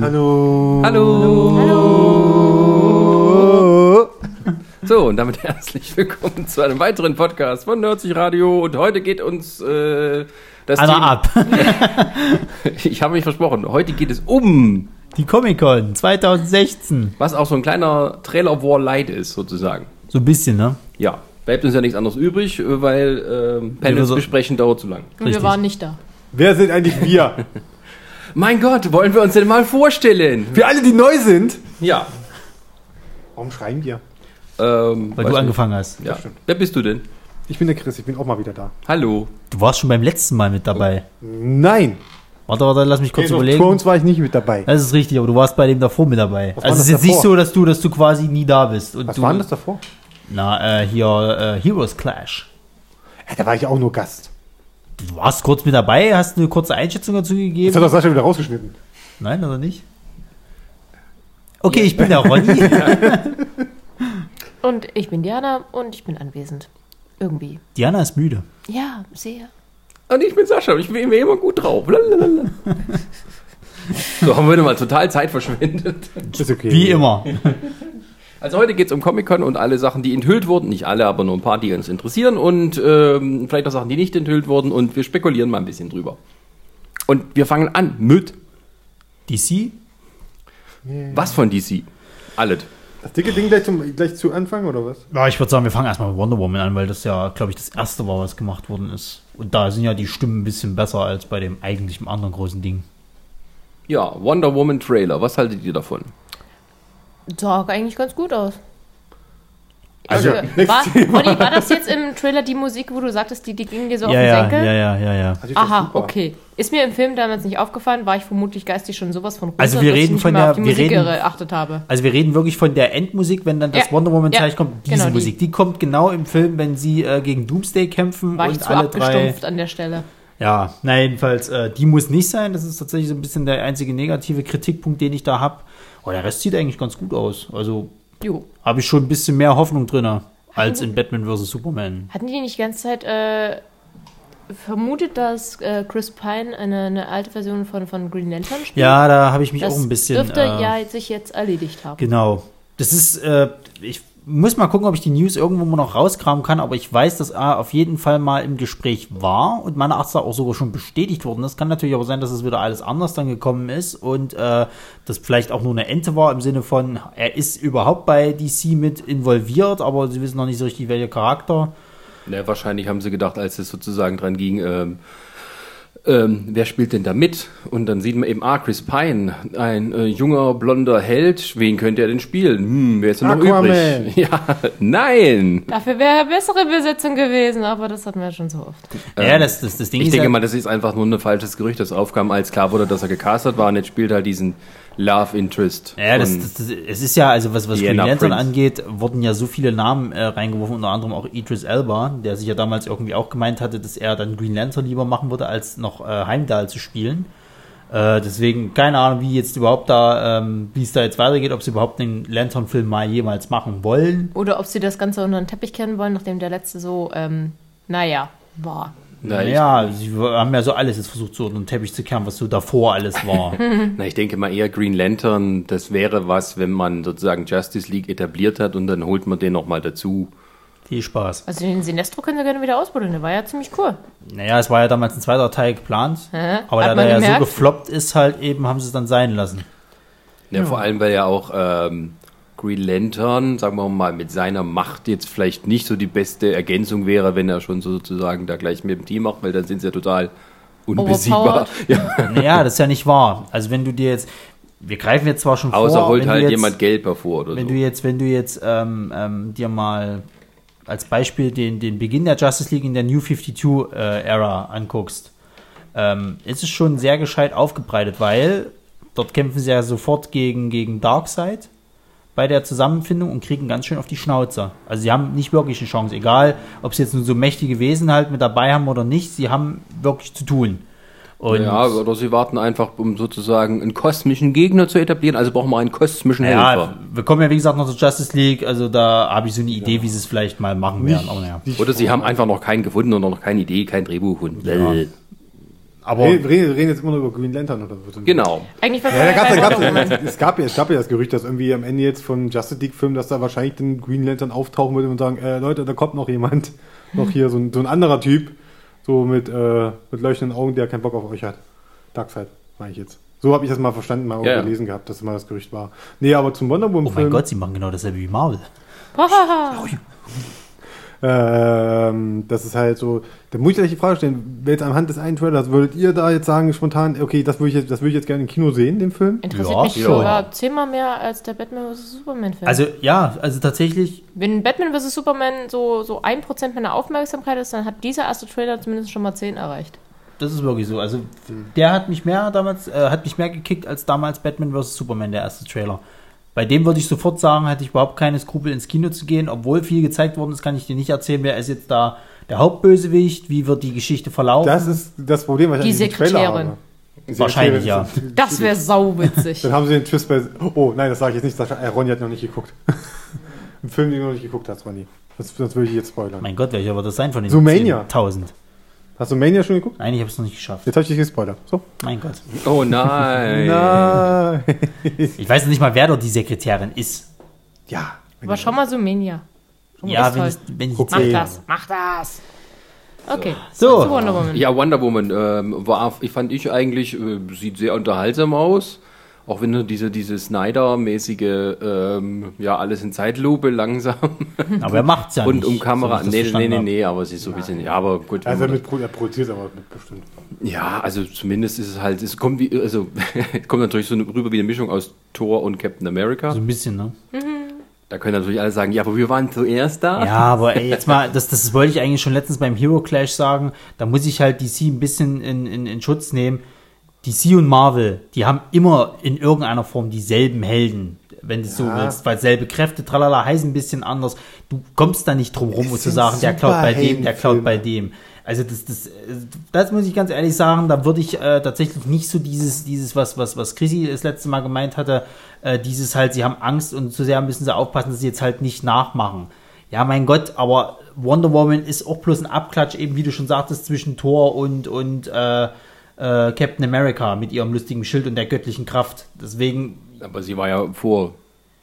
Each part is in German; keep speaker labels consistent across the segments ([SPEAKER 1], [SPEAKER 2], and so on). [SPEAKER 1] Hallo.
[SPEAKER 2] Hallo.
[SPEAKER 1] Hallo. So, und damit herzlich willkommen zu einem weiteren Podcast von Nerdsich Radio. Und heute geht uns äh, das
[SPEAKER 3] Einmal ab.
[SPEAKER 1] Ich habe mich versprochen, heute geht es um,
[SPEAKER 3] Die Comic-Con 2016.
[SPEAKER 1] was auch so ein kleiner Trailer War Light ist, sozusagen.
[SPEAKER 3] So ein bisschen, ne?
[SPEAKER 1] Ja, bleibt uns ja nichts anderes übrig, äh, weil ähm, Panels
[SPEAKER 3] so-
[SPEAKER 1] besprechen dauert zu lang.
[SPEAKER 4] Und
[SPEAKER 3] Richtig.
[SPEAKER 4] wir waren nicht da.
[SPEAKER 2] Wer sind eigentlich wir?
[SPEAKER 1] Mein Gott, wollen wir uns denn mal vorstellen?
[SPEAKER 2] Wir alle, die neu sind.
[SPEAKER 1] Ja.
[SPEAKER 2] Warum schreien wir?
[SPEAKER 1] Ähm, weiß
[SPEAKER 3] Weil du
[SPEAKER 1] nicht.
[SPEAKER 3] angefangen hast.
[SPEAKER 1] Ja. Wer bist du denn?
[SPEAKER 2] Ich bin der Chris, ich bin auch mal wieder da.
[SPEAKER 1] Hallo.
[SPEAKER 3] Du warst schon beim letzten Mal mit dabei.
[SPEAKER 2] Nein.
[SPEAKER 3] Warte, warte, lass mich kurz
[SPEAKER 2] Game of
[SPEAKER 3] überlegen.
[SPEAKER 2] Thrones war ich nicht mit dabei.
[SPEAKER 3] Das ist richtig, aber du warst bei dem davor mit dabei.
[SPEAKER 2] Was war
[SPEAKER 3] also es
[SPEAKER 2] das
[SPEAKER 3] ist jetzt nicht
[SPEAKER 2] davor?
[SPEAKER 3] so, dass du, dass du quasi nie da bist. Und
[SPEAKER 2] Was
[SPEAKER 3] du,
[SPEAKER 2] war denn das davor?
[SPEAKER 3] Na, äh, hier äh, Heroes Clash.
[SPEAKER 2] Ja, da war ich auch nur Gast.
[SPEAKER 3] Du warst kurz mit dabei, hast eine kurze Einschätzung dazu
[SPEAKER 2] Jetzt hat
[SPEAKER 3] gegeben.
[SPEAKER 2] doch Sascha wieder rausgeschnitten.
[SPEAKER 3] Nein, oder nicht? Okay, ich bin der Ronny.
[SPEAKER 4] Und ich bin Diana und ich bin anwesend. Irgendwie.
[SPEAKER 3] Diana ist müde.
[SPEAKER 4] Ja, sehr.
[SPEAKER 1] Und ich bin Sascha und ich bin immer gut drauf. Lalalala. So haben wir nochmal total Zeit verschwendet.
[SPEAKER 2] Ist okay.
[SPEAKER 3] Wie immer.
[SPEAKER 1] Also heute geht es um Comic-Con und alle Sachen, die enthüllt wurden. Nicht alle, aber nur ein paar, die uns interessieren. Und ähm, vielleicht auch Sachen, die nicht enthüllt wurden. Und wir spekulieren mal ein bisschen drüber. Und wir fangen an mit
[SPEAKER 3] DC?
[SPEAKER 1] was von DC? Alles.
[SPEAKER 2] Das dicke Ding gleich, zum, gleich zu Anfang oder was?
[SPEAKER 3] Ja, ich würde sagen, wir fangen erstmal mit Wonder Woman an, weil das ja, glaube ich, das erste war, was gemacht worden ist. Und da sind ja die Stimmen ein bisschen besser als bei dem eigentlichen anderen großen Ding.
[SPEAKER 1] Ja, Wonder Woman Trailer. Was haltet ihr davon?
[SPEAKER 4] Sah eigentlich ganz gut aus.
[SPEAKER 2] Also,
[SPEAKER 4] äh, war, Olli, war das jetzt im Trailer die Musik, wo du sagtest, die, die ging dir so auf den Senkel?
[SPEAKER 3] ja, ja, ja.
[SPEAKER 2] Also ich fand's
[SPEAKER 4] Aha,
[SPEAKER 2] super.
[SPEAKER 4] okay. Ist mir im Film damals nicht aufgefallen, war ich vermutlich geistig schon sowas von runter,
[SPEAKER 3] Also wir reden
[SPEAKER 4] dass ich nicht
[SPEAKER 3] von
[SPEAKER 4] mehr
[SPEAKER 3] der-
[SPEAKER 4] auf die
[SPEAKER 3] wir
[SPEAKER 4] Musik
[SPEAKER 3] reden-
[SPEAKER 4] geachtet habe.
[SPEAKER 3] Also wir reden wirklich von der Endmusik, wenn dann das
[SPEAKER 4] Ja.
[SPEAKER 3] Wonder Woman
[SPEAKER 4] Ja.
[SPEAKER 3] Zeichen kommt, diese
[SPEAKER 4] Genau, die.
[SPEAKER 3] Musik, die kommt genau im Film, wenn sie äh, gegen Doomsday kämpfen
[SPEAKER 4] War
[SPEAKER 3] und
[SPEAKER 4] ich zu
[SPEAKER 3] alle drei.
[SPEAKER 4] abgestumpft an der Stelle.
[SPEAKER 3] Ja, na jedenfalls, äh, die muss nicht sein. Das ist tatsächlich so ein bisschen der einzige negative Kritikpunkt, den ich da habe. Aber der Rest sieht eigentlich ganz gut aus. Also
[SPEAKER 4] Jo.
[SPEAKER 3] habe ich schon ein bisschen mehr Hoffnung drin als in Batman vs. Superman.
[SPEAKER 4] Hatten die nicht die ganze Zeit äh, vermutet, dass äh, Chris Pine eine, eine alte Version von, von Green Lantern spielt?
[SPEAKER 3] Ja, da habe ich mich
[SPEAKER 4] das
[SPEAKER 3] auch ein bisschen.
[SPEAKER 4] dürfte
[SPEAKER 3] äh,
[SPEAKER 4] ja sich jetzt erledigt haben.
[SPEAKER 3] Genau. Das ist, äh, ich muss mal gucken, ob ich die News irgendwo mal noch rauskramen kann, aber ich weiß, dass er auf jeden Fall mal im Gespräch war und meiner Achtung nach auch sogar schon bestätigt worden. Das kann natürlich aber sein, dass es wieder alles anders dann gekommen ist und äh, das vielleicht auch nur eine Ente war im Sinne von, er ist überhaupt bei DC mit involviert, aber sie wissen noch nicht so richtig, welcher Charakter.
[SPEAKER 1] Na, Ne, wahrscheinlich haben sie gedacht, als es sozusagen dran ging, ähm, ähm, wer spielt denn da mit? Und dann sieht man eben, ah, Chris Pine, ein äh, junger, blonder Held, wen könnte er denn spielen? Hm, wer ist denn noch
[SPEAKER 2] Aquaman.
[SPEAKER 1] übrig? Ja, nein!
[SPEAKER 4] Dafür wäre bessere Besetzung gewesen, aber das hatten wir ja schon so oft.
[SPEAKER 3] ja, das, das, das Ding
[SPEAKER 1] Ähm, Ich
[SPEAKER 3] ist
[SPEAKER 1] denke
[SPEAKER 3] ja-
[SPEAKER 1] mal, das ist einfach nur ein falsches Gerücht, das aufkam, als klar wurde, dass er gecastet war und jetzt spielt halt diesen Love Interest.
[SPEAKER 3] Ja, das,
[SPEAKER 1] von-
[SPEAKER 3] das, das, es ist ja, also was, was Green
[SPEAKER 1] Vienna
[SPEAKER 3] Lantern
[SPEAKER 1] Prince.
[SPEAKER 3] angeht, wurden ja so viele Namen äh, reingeworfen, unter anderem auch Idris Elba, der sich ja damals irgendwie auch gemeint hatte, dass er dann Green Lantern lieber machen würde, als noch äh, Heimdall zu spielen. Äh, deswegen, keine Ahnung, wie jetzt überhaupt da, ähm, wie es da jetzt weitergeht, ob sie überhaupt den Lantern-Film mal jemals machen wollen.
[SPEAKER 4] Oder ob sie das Ganze unter den Teppich kennen wollen, nachdem der letzte so, ähm, naja, war.
[SPEAKER 1] na, ich,
[SPEAKER 3] Naja, sie haben ja so alles jetzt versucht, so unter den Teppich zu kehren, was so davor alles war.
[SPEAKER 1] na, ich denke mal eher Green Lantern, das wäre was, wenn man sozusagen Justice League etabliert hat und dann holt man den nochmal dazu.
[SPEAKER 3] Viel Spaß.
[SPEAKER 4] Also den Sinestro können wir gerne wieder ausbuddeln, der war ja ziemlich cool.
[SPEAKER 3] Naja, es war ja damals ein zweiter Teil geplant,
[SPEAKER 4] Hä?
[SPEAKER 3] aber
[SPEAKER 4] Hat
[SPEAKER 3] da der
[SPEAKER 4] man
[SPEAKER 3] ja
[SPEAKER 4] gemerkt?
[SPEAKER 3] so gefloppt ist, halt eben, haben sie es dann sein lassen.
[SPEAKER 1] Ja, vor allem, weil ja auch ähm, Green Lantern, sagen wir mal, mit seiner Macht jetzt vielleicht nicht so die beste Ergänzung wäre, wenn er schon so sozusagen da gleich mit dem Team macht, weil dann sind sie ja total unbesiegbar.
[SPEAKER 4] Overpowered.
[SPEAKER 1] Ja,
[SPEAKER 3] Naja, das ist ja nicht wahr. Also wenn du dir jetzt, wir greifen jetzt zwar schon vor,
[SPEAKER 1] außer holt
[SPEAKER 3] wenn du
[SPEAKER 1] halt
[SPEAKER 3] jetzt,
[SPEAKER 1] jemand Gelb hervor oder
[SPEAKER 3] wenn
[SPEAKER 1] so.
[SPEAKER 3] du jetzt, wenn du jetzt ähm, ähm, dir mal als Beispiel den, den Beginn der Justice League in der New 52-Ära anguckst, ähm, ist es schon sehr gescheit aufgebreitet, weil dort kämpfen sie ja sofort gegen, gegen Darkseid bei der Zusammenfindung und kriegen ganz schön auf die Schnauze. Also sie haben nicht wirklich eine Chance, egal ob sie jetzt nur so mächtige Wesen halt mit dabei haben oder nicht, sie haben wirklich zu tun. Und
[SPEAKER 1] Ja, oder sie warten einfach, um sozusagen einen kosmischen Gegner zu etablieren, also brauchen wir einen kosmischen
[SPEAKER 3] Ja,
[SPEAKER 1] Helfer.
[SPEAKER 3] wir kommen ja wie gesagt noch zur Justice League, also da habe ich so eine Idee, wie sie es vielleicht mal machen werden.
[SPEAKER 2] Nicht-
[SPEAKER 3] Aber naja.
[SPEAKER 2] nicht-
[SPEAKER 1] Oder sie haben einfach noch keinen gefunden und noch keine Idee, kein Drehbuch und
[SPEAKER 3] Ja.
[SPEAKER 2] Wir
[SPEAKER 5] Aber
[SPEAKER 2] reden, wir reden jetzt immer nur über Green Lantern oder so.
[SPEAKER 1] Genau.
[SPEAKER 4] Eigentlich war
[SPEAKER 2] Ja, da
[SPEAKER 4] vorher
[SPEAKER 2] gab's, da
[SPEAKER 4] kein
[SPEAKER 2] gab's,
[SPEAKER 4] Wonder Woman.
[SPEAKER 2] es, gab ja, es gab ja das Gerücht, dass irgendwie am Ende jetzt von Justice League Film, dass da wahrscheinlich den Green Lantern auftauchen würde und sagen, äh, Leute, da kommt noch jemand, noch hier so ein, so ein anderer Typ, so mit, äh, mit leuchtenden Augen, der keinen Bock auf euch hat. Darkseid, meine ich jetzt. So habe ich das mal verstanden, mal
[SPEAKER 1] Ja, ja.
[SPEAKER 2] irgendwo gelesen gehabt, dass mal das Gerücht war. Nee, aber zum Wonder Woman
[SPEAKER 3] Oh mein Gott, sie machen genau dasselbe wie Marvel.
[SPEAKER 4] Hahaha.
[SPEAKER 2] Ähm, das ist halt so, da muss ich euch die Frage stellen, jetzt anhand des einen Trailers, würdet ihr da jetzt sagen, spontan, okay, das würde ich jetzt, das würde ich jetzt gerne im Kino sehen, den Film?
[SPEAKER 4] Interessiert
[SPEAKER 3] Ja,
[SPEAKER 4] mich
[SPEAKER 3] schon.
[SPEAKER 4] sogar zehnmal mehr als der Batman vs. Superman-Film.
[SPEAKER 3] Also ja, also tatsächlich,
[SPEAKER 4] Wenn Batman vs. Superman so, so 1% meiner Aufmerksamkeit ist, dann hat dieser erste Trailer zumindest schon mal 10 erreicht.
[SPEAKER 3] das ist wirklich so. Also der hat mich mehr damals, äh, hat mich mehr gekickt als damals Batman vs. Superman, der erste Trailer. Bei dem würde ich sofort sagen, hatte ich überhaupt keine Skrupel ins Kino zu gehen, obwohl viel gezeigt worden ist, kann ich dir nicht erzählen, wer ist jetzt da der Hauptbösewicht, wie wird die Geschichte verlaufen.
[SPEAKER 2] Das ist das Problem, was ich halt
[SPEAKER 4] Die
[SPEAKER 2] eigentlich mit dem
[SPEAKER 4] Sekretärin.
[SPEAKER 3] Wahrscheinlich, ja.
[SPEAKER 4] Das wäre sauwitzig.
[SPEAKER 2] Dann haben sie den Twist bei. Oh, nein, das sage ich jetzt nicht. Sascha, äh, Ronny hat noch nicht geguckt. Ein Film, den du noch nicht geguckt hast, Ronny. Das, das würde ich jetzt spoilern.
[SPEAKER 3] Mein Gott, welcher wird das sein von den
[SPEAKER 2] Zoomania.
[SPEAKER 3] 1000?
[SPEAKER 2] Hast du Mania schon geguckt?
[SPEAKER 3] Nein, ich habe es noch nicht geschafft.
[SPEAKER 2] Jetzt habe ich dich gespoilert. So.
[SPEAKER 3] Mein Gott.
[SPEAKER 1] Oh nein.
[SPEAKER 2] Nein.
[SPEAKER 3] Ich weiß nicht mal, wer dort die Sekretärin ist.
[SPEAKER 2] Ja.
[SPEAKER 4] Aber schau mal Sumenia. Oh,
[SPEAKER 3] Ja,
[SPEAKER 4] ist
[SPEAKER 3] wenn
[SPEAKER 4] toll.
[SPEAKER 3] ich, wenn ich
[SPEAKER 2] Guck
[SPEAKER 4] Mach
[SPEAKER 2] Ja.
[SPEAKER 4] das, mach das. Okay,
[SPEAKER 3] So.
[SPEAKER 4] zu Wonder Woman.
[SPEAKER 1] Ja, Wonder Woman ähm, war, ich fand ich eigentlich, äh, sieht sehr unterhaltsam aus. Auch wenn nur diese, diese Snyder-mäßige, ähm, ja, alles in Zeitlupe langsam
[SPEAKER 3] Aber er macht's ja
[SPEAKER 1] und
[SPEAKER 3] nicht.
[SPEAKER 1] um Kamera.
[SPEAKER 3] so wie
[SPEAKER 1] nee,
[SPEAKER 3] ich das
[SPEAKER 1] nee, nee,
[SPEAKER 3] verstanden
[SPEAKER 1] nee, aber es ist so ein bisschen, ja, aber gut. wenn
[SPEAKER 2] Also
[SPEAKER 1] man
[SPEAKER 2] er mit, pro- er produziert aber mit bestimmt.
[SPEAKER 1] Ja, also zumindest ist es halt, es kommt wie, also es kommt natürlich so eine, rüber wie eine Mischung aus Thor und Captain
[SPEAKER 3] hab.
[SPEAKER 1] America.
[SPEAKER 3] So ein bisschen, ne?
[SPEAKER 1] Da können natürlich alle sagen, ja, aber wir waren zuerst da.
[SPEAKER 3] Ja, aber ey, jetzt mal, das, das wollte ich eigentlich schon letztens beim Hero Clash sagen. Da muss ich halt DC ein bisschen in, in, in Schutz nehmen. DC und Marvel, die haben immer in irgendeiner Form dieselben Helden, wenn du es so
[SPEAKER 2] Ja.
[SPEAKER 3] willst, weil selbe Kräfte, tralala, heißen ein bisschen anders. Du kommst da nicht drum rum,
[SPEAKER 2] Es
[SPEAKER 3] und zu
[SPEAKER 2] sind
[SPEAKER 3] sagen, der klaut bei dem, der klaut
[SPEAKER 2] Superheldenfilme.
[SPEAKER 3] bei dem. Also das, das, äh, das muss ich ganz ehrlich sagen, da würde ich äh, tatsächlich nicht so dieses, dieses, was, was, was Chrissy das letzte Mal gemeint hatte, äh, dieses halt, sie haben Angst und zu sehr müssen sie aufpassen, dass sie jetzt halt nicht nachmachen. Ja, mein Gott, aber Wonder Woman ist auch bloß ein Abklatsch, eben wie du schon sagtest, zwischen Thor und, und äh, äh, Captain America mit ihrem lustigen Schild und der göttlichen Kraft. Deswegen
[SPEAKER 1] Aber sie war ja vor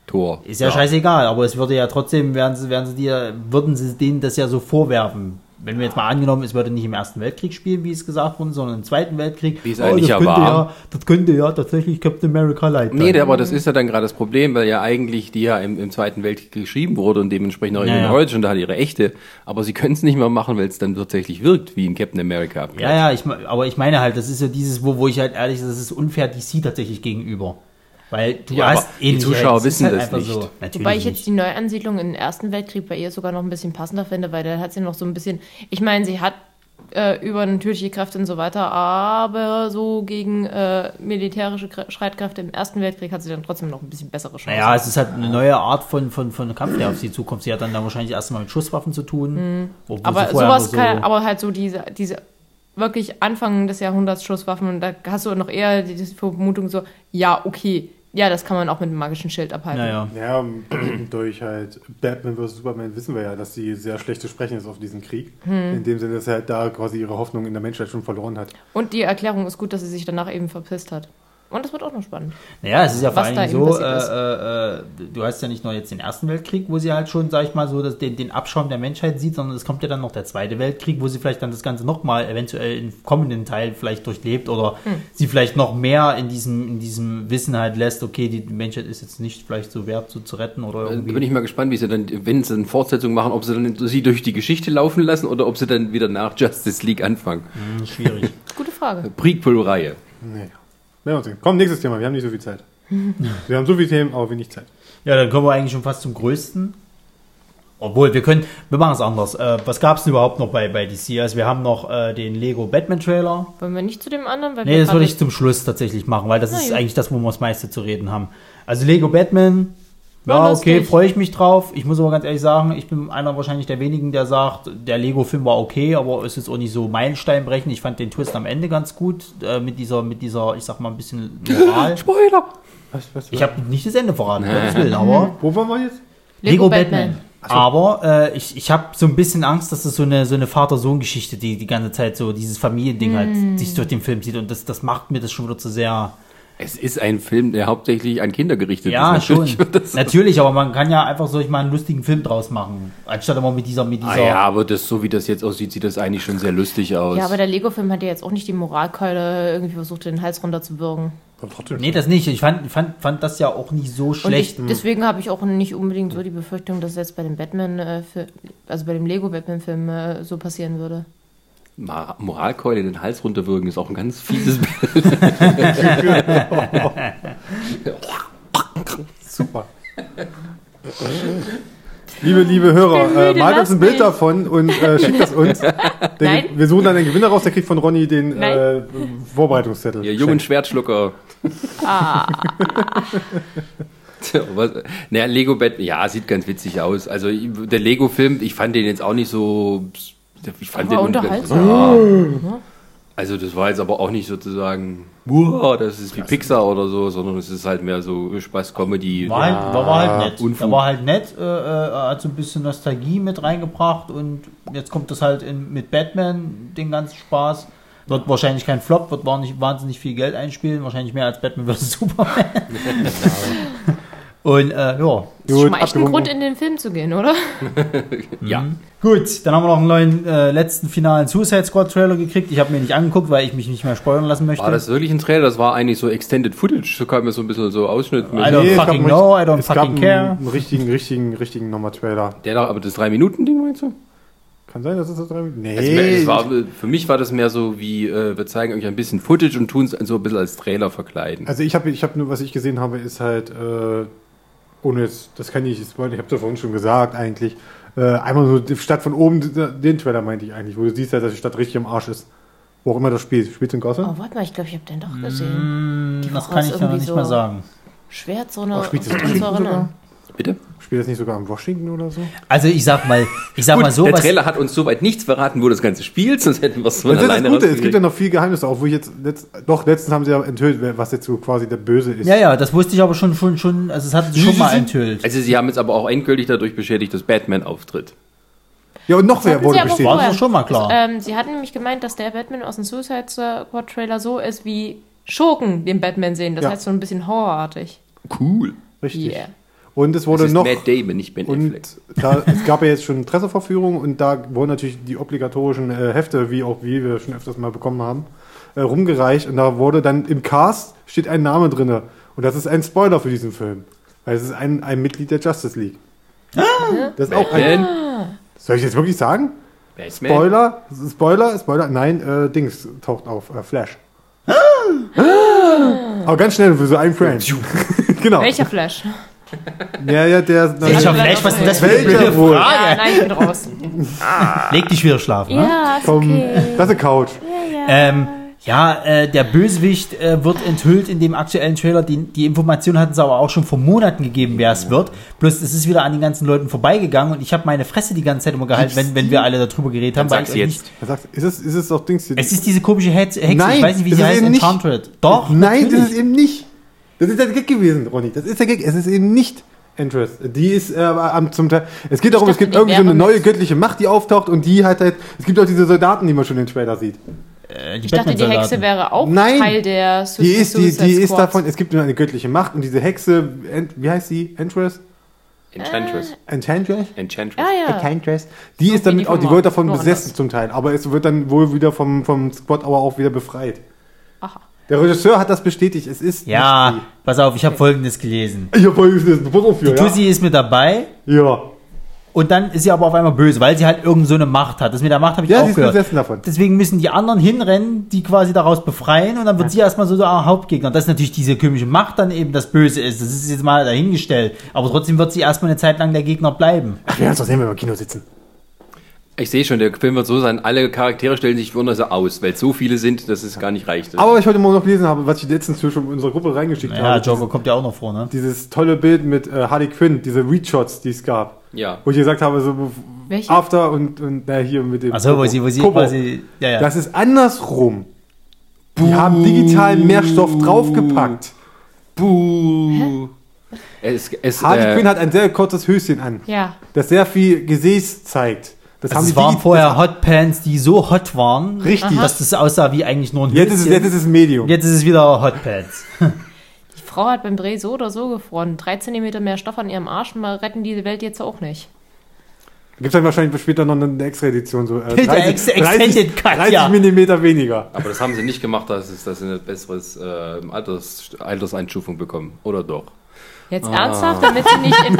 [SPEAKER 1] Thor.
[SPEAKER 3] ist ja, scheißegal, aber es würde ja trotzdem, werden sie, werden sie dir, würden sie denen das ja so vorwerfen. Wenn wir jetzt mal angenommen, es würde nicht im Ersten Weltkrieg spielen, wie es gesagt wurde, sondern im Zweiten Weltkrieg. Oh,
[SPEAKER 1] Wie es eigentlich ja
[SPEAKER 3] das könnte
[SPEAKER 1] war.
[SPEAKER 3] ja, das könnte ja tatsächlich Captain America leiten.
[SPEAKER 1] Nee, aber das ist ja dann gerade das Problem, weil ja eigentlich die ja im, im Zweiten Weltkrieg geschrieben wurde und dementsprechend auch in
[SPEAKER 3] Ja, ja.
[SPEAKER 1] den Deutschen da ihre echte. Aber sie können es nicht mehr machen, weil es dann tatsächlich wirkt, wie in Captain America. Also
[SPEAKER 3] ja, ja, ich, me- aber ich meine halt, das ist ja dieses, wo, wo ich halt ehrlich, das ist unfair DC tatsächlich gegenüber. Weil du
[SPEAKER 1] Ja,
[SPEAKER 3] hast
[SPEAKER 1] aber die
[SPEAKER 3] ähnliche-
[SPEAKER 1] Zuschauer
[SPEAKER 3] es ist halt
[SPEAKER 1] wissen das
[SPEAKER 3] einfach
[SPEAKER 1] nicht.
[SPEAKER 3] Natürlich
[SPEAKER 4] Wobei ich
[SPEAKER 3] nicht.
[SPEAKER 4] jetzt die Neuansiedlung im Ersten Weltkrieg bei ihr sogar noch ein bisschen passender finde, weil da hat sie noch so ein bisschen. Ich meine, sie hat äh, übernatürliche Kräfte und so weiter, aber so gegen äh, militärische Kr- Streitkräfte im Ersten Weltkrieg hat sie dann trotzdem noch ein bisschen bessere Chancen.
[SPEAKER 3] Naja, es ist halt eine neue Art von, von, von Kampf, der auf sie zukommt. Sie hat dann, da wahrscheinlich erstmal mit Schusswaffen zu tun. obwohl sie
[SPEAKER 4] Mhm. aber
[SPEAKER 3] vorher
[SPEAKER 4] sowas
[SPEAKER 3] nur so-
[SPEAKER 4] kann, aber halt so diese, diese wirklich Anfang des Jahrhunderts Schusswaffen und da hast du noch eher die die Vermutung so, ja, okay, ja, das kann man auch mit einem magischen Schild abhalten.
[SPEAKER 3] Naja.
[SPEAKER 2] Ja, durch halt Batman vs. Superman wissen wir ja, dass sie sehr schlecht zu sprechen ist auf diesen Krieg.
[SPEAKER 4] Hm.
[SPEAKER 2] In dem Sinne, dass sie halt da quasi ihre Hoffnung in der Menschheit schon verloren hat.
[SPEAKER 4] Und die Erklärung ist gut, dass sie sich danach eben verpisst hat. Und das wird auch noch spannend.
[SPEAKER 3] Naja, es ist ja vor
[SPEAKER 4] Was
[SPEAKER 3] allen
[SPEAKER 4] da
[SPEAKER 3] Dingen
[SPEAKER 4] eben
[SPEAKER 3] so, äh,
[SPEAKER 4] passiert ist.
[SPEAKER 3] äh, äh, du hast ja nicht nur jetzt den Ersten Weltkrieg, wo sie halt schon, sag ich mal, so das, den, den Abschaum der Menschheit sieht, sondern es kommt ja dann noch der Zweite Weltkrieg, wo sie vielleicht dann das Ganze nochmal eventuell im kommenden Teil vielleicht durchlebt oder
[SPEAKER 4] Hm.
[SPEAKER 3] sie vielleicht noch mehr in diesem, in diesem Wissen halt lässt, okay, die Menschheit ist jetzt nicht vielleicht so wert, so zu retten oder
[SPEAKER 1] Da
[SPEAKER 3] irgendwie.
[SPEAKER 1] Äh, bin ich mal gespannt, wie sie dann, wenn sie eine Fortsetzung machen, ob sie dann sie durch die Geschichte laufen lassen oder ob sie dann wieder nach Justice League anfangen.
[SPEAKER 3] Hm, schwierig.
[SPEAKER 4] Gute Frage.
[SPEAKER 1] Prequel-Reihe.
[SPEAKER 2] Naja. Na, mal sehen. Komm, nächstes Thema. Wir haben nicht so viel Zeit. wir haben so viele Themen, aber wenig Zeit.
[SPEAKER 3] ja, dann kommen wir eigentlich schon fast zum Größten. Obwohl, wir können, wir machen es anders. Äh, was gab es denn überhaupt noch bei, bei DC? Also wir haben noch äh, den Lego Batman Trailer.
[SPEAKER 4] Wollen wir nicht zu dem anderen? Weil
[SPEAKER 3] Nee,
[SPEAKER 4] wir
[SPEAKER 3] das würde
[SPEAKER 4] gerade-
[SPEAKER 3] ich zum Schluss tatsächlich machen, weil das
[SPEAKER 4] Na
[SPEAKER 3] ist
[SPEAKER 4] gut.
[SPEAKER 3] eigentlich das, wo wir das meiste zu reden haben. Also Lego Batman,
[SPEAKER 4] War
[SPEAKER 3] ja, okay,
[SPEAKER 4] lustig.
[SPEAKER 3] freue ich mich drauf. Ich muss aber ganz ehrlich sagen, ich bin einer wahrscheinlich der wenigen, der sagt, der Lego-Film war okay, aber es ist auch nicht so meilensteinbrechend. Ich fand den Twist am Ende ganz gut, äh, mit dieser, mit dieser, ich sag mal, ein bisschen Moral.
[SPEAKER 1] Spoiler!
[SPEAKER 2] Was, was,
[SPEAKER 3] Ich habe nicht das Ende verraten, um Gottes Willen, aber
[SPEAKER 2] Wo waren wir jetzt?
[SPEAKER 4] Mhm. Lego Batman.
[SPEAKER 2] Ah,
[SPEAKER 3] Aber äh, ich, ich habe so ein bisschen Angst, dass es so eine, so eine Vater-Sohn-Geschichte, die die ganze Zeit so dieses Familiending
[SPEAKER 4] Mhm.
[SPEAKER 3] halt sich durch den Film zieht. Und das, das macht mir das schon wieder zu sehr.
[SPEAKER 1] Es ist ein Film, der hauptsächlich an Kinder gerichtet
[SPEAKER 3] Ja,
[SPEAKER 1] ist.
[SPEAKER 3] schon.
[SPEAKER 1] wird Das,
[SPEAKER 3] Natürlich, aber man kann ja einfach so ich mal einen lustigen Film draus machen. Anstatt immer mit dieser, mit dieser.
[SPEAKER 1] ah, ja, aber das, so wie das jetzt aussieht, sieht das eigentlich schon sehr lustig aus.
[SPEAKER 4] Ja, aber der Lego-Film hat ja jetzt auch nicht die Moralkeule irgendwie versucht, den Hals runterzuwürgen.
[SPEAKER 2] Trotzdem.
[SPEAKER 3] Nee, das nicht. Ich fand, fand, fand das ja auch nicht so
[SPEAKER 4] Und ich,
[SPEAKER 3] schlecht.
[SPEAKER 4] deswegen habe ich auch nicht unbedingt so die Befürchtung, dass jetzt bei dem Batman, äh, Fi- also bei dem Lego-Batman-Film äh, so passieren würde.
[SPEAKER 1] Ma- Moralkeule den Hals runterwürgen ist auch ein ganz fieses Bild.
[SPEAKER 2] Super. Liebe, liebe
[SPEAKER 4] Ich bin
[SPEAKER 2] Hörer, äh,
[SPEAKER 4] müde,
[SPEAKER 2] malt
[SPEAKER 4] lass
[SPEAKER 2] uns ein Bild
[SPEAKER 4] mich.
[SPEAKER 2] davon und äh, schickt das uns. Der,
[SPEAKER 4] Nein.
[SPEAKER 2] Wir suchen dann den Gewinner raus, der kriegt von Ronny den
[SPEAKER 4] Nein.
[SPEAKER 2] äh, Vorbereitungszettel.
[SPEAKER 1] Ihr jungen Schwertschlucker.
[SPEAKER 4] Ah.
[SPEAKER 1] Tja, was, naja, Lego Batman, ja, sieht ganz witzig aus. Also ich- der Lego-Film, ich fand den jetzt auch nicht so. Ich fand
[SPEAKER 4] Aber
[SPEAKER 1] den
[SPEAKER 4] unterhaltsam. Mhm.
[SPEAKER 1] Ja. Also das war jetzt aber auch nicht sozusagen, "Wow, das ist wie Pixar oder so, sondern es ist halt mehr so Spaß-Comedy.
[SPEAKER 3] War, halt, war, war halt nett.
[SPEAKER 1] Unfug.
[SPEAKER 3] Der war halt nett, äh, äh, hat so ein bisschen Nostalgie mit reingebracht und jetzt kommt das halt in, mit Batman, den ganzen Spaß. Wird wahrscheinlich kein Flop, wird war nicht, wahnsinnig viel Geld einspielen, wahrscheinlich mehr als Batman vs. Superman.
[SPEAKER 1] Genau.
[SPEAKER 3] und äh, ja.
[SPEAKER 4] Das ist schon mal echt ein
[SPEAKER 2] abgewunken.
[SPEAKER 4] Grund, in den Film zu gehen, oder?
[SPEAKER 1] Ja.
[SPEAKER 3] Gut, dann haben wir noch einen neuen äh, letzten finalen Suicide Squad Trailer gekriegt. Ich habe mir nicht angeguckt, weil ich mich nicht mehr spoilern lassen möchte.
[SPEAKER 1] War das wirklich ein Trailer? Das war eigentlich so Extended Footage, so kam mir so ein bisschen so Ausschnitt. mit-
[SPEAKER 3] I don't
[SPEAKER 2] es gab
[SPEAKER 3] fucking
[SPEAKER 2] einen-
[SPEAKER 3] know, I don't
[SPEAKER 2] es gab
[SPEAKER 3] fucking care.
[SPEAKER 2] Einen, einen richtigen, richtigen, richtigen nochmal Trailer.
[SPEAKER 1] Der da, aber das 3-Minuten-Ding meinst du?
[SPEAKER 2] Kann sein, dass es das drei Minuten. Nee,
[SPEAKER 1] Also, es war, für mich war das mehr so wie, äh, wir zeigen euch ein bisschen Footage und tun es so ein bisschen als Trailer verkleiden.
[SPEAKER 2] also ich habe ich hab nur, was ich gesehen habe, ist halt, äh, ohne jetzt, das kann ich nicht spoilern, ich habe das vorhin schon gesagt eigentlich, äh, einmal so die Stadt von oben, den- den Trailer meinte ich eigentlich, wo du siehst halt, dass die Stadt richtig am Arsch ist. Wo auch immer das spielt. Spielt in Gotham?
[SPEAKER 4] Oh, warte mal, ich glaube, ich habe den doch gesehen.
[SPEAKER 3] Hm, das
[SPEAKER 4] Woche
[SPEAKER 3] kann
[SPEAKER 4] ist
[SPEAKER 3] ich dir noch
[SPEAKER 4] irgendwie
[SPEAKER 3] nicht
[SPEAKER 4] so-
[SPEAKER 3] mal sagen.
[SPEAKER 4] Schwer zu einer
[SPEAKER 2] Ach, spielt das
[SPEAKER 4] zu
[SPEAKER 2] Washington
[SPEAKER 4] erinnern.
[SPEAKER 1] Bitte?
[SPEAKER 2] Spielt das nicht sogar in Washington oder so?
[SPEAKER 3] Also ich sag mal, ich sag mal so,
[SPEAKER 1] der
[SPEAKER 3] was,
[SPEAKER 1] Trailer hat uns soweit nichts verraten, wo das Ganze spielt, sonst hätten wir es von
[SPEAKER 2] Das ist das
[SPEAKER 1] alleine
[SPEAKER 2] Gute, es gibt ja
[SPEAKER 1] rausgekriegt.
[SPEAKER 2] noch viel Geheimnisse auch, wo ich jetzt, letzt, doch, letztens haben sie ja enthüllt, wer- was jetzt so quasi der Böse ist.
[SPEAKER 3] Ja, ja, das wusste ich aber schon, schon, schon, also es hat sich schon mal enthüllt.
[SPEAKER 1] Also sie haben jetzt aber auch endgültig dadurch beschädigt, dass Batman auftritt.
[SPEAKER 2] Ja, und noch wer
[SPEAKER 4] hatten
[SPEAKER 2] wurde
[SPEAKER 4] sie aber
[SPEAKER 2] bestätigt.
[SPEAKER 4] vorher.
[SPEAKER 3] War doch schon mal klar.
[SPEAKER 4] Das, ähm, sie hatten nämlich gemeint, dass der Batman aus dem Suicide Squad Trailer so ist, wie Schurken den Batman sehen. Das
[SPEAKER 2] Ja.
[SPEAKER 4] heißt so ein bisschen horrorartig.
[SPEAKER 1] Cool.
[SPEAKER 2] Richtig.
[SPEAKER 4] Yeah.
[SPEAKER 2] Und es
[SPEAKER 1] Das
[SPEAKER 2] wurde
[SPEAKER 1] ist
[SPEAKER 2] noch.
[SPEAKER 1] Matt Damon, nicht Ben Affleck.
[SPEAKER 2] Und da, es gab ja jetzt schon Presseverführungen und da wurden natürlich die obligatorischen äh, Hefte, wie auch wie wir schon öfters mal bekommen haben, äh, rumgereicht. Und da wurde dann im Cast steht ein Name drinne Und das ist ein Spoiler für diesen Film. Weil es ist ein, ein Mitglied der Justice League.
[SPEAKER 4] Ah!
[SPEAKER 2] Das ist auch ein,
[SPEAKER 1] Batman?
[SPEAKER 2] Soll ich jetzt wirklich sagen?
[SPEAKER 1] Batman?
[SPEAKER 2] Spoiler, Spoiler, Spoiler. Nein, äh, Dings taucht auf, äh, Flash.
[SPEAKER 4] Ah!
[SPEAKER 2] Aber ganz schnell für so einen Frame. genau.
[SPEAKER 4] Welcher Flash?
[SPEAKER 2] Ja, ja, der.
[SPEAKER 3] Welcher
[SPEAKER 4] Welcher
[SPEAKER 3] Flash, was ist denn das für
[SPEAKER 2] Welcher
[SPEAKER 3] eine
[SPEAKER 2] wohl?
[SPEAKER 3] Frage?
[SPEAKER 4] Ja, nein, ich bin raus.
[SPEAKER 3] Leg dich wieder schlafen. ne?
[SPEAKER 4] ja, ist
[SPEAKER 2] Vom,
[SPEAKER 4] okay.
[SPEAKER 2] Das ist eine Couch.
[SPEAKER 3] Ähm, ja, äh, der Bösewicht äh, wird enthüllt in dem aktuellen Trailer. Die, die Information hatten sie aber auch schon vor Monaten gegeben, wer es wird. Bloß es ist wieder an den ganzen Leuten vorbeigegangen und ich habe meine Fresse die ganze Zeit immer gehalten, wenn, wenn wir alle darüber geredet haben.
[SPEAKER 1] Dann sag's
[SPEAKER 3] ich euch
[SPEAKER 1] jetzt.
[SPEAKER 3] Nicht,
[SPEAKER 2] Er sagt, ist es, ist es doch Dings hier?
[SPEAKER 3] es ist diese komische Hex, Hexe,
[SPEAKER 2] Nein,
[SPEAKER 3] ich weiß nicht, wie
[SPEAKER 2] das
[SPEAKER 3] sie
[SPEAKER 2] ist
[SPEAKER 3] heißt,
[SPEAKER 2] eben nicht-
[SPEAKER 3] Enchanted. Doch,
[SPEAKER 2] Nein, das
[SPEAKER 3] natürlich.
[SPEAKER 2] ist eben nicht. Das ist der Gag gewesen, Ronny. Das ist der Gag. Es ist eben nicht Interest. Die ist äh, aber am, zum Teil. Es geht darum,
[SPEAKER 4] Ich
[SPEAKER 2] es gibt
[SPEAKER 4] dachte, die
[SPEAKER 2] irgendwie so eine
[SPEAKER 4] wäre
[SPEAKER 2] neue
[SPEAKER 4] mit-
[SPEAKER 2] göttliche Macht, die auftaucht und die halt halt. Es gibt auch diese Soldaten, die man schon in den Trailer sieht.
[SPEAKER 3] Äh,
[SPEAKER 4] Ich dachte, die Hexe wäre auch
[SPEAKER 2] Nein.
[SPEAKER 4] Teil der Su
[SPEAKER 2] Die ist, die, die ist
[SPEAKER 4] Squads.
[SPEAKER 2] davon. Es gibt nur eine göttliche Macht und diese Hexe. Ent, wie heißt sie? Entress?
[SPEAKER 1] Enchantress.
[SPEAKER 2] Äh. Enchantress?
[SPEAKER 1] Enchantress.
[SPEAKER 4] Ah, Ja, ja.
[SPEAKER 2] Enchantress. Die ist
[SPEAKER 4] wie
[SPEAKER 2] damit
[SPEAKER 4] die
[SPEAKER 2] auch,
[SPEAKER 4] vom
[SPEAKER 2] die wird davon
[SPEAKER 4] Mars, nur
[SPEAKER 2] besessen
[SPEAKER 4] anders.
[SPEAKER 2] zum Teil. Aber es wird dann wohl wieder vom, vom Squad aber auch wieder befreit.
[SPEAKER 4] Aha.
[SPEAKER 2] Der Regisseur hat das bestätigt. Es ist.
[SPEAKER 3] Ja, pass auf, ich habe Folgendes gelesen.
[SPEAKER 2] Nicht die. Ich hab vergessen, das Wort
[SPEAKER 3] Die
[SPEAKER 2] für, ja.
[SPEAKER 3] Tussi ist mit dabei
[SPEAKER 2] Ja.
[SPEAKER 3] und dann ist sie aber auf einmal böse, weil sie halt irgend so eine Macht hat. Das mit der Macht habe ich
[SPEAKER 2] Ja, sie
[SPEAKER 3] auch
[SPEAKER 2] ist
[SPEAKER 3] gehört.
[SPEAKER 2] besessen davon.
[SPEAKER 3] Deswegen müssen die anderen hinrennen, die quasi daraus befreien und dann wird sie erstmal so der Hauptgegner. Und das ist natürlich diese komische Macht dann eben das Böse ist. Das ist jetzt mal dahingestellt. Aber trotzdem wird sie erstmal eine Zeit lang der Gegner bleiben.
[SPEAKER 2] Ach, wir werden es doch sehen, wenn wir im Kino sitzen.
[SPEAKER 1] Ich sehe schon, der Film wird so sein, alle Charaktere stellen sich wunderbar aus, weil es so viele sind, dass es gar nicht reicht.
[SPEAKER 2] Aber was ich heute Morgen noch gelesen habe, was ich letztens schon in unsere Gruppe reingeschickt
[SPEAKER 3] Ja,
[SPEAKER 2] habe.
[SPEAKER 3] Joker kommt ja auch noch vor, ne?
[SPEAKER 2] Dieses, dieses tolle Bild mit äh, Harley Quinn, diese Readshots, die es gab.
[SPEAKER 1] Ja.
[SPEAKER 2] Wo ich gesagt habe, so
[SPEAKER 4] Welche?
[SPEAKER 2] After und, und na, hier mit dem.
[SPEAKER 3] Also wo sie, wo sie
[SPEAKER 2] Kobo.
[SPEAKER 3] quasi. Ja, Also, ja.
[SPEAKER 2] Das ist andersrum. Die haben digital mehr Stoff draufgepackt.
[SPEAKER 1] Buh. Es, es,
[SPEAKER 2] Harley
[SPEAKER 1] äh,
[SPEAKER 2] Quinn hat ein sehr kurzes Höschen an,
[SPEAKER 4] Ja.
[SPEAKER 2] das sehr viel Gesäß zeigt. Das
[SPEAKER 3] Also es
[SPEAKER 2] die
[SPEAKER 3] waren
[SPEAKER 2] digi-
[SPEAKER 3] vorher Hotpants, die so hot waren,
[SPEAKER 2] Richtig.
[SPEAKER 3] dass das aussah wie eigentlich nur ein
[SPEAKER 2] Jetzt ist, es,
[SPEAKER 3] Höschen.
[SPEAKER 2] jetzt ist es Medium.
[SPEAKER 3] Jetzt ist es wieder Hotpants.
[SPEAKER 4] Die Frau hat beim Dreh so oder so gefroren. Drei Zentimeter mehr Stoff an ihrem Arsch mal retten die Welt jetzt auch nicht.
[SPEAKER 2] Gibt es dann wahrscheinlich später noch eine extra Edition. So, äh,
[SPEAKER 3] Der Ex- Extended Cut,
[SPEAKER 2] 30
[SPEAKER 3] ja.
[SPEAKER 2] Millimeter weniger.
[SPEAKER 1] aber das haben sie nicht gemacht, dass es dass sie eine bessere äh, Alters, Alterseinstufung bekommen. Oder doch?
[SPEAKER 4] Jetzt
[SPEAKER 2] Ah.
[SPEAKER 4] ernsthaft, damit sie nicht in,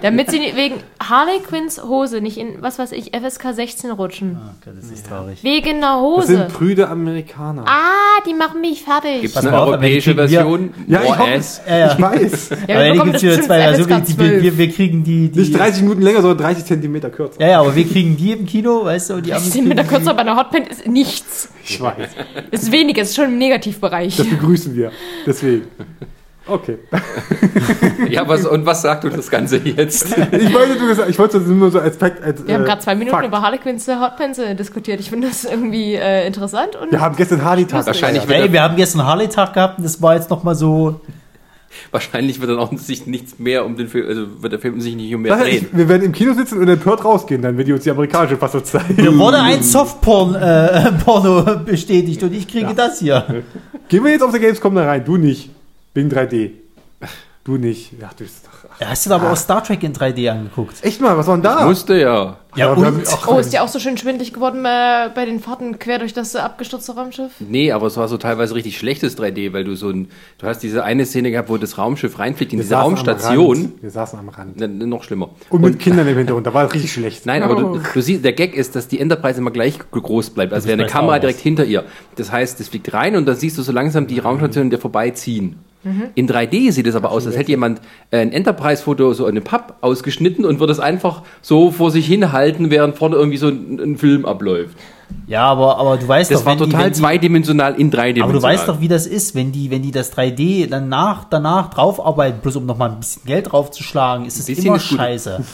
[SPEAKER 4] damit sie nicht wegen Harley Quinns Hose nicht in, was weiß ich, FSK 16 rutschen.
[SPEAKER 3] Oh Gott, das ist traurig.
[SPEAKER 4] Wegen einer
[SPEAKER 2] Das sind
[SPEAKER 4] Hose.
[SPEAKER 2] prüde Amerikaner.
[SPEAKER 4] Ah, die machen mich fertig.
[SPEAKER 1] Gibt es
[SPEAKER 3] Pass
[SPEAKER 1] eine
[SPEAKER 3] mal auf,
[SPEAKER 1] europäische
[SPEAKER 3] aber die kriegen
[SPEAKER 1] Version? Oh,
[SPEAKER 2] Ja, ich
[SPEAKER 1] More
[SPEAKER 2] hoffe-
[SPEAKER 1] ass?
[SPEAKER 3] Ja, ja.
[SPEAKER 2] Ich weiß.
[SPEAKER 4] Ja, wir
[SPEAKER 3] aber die
[SPEAKER 4] bekommen
[SPEAKER 3] gibt's wieder
[SPEAKER 4] bestimmt
[SPEAKER 3] zwei Versionen.
[SPEAKER 4] FSK
[SPEAKER 3] Die, wir,
[SPEAKER 4] 12.
[SPEAKER 3] wir, wir kriegen die. die
[SPEAKER 2] Nicht 30 Minuten länger, sondern 30 Zentimeter kürzer.
[SPEAKER 3] Ja, ja, aber wir kriegen die im Kino, weißt du, und die
[SPEAKER 4] Ein
[SPEAKER 3] Amis
[SPEAKER 4] Zentimeter
[SPEAKER 3] kriegen
[SPEAKER 4] kürzer bei einer Hotpant ist nichts.
[SPEAKER 2] Ich weiß.
[SPEAKER 4] Ist wenig, ist schon im Negativbereich.
[SPEAKER 2] Das begrüßen wir. Deswegen. Okay.
[SPEAKER 1] Ja, was, und was sagt uns das Ganze jetzt?
[SPEAKER 2] Ich wollte nur, gesagt- ich wollte das nur so als Fakt. Als,
[SPEAKER 4] Wir haben
[SPEAKER 2] äh,
[SPEAKER 4] gerade zwei Minuten
[SPEAKER 2] Fakt.
[SPEAKER 4] über Harley Quinns Hotpants äh, diskutiert. Ich finde das irgendwie äh, interessant und
[SPEAKER 2] Wir haben gestern Harley-Tag.
[SPEAKER 1] Wahrscheinlich
[SPEAKER 3] die. Ey, wir haben gestern Harley-Tag gehabt und das war jetzt nochmal so.
[SPEAKER 1] Wahrscheinlich wird dann auch sich nichts mehr um den Film, also wird der Film sich nicht um mehr
[SPEAKER 2] Das heißt,
[SPEAKER 1] drehen.
[SPEAKER 2] ich, wir werden im Kino sitzen und in Perth rausgehen, dann wird die uns die amerikanische Fassung zeigen.
[SPEAKER 3] Mir wurde ein Softporn-Porno bestätigt und ich kriege
[SPEAKER 2] Ja.
[SPEAKER 3] das hier.
[SPEAKER 2] Gehen wir jetzt auf der Gamescom da rein. Du nicht. Wegen 3D. Du nicht. Ja, du bist doch.
[SPEAKER 3] Da hast du aber auch Star Trek in 3D angeguckt.
[SPEAKER 2] Echt mal, was war denn da?
[SPEAKER 1] Musste ja.
[SPEAKER 3] Ja,
[SPEAKER 2] wir
[SPEAKER 3] und?
[SPEAKER 2] haben- ach,
[SPEAKER 4] Oh, ist ja auch so schön schwindlig geworden äh, bei den Fahrten quer durch das äh, abgestürzte Raumschiff?
[SPEAKER 1] Nee, aber es war so teilweise richtig schlechtes 3D, weil du so ein, du hast diese eine Szene gehabt, wo das Raumschiff reinfliegt in
[SPEAKER 2] wir
[SPEAKER 1] diese
[SPEAKER 2] saßen am
[SPEAKER 1] Raumstation.
[SPEAKER 2] Rand. Wir saßen am Rand.
[SPEAKER 1] N- n- Noch schlimmer.
[SPEAKER 2] Und mit Kindern im Hintergrund, da war es richtig schlecht.
[SPEAKER 1] Nein, aber du, du siehst, der Gag ist, dass die Enterprise immer gleich g- groß bleibt, als
[SPEAKER 3] ist
[SPEAKER 1] wäre eine
[SPEAKER 3] bei Star
[SPEAKER 1] Kamera
[SPEAKER 3] Wars.
[SPEAKER 1] direkt hinter ihr. Das heißt, es fliegt rein und dann siehst du so langsam die Raumstation der vorbeiziehen. In 3D sieht es aber aus, als hätte jemand äh, ein Enterprise-Foto so in eine Papp ausgeschnitten und würde es einfach so vor sich hinhalten, während vorne irgendwie so ein, ein Film abläuft.
[SPEAKER 3] Ja, aber, aber du weißt
[SPEAKER 1] Das
[SPEAKER 3] doch,
[SPEAKER 1] war
[SPEAKER 3] wenn die-
[SPEAKER 1] total
[SPEAKER 3] wenn die,
[SPEAKER 1] zweidimensional in dreidimensional.
[SPEAKER 3] Aber du weißt doch, wie das ist, wenn die, wenn die das 3D dann nach, danach draufarbeiten, bloß um nochmal ein bisschen Geld draufzuschlagen, ist es
[SPEAKER 1] bisschen
[SPEAKER 3] immer
[SPEAKER 1] ist gut.
[SPEAKER 3] scheiße.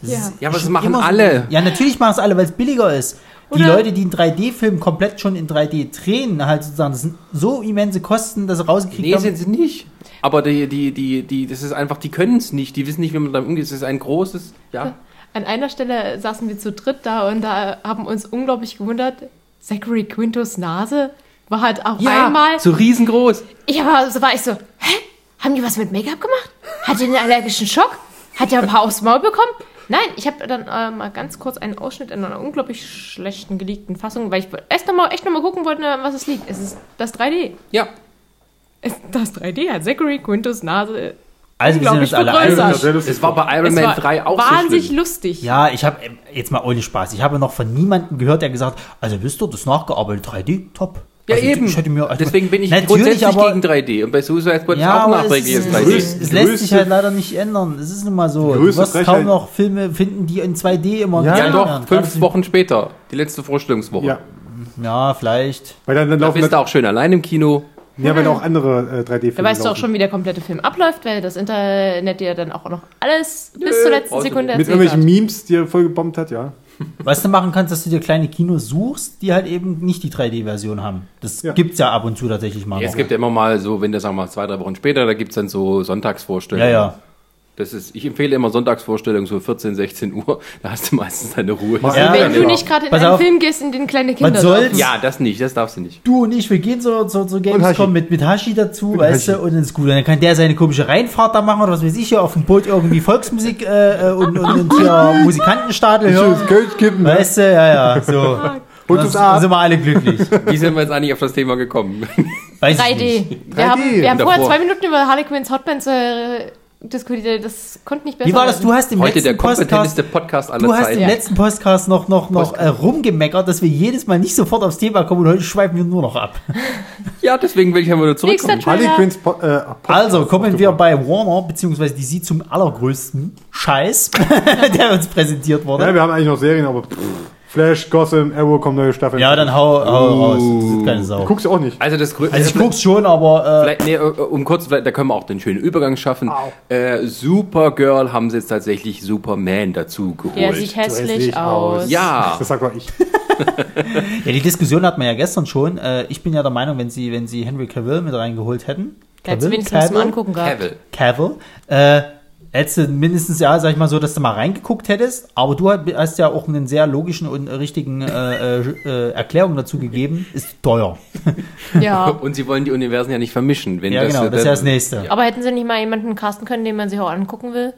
[SPEAKER 3] Das
[SPEAKER 4] Ja.
[SPEAKER 3] ist
[SPEAKER 1] Ja, aber das
[SPEAKER 3] schon
[SPEAKER 1] machen
[SPEAKER 3] immer so-
[SPEAKER 1] alle.
[SPEAKER 3] Ja, natürlich machen es alle, weil es billiger ist. Die
[SPEAKER 4] Oder-
[SPEAKER 3] Leute, die einen 3D-Film komplett schon in 3D drehen, halt sozusagen, das sind so immense Kosten, dass sie rausgekriegt
[SPEAKER 1] Nee, sind
[SPEAKER 3] haben.
[SPEAKER 1] sie nicht. Aber die, die, die, die, das ist einfach, die können es nicht. Die wissen nicht, wie man damit umgeht. Es ist ein großes, ja.
[SPEAKER 4] An einer Stelle saßen wir zu dritt da und da haben uns unglaublich gewundert, Zachary Quintos Nase war halt auf einmal.
[SPEAKER 1] so riesengroß.
[SPEAKER 4] Ich war, so war ich so, hä? Haben die was mit Make-up gemacht? Hat die einen allergischen Schock? Hat der ein paar aufs Maul bekommen? Nein, ich habe dann äh, mal ganz kurz einen Ausschnitt in einer unglaublich schlechten geleakten Fassung, weil ich erst noch mal, echt nochmal gucken wollte, an was es liegt. Es ist das 3D.
[SPEAKER 1] Ja.
[SPEAKER 4] Es, das 3D hat Zachary Quintos Nase
[SPEAKER 3] Also wir sind
[SPEAKER 4] unglaublich
[SPEAKER 3] jetzt alle
[SPEAKER 4] vergrößert.
[SPEAKER 3] alle.
[SPEAKER 4] Das ist
[SPEAKER 1] Es war bei Iron
[SPEAKER 4] Es
[SPEAKER 1] Man
[SPEAKER 4] war
[SPEAKER 1] 3 auch so
[SPEAKER 4] wahnsinnig
[SPEAKER 1] schlimm.
[SPEAKER 4] lustig.
[SPEAKER 3] Ja, ich habe jetzt mal ohne Spaß. Ich habe noch von niemandem gehört, der gesagt, also wisst ihr, das nachgearbeitet 3D, top.
[SPEAKER 1] Ja,
[SPEAKER 3] also,
[SPEAKER 1] eben.
[SPEAKER 3] Ich hätte mir,
[SPEAKER 1] Deswegen bin ich
[SPEAKER 3] natürlich
[SPEAKER 1] grundsätzlich
[SPEAKER 3] aber,
[SPEAKER 1] gegen 3D. Und bei Suicide Squad ist
[SPEAKER 3] Ja,
[SPEAKER 1] auch
[SPEAKER 3] aber es,
[SPEAKER 1] nachträgliches
[SPEAKER 3] ist,
[SPEAKER 1] 3D.
[SPEAKER 3] es, es lässt sich
[SPEAKER 2] Größte-
[SPEAKER 3] halt leider nicht ändern. Es ist nun mal so. Du
[SPEAKER 2] Größte
[SPEAKER 3] wirst kaum
[SPEAKER 2] Frechheit.
[SPEAKER 3] noch Filme finden, die in 2D immer
[SPEAKER 2] Ja,
[SPEAKER 1] Ja,
[SPEAKER 3] gezeigt
[SPEAKER 1] doch,
[SPEAKER 3] werden.
[SPEAKER 1] fünf
[SPEAKER 3] Gerade-
[SPEAKER 1] Wochen später. Die letzte Vorstellungswoche.
[SPEAKER 2] Ja,
[SPEAKER 3] Ja, vielleicht.
[SPEAKER 2] weil dann, dann
[SPEAKER 1] Da
[SPEAKER 2] laufen
[SPEAKER 1] bist du auch schön allein im Kino.
[SPEAKER 2] ja, weil auch andere äh, 3D-Filme.
[SPEAKER 4] Da weißt du auch
[SPEAKER 2] laufen.
[SPEAKER 4] schon, wie der komplette Film abläuft, weil das Internet dir dann auch noch alles bis zur letzten
[SPEAKER 1] brauchst du
[SPEAKER 4] Sekunde
[SPEAKER 1] nicht.
[SPEAKER 2] Mit
[SPEAKER 4] erzählt hat.
[SPEAKER 2] irgendwelchen Memes, die er voll gebombt hat, ja.
[SPEAKER 3] Was du machen kannst, dass du dir kleine Kinos suchst, die halt eben nicht die 3D-Version haben. Das
[SPEAKER 2] Ja.
[SPEAKER 3] gibt's ja ab und zu tatsächlich mal.
[SPEAKER 1] Ja, es
[SPEAKER 3] noch.
[SPEAKER 1] gibt ja immer mal so, wenn der, sagen wir mal, zwei, drei Wochen später, da gibt es dann so
[SPEAKER 3] ja,
[SPEAKER 1] Sonntagsvorstellungen.
[SPEAKER 3] ja.
[SPEAKER 1] Das ist, ich empfehle immer Sonntagsvorstellungen so 14, 16 Uhr. Da hast du meistens deine Ruhe.
[SPEAKER 3] Ja,
[SPEAKER 4] Wenn du
[SPEAKER 3] genau.
[SPEAKER 4] nicht gerade in
[SPEAKER 3] Pass
[SPEAKER 4] einen
[SPEAKER 3] auf.
[SPEAKER 4] Film gehst, in den kleine Kinder
[SPEAKER 3] soll's?
[SPEAKER 4] laufen.
[SPEAKER 1] Ja, das nicht, das darfst du nicht.
[SPEAKER 3] Du und ich, wir gehen so zur so, so
[SPEAKER 2] Hashi.
[SPEAKER 3] Gamescom mit, mit Hashi dazu, weißt
[SPEAKER 2] Hashi.
[SPEAKER 3] du, und ins Gute. Dann kann der seine komische Reinfahrt da machen oder was weiß ich hier auf dem Boot irgendwie Volksmusik äh, äh, und, und, und hier Musikantenstadel hören.
[SPEAKER 2] Schönes Geld kippen. ne?
[SPEAKER 3] Weißt du, ja, ja, so.
[SPEAKER 2] Und
[SPEAKER 3] Dann
[SPEAKER 2] uns ab.
[SPEAKER 3] sind wir alle glücklich.
[SPEAKER 1] Wie sind wir jetzt eigentlich auf das Thema gekommen?
[SPEAKER 3] Weiß ich
[SPEAKER 4] 3D.
[SPEAKER 3] nicht.
[SPEAKER 4] Wir haben, wir haben
[SPEAKER 1] Davor.
[SPEAKER 4] vorher zwei Minuten über Harley Quinns Hotbands äh, diskutiert. Das konnte nicht besser
[SPEAKER 3] Wie war das? Du hast im
[SPEAKER 1] Heute der
[SPEAKER 3] letzten Podcast,
[SPEAKER 1] kompetenteste Podcast aller
[SPEAKER 3] du hast
[SPEAKER 1] Zeiten.
[SPEAKER 3] im letzten Podcast noch, noch, noch äh, rumgemeckert, dass wir jedes Mal nicht sofort aufs Thema kommen und heute schweifen wir nur noch ab.
[SPEAKER 1] Ja, deswegen will ich ja wieder zurückkommen.
[SPEAKER 4] Nächster
[SPEAKER 2] Harley
[SPEAKER 4] Trailer.
[SPEAKER 2] Quinns po äh,
[SPEAKER 3] Also kommen wir
[SPEAKER 2] aufgebaut.
[SPEAKER 3] bei Warner, beziehungsweise DC zum allergrößten Scheiß, der uns präsentiert
[SPEAKER 2] Ja,
[SPEAKER 3] wurde.
[SPEAKER 2] wir haben eigentlich noch Serien, aber pff, Flash, Gotham, Arrow kommen neue Staffeln.
[SPEAKER 3] Ja, dann hau,
[SPEAKER 1] Oh.
[SPEAKER 3] hau raus. Das ist keine
[SPEAKER 2] Du
[SPEAKER 3] Sau.
[SPEAKER 2] guckst ja auch nicht.
[SPEAKER 1] Also das größte.
[SPEAKER 3] Also ich guck's schon, aber äh,
[SPEAKER 1] Vielleicht, nee, äh, um kurz, vielleicht- da können wir auch den schönen Übergang schaffen. Äh, Supergirl haben sie jetzt tatsächlich Superman dazu geholt.
[SPEAKER 4] Der sieht hässlich
[SPEAKER 2] hässlich
[SPEAKER 4] aus.
[SPEAKER 2] aus.
[SPEAKER 1] ja,
[SPEAKER 2] Das sag doch ich.
[SPEAKER 3] Äh, ja, die Diskussion hatten wir ja gestern schon. Äh, ich bin ja der Meinung, wenn sie, wenn sie Henry Cavill mit reingeholt hätten,
[SPEAKER 4] Da hättest du
[SPEAKER 3] Cavill?
[SPEAKER 4] wenigstens was zum
[SPEAKER 3] Cavill?
[SPEAKER 4] Angucken gehabt.
[SPEAKER 1] Cavill.
[SPEAKER 3] Cavill, äh, hättest du mindestens, ja, sag ich mal so, dass du mal reingeguckt hättest, aber du hat- hast ja auch einen sehr logischen und richtigen äh, äh, äh, Erklärung dazu gegeben, ist teuer.
[SPEAKER 4] Ja.
[SPEAKER 1] Und sie wollen die Universen ja nicht vermischen. Wenn
[SPEAKER 3] Ja,
[SPEAKER 1] das,
[SPEAKER 3] genau, das ist ja das Nächste.
[SPEAKER 4] Aber hätten sie nicht mal jemanden casten können, den man sich auch angucken will?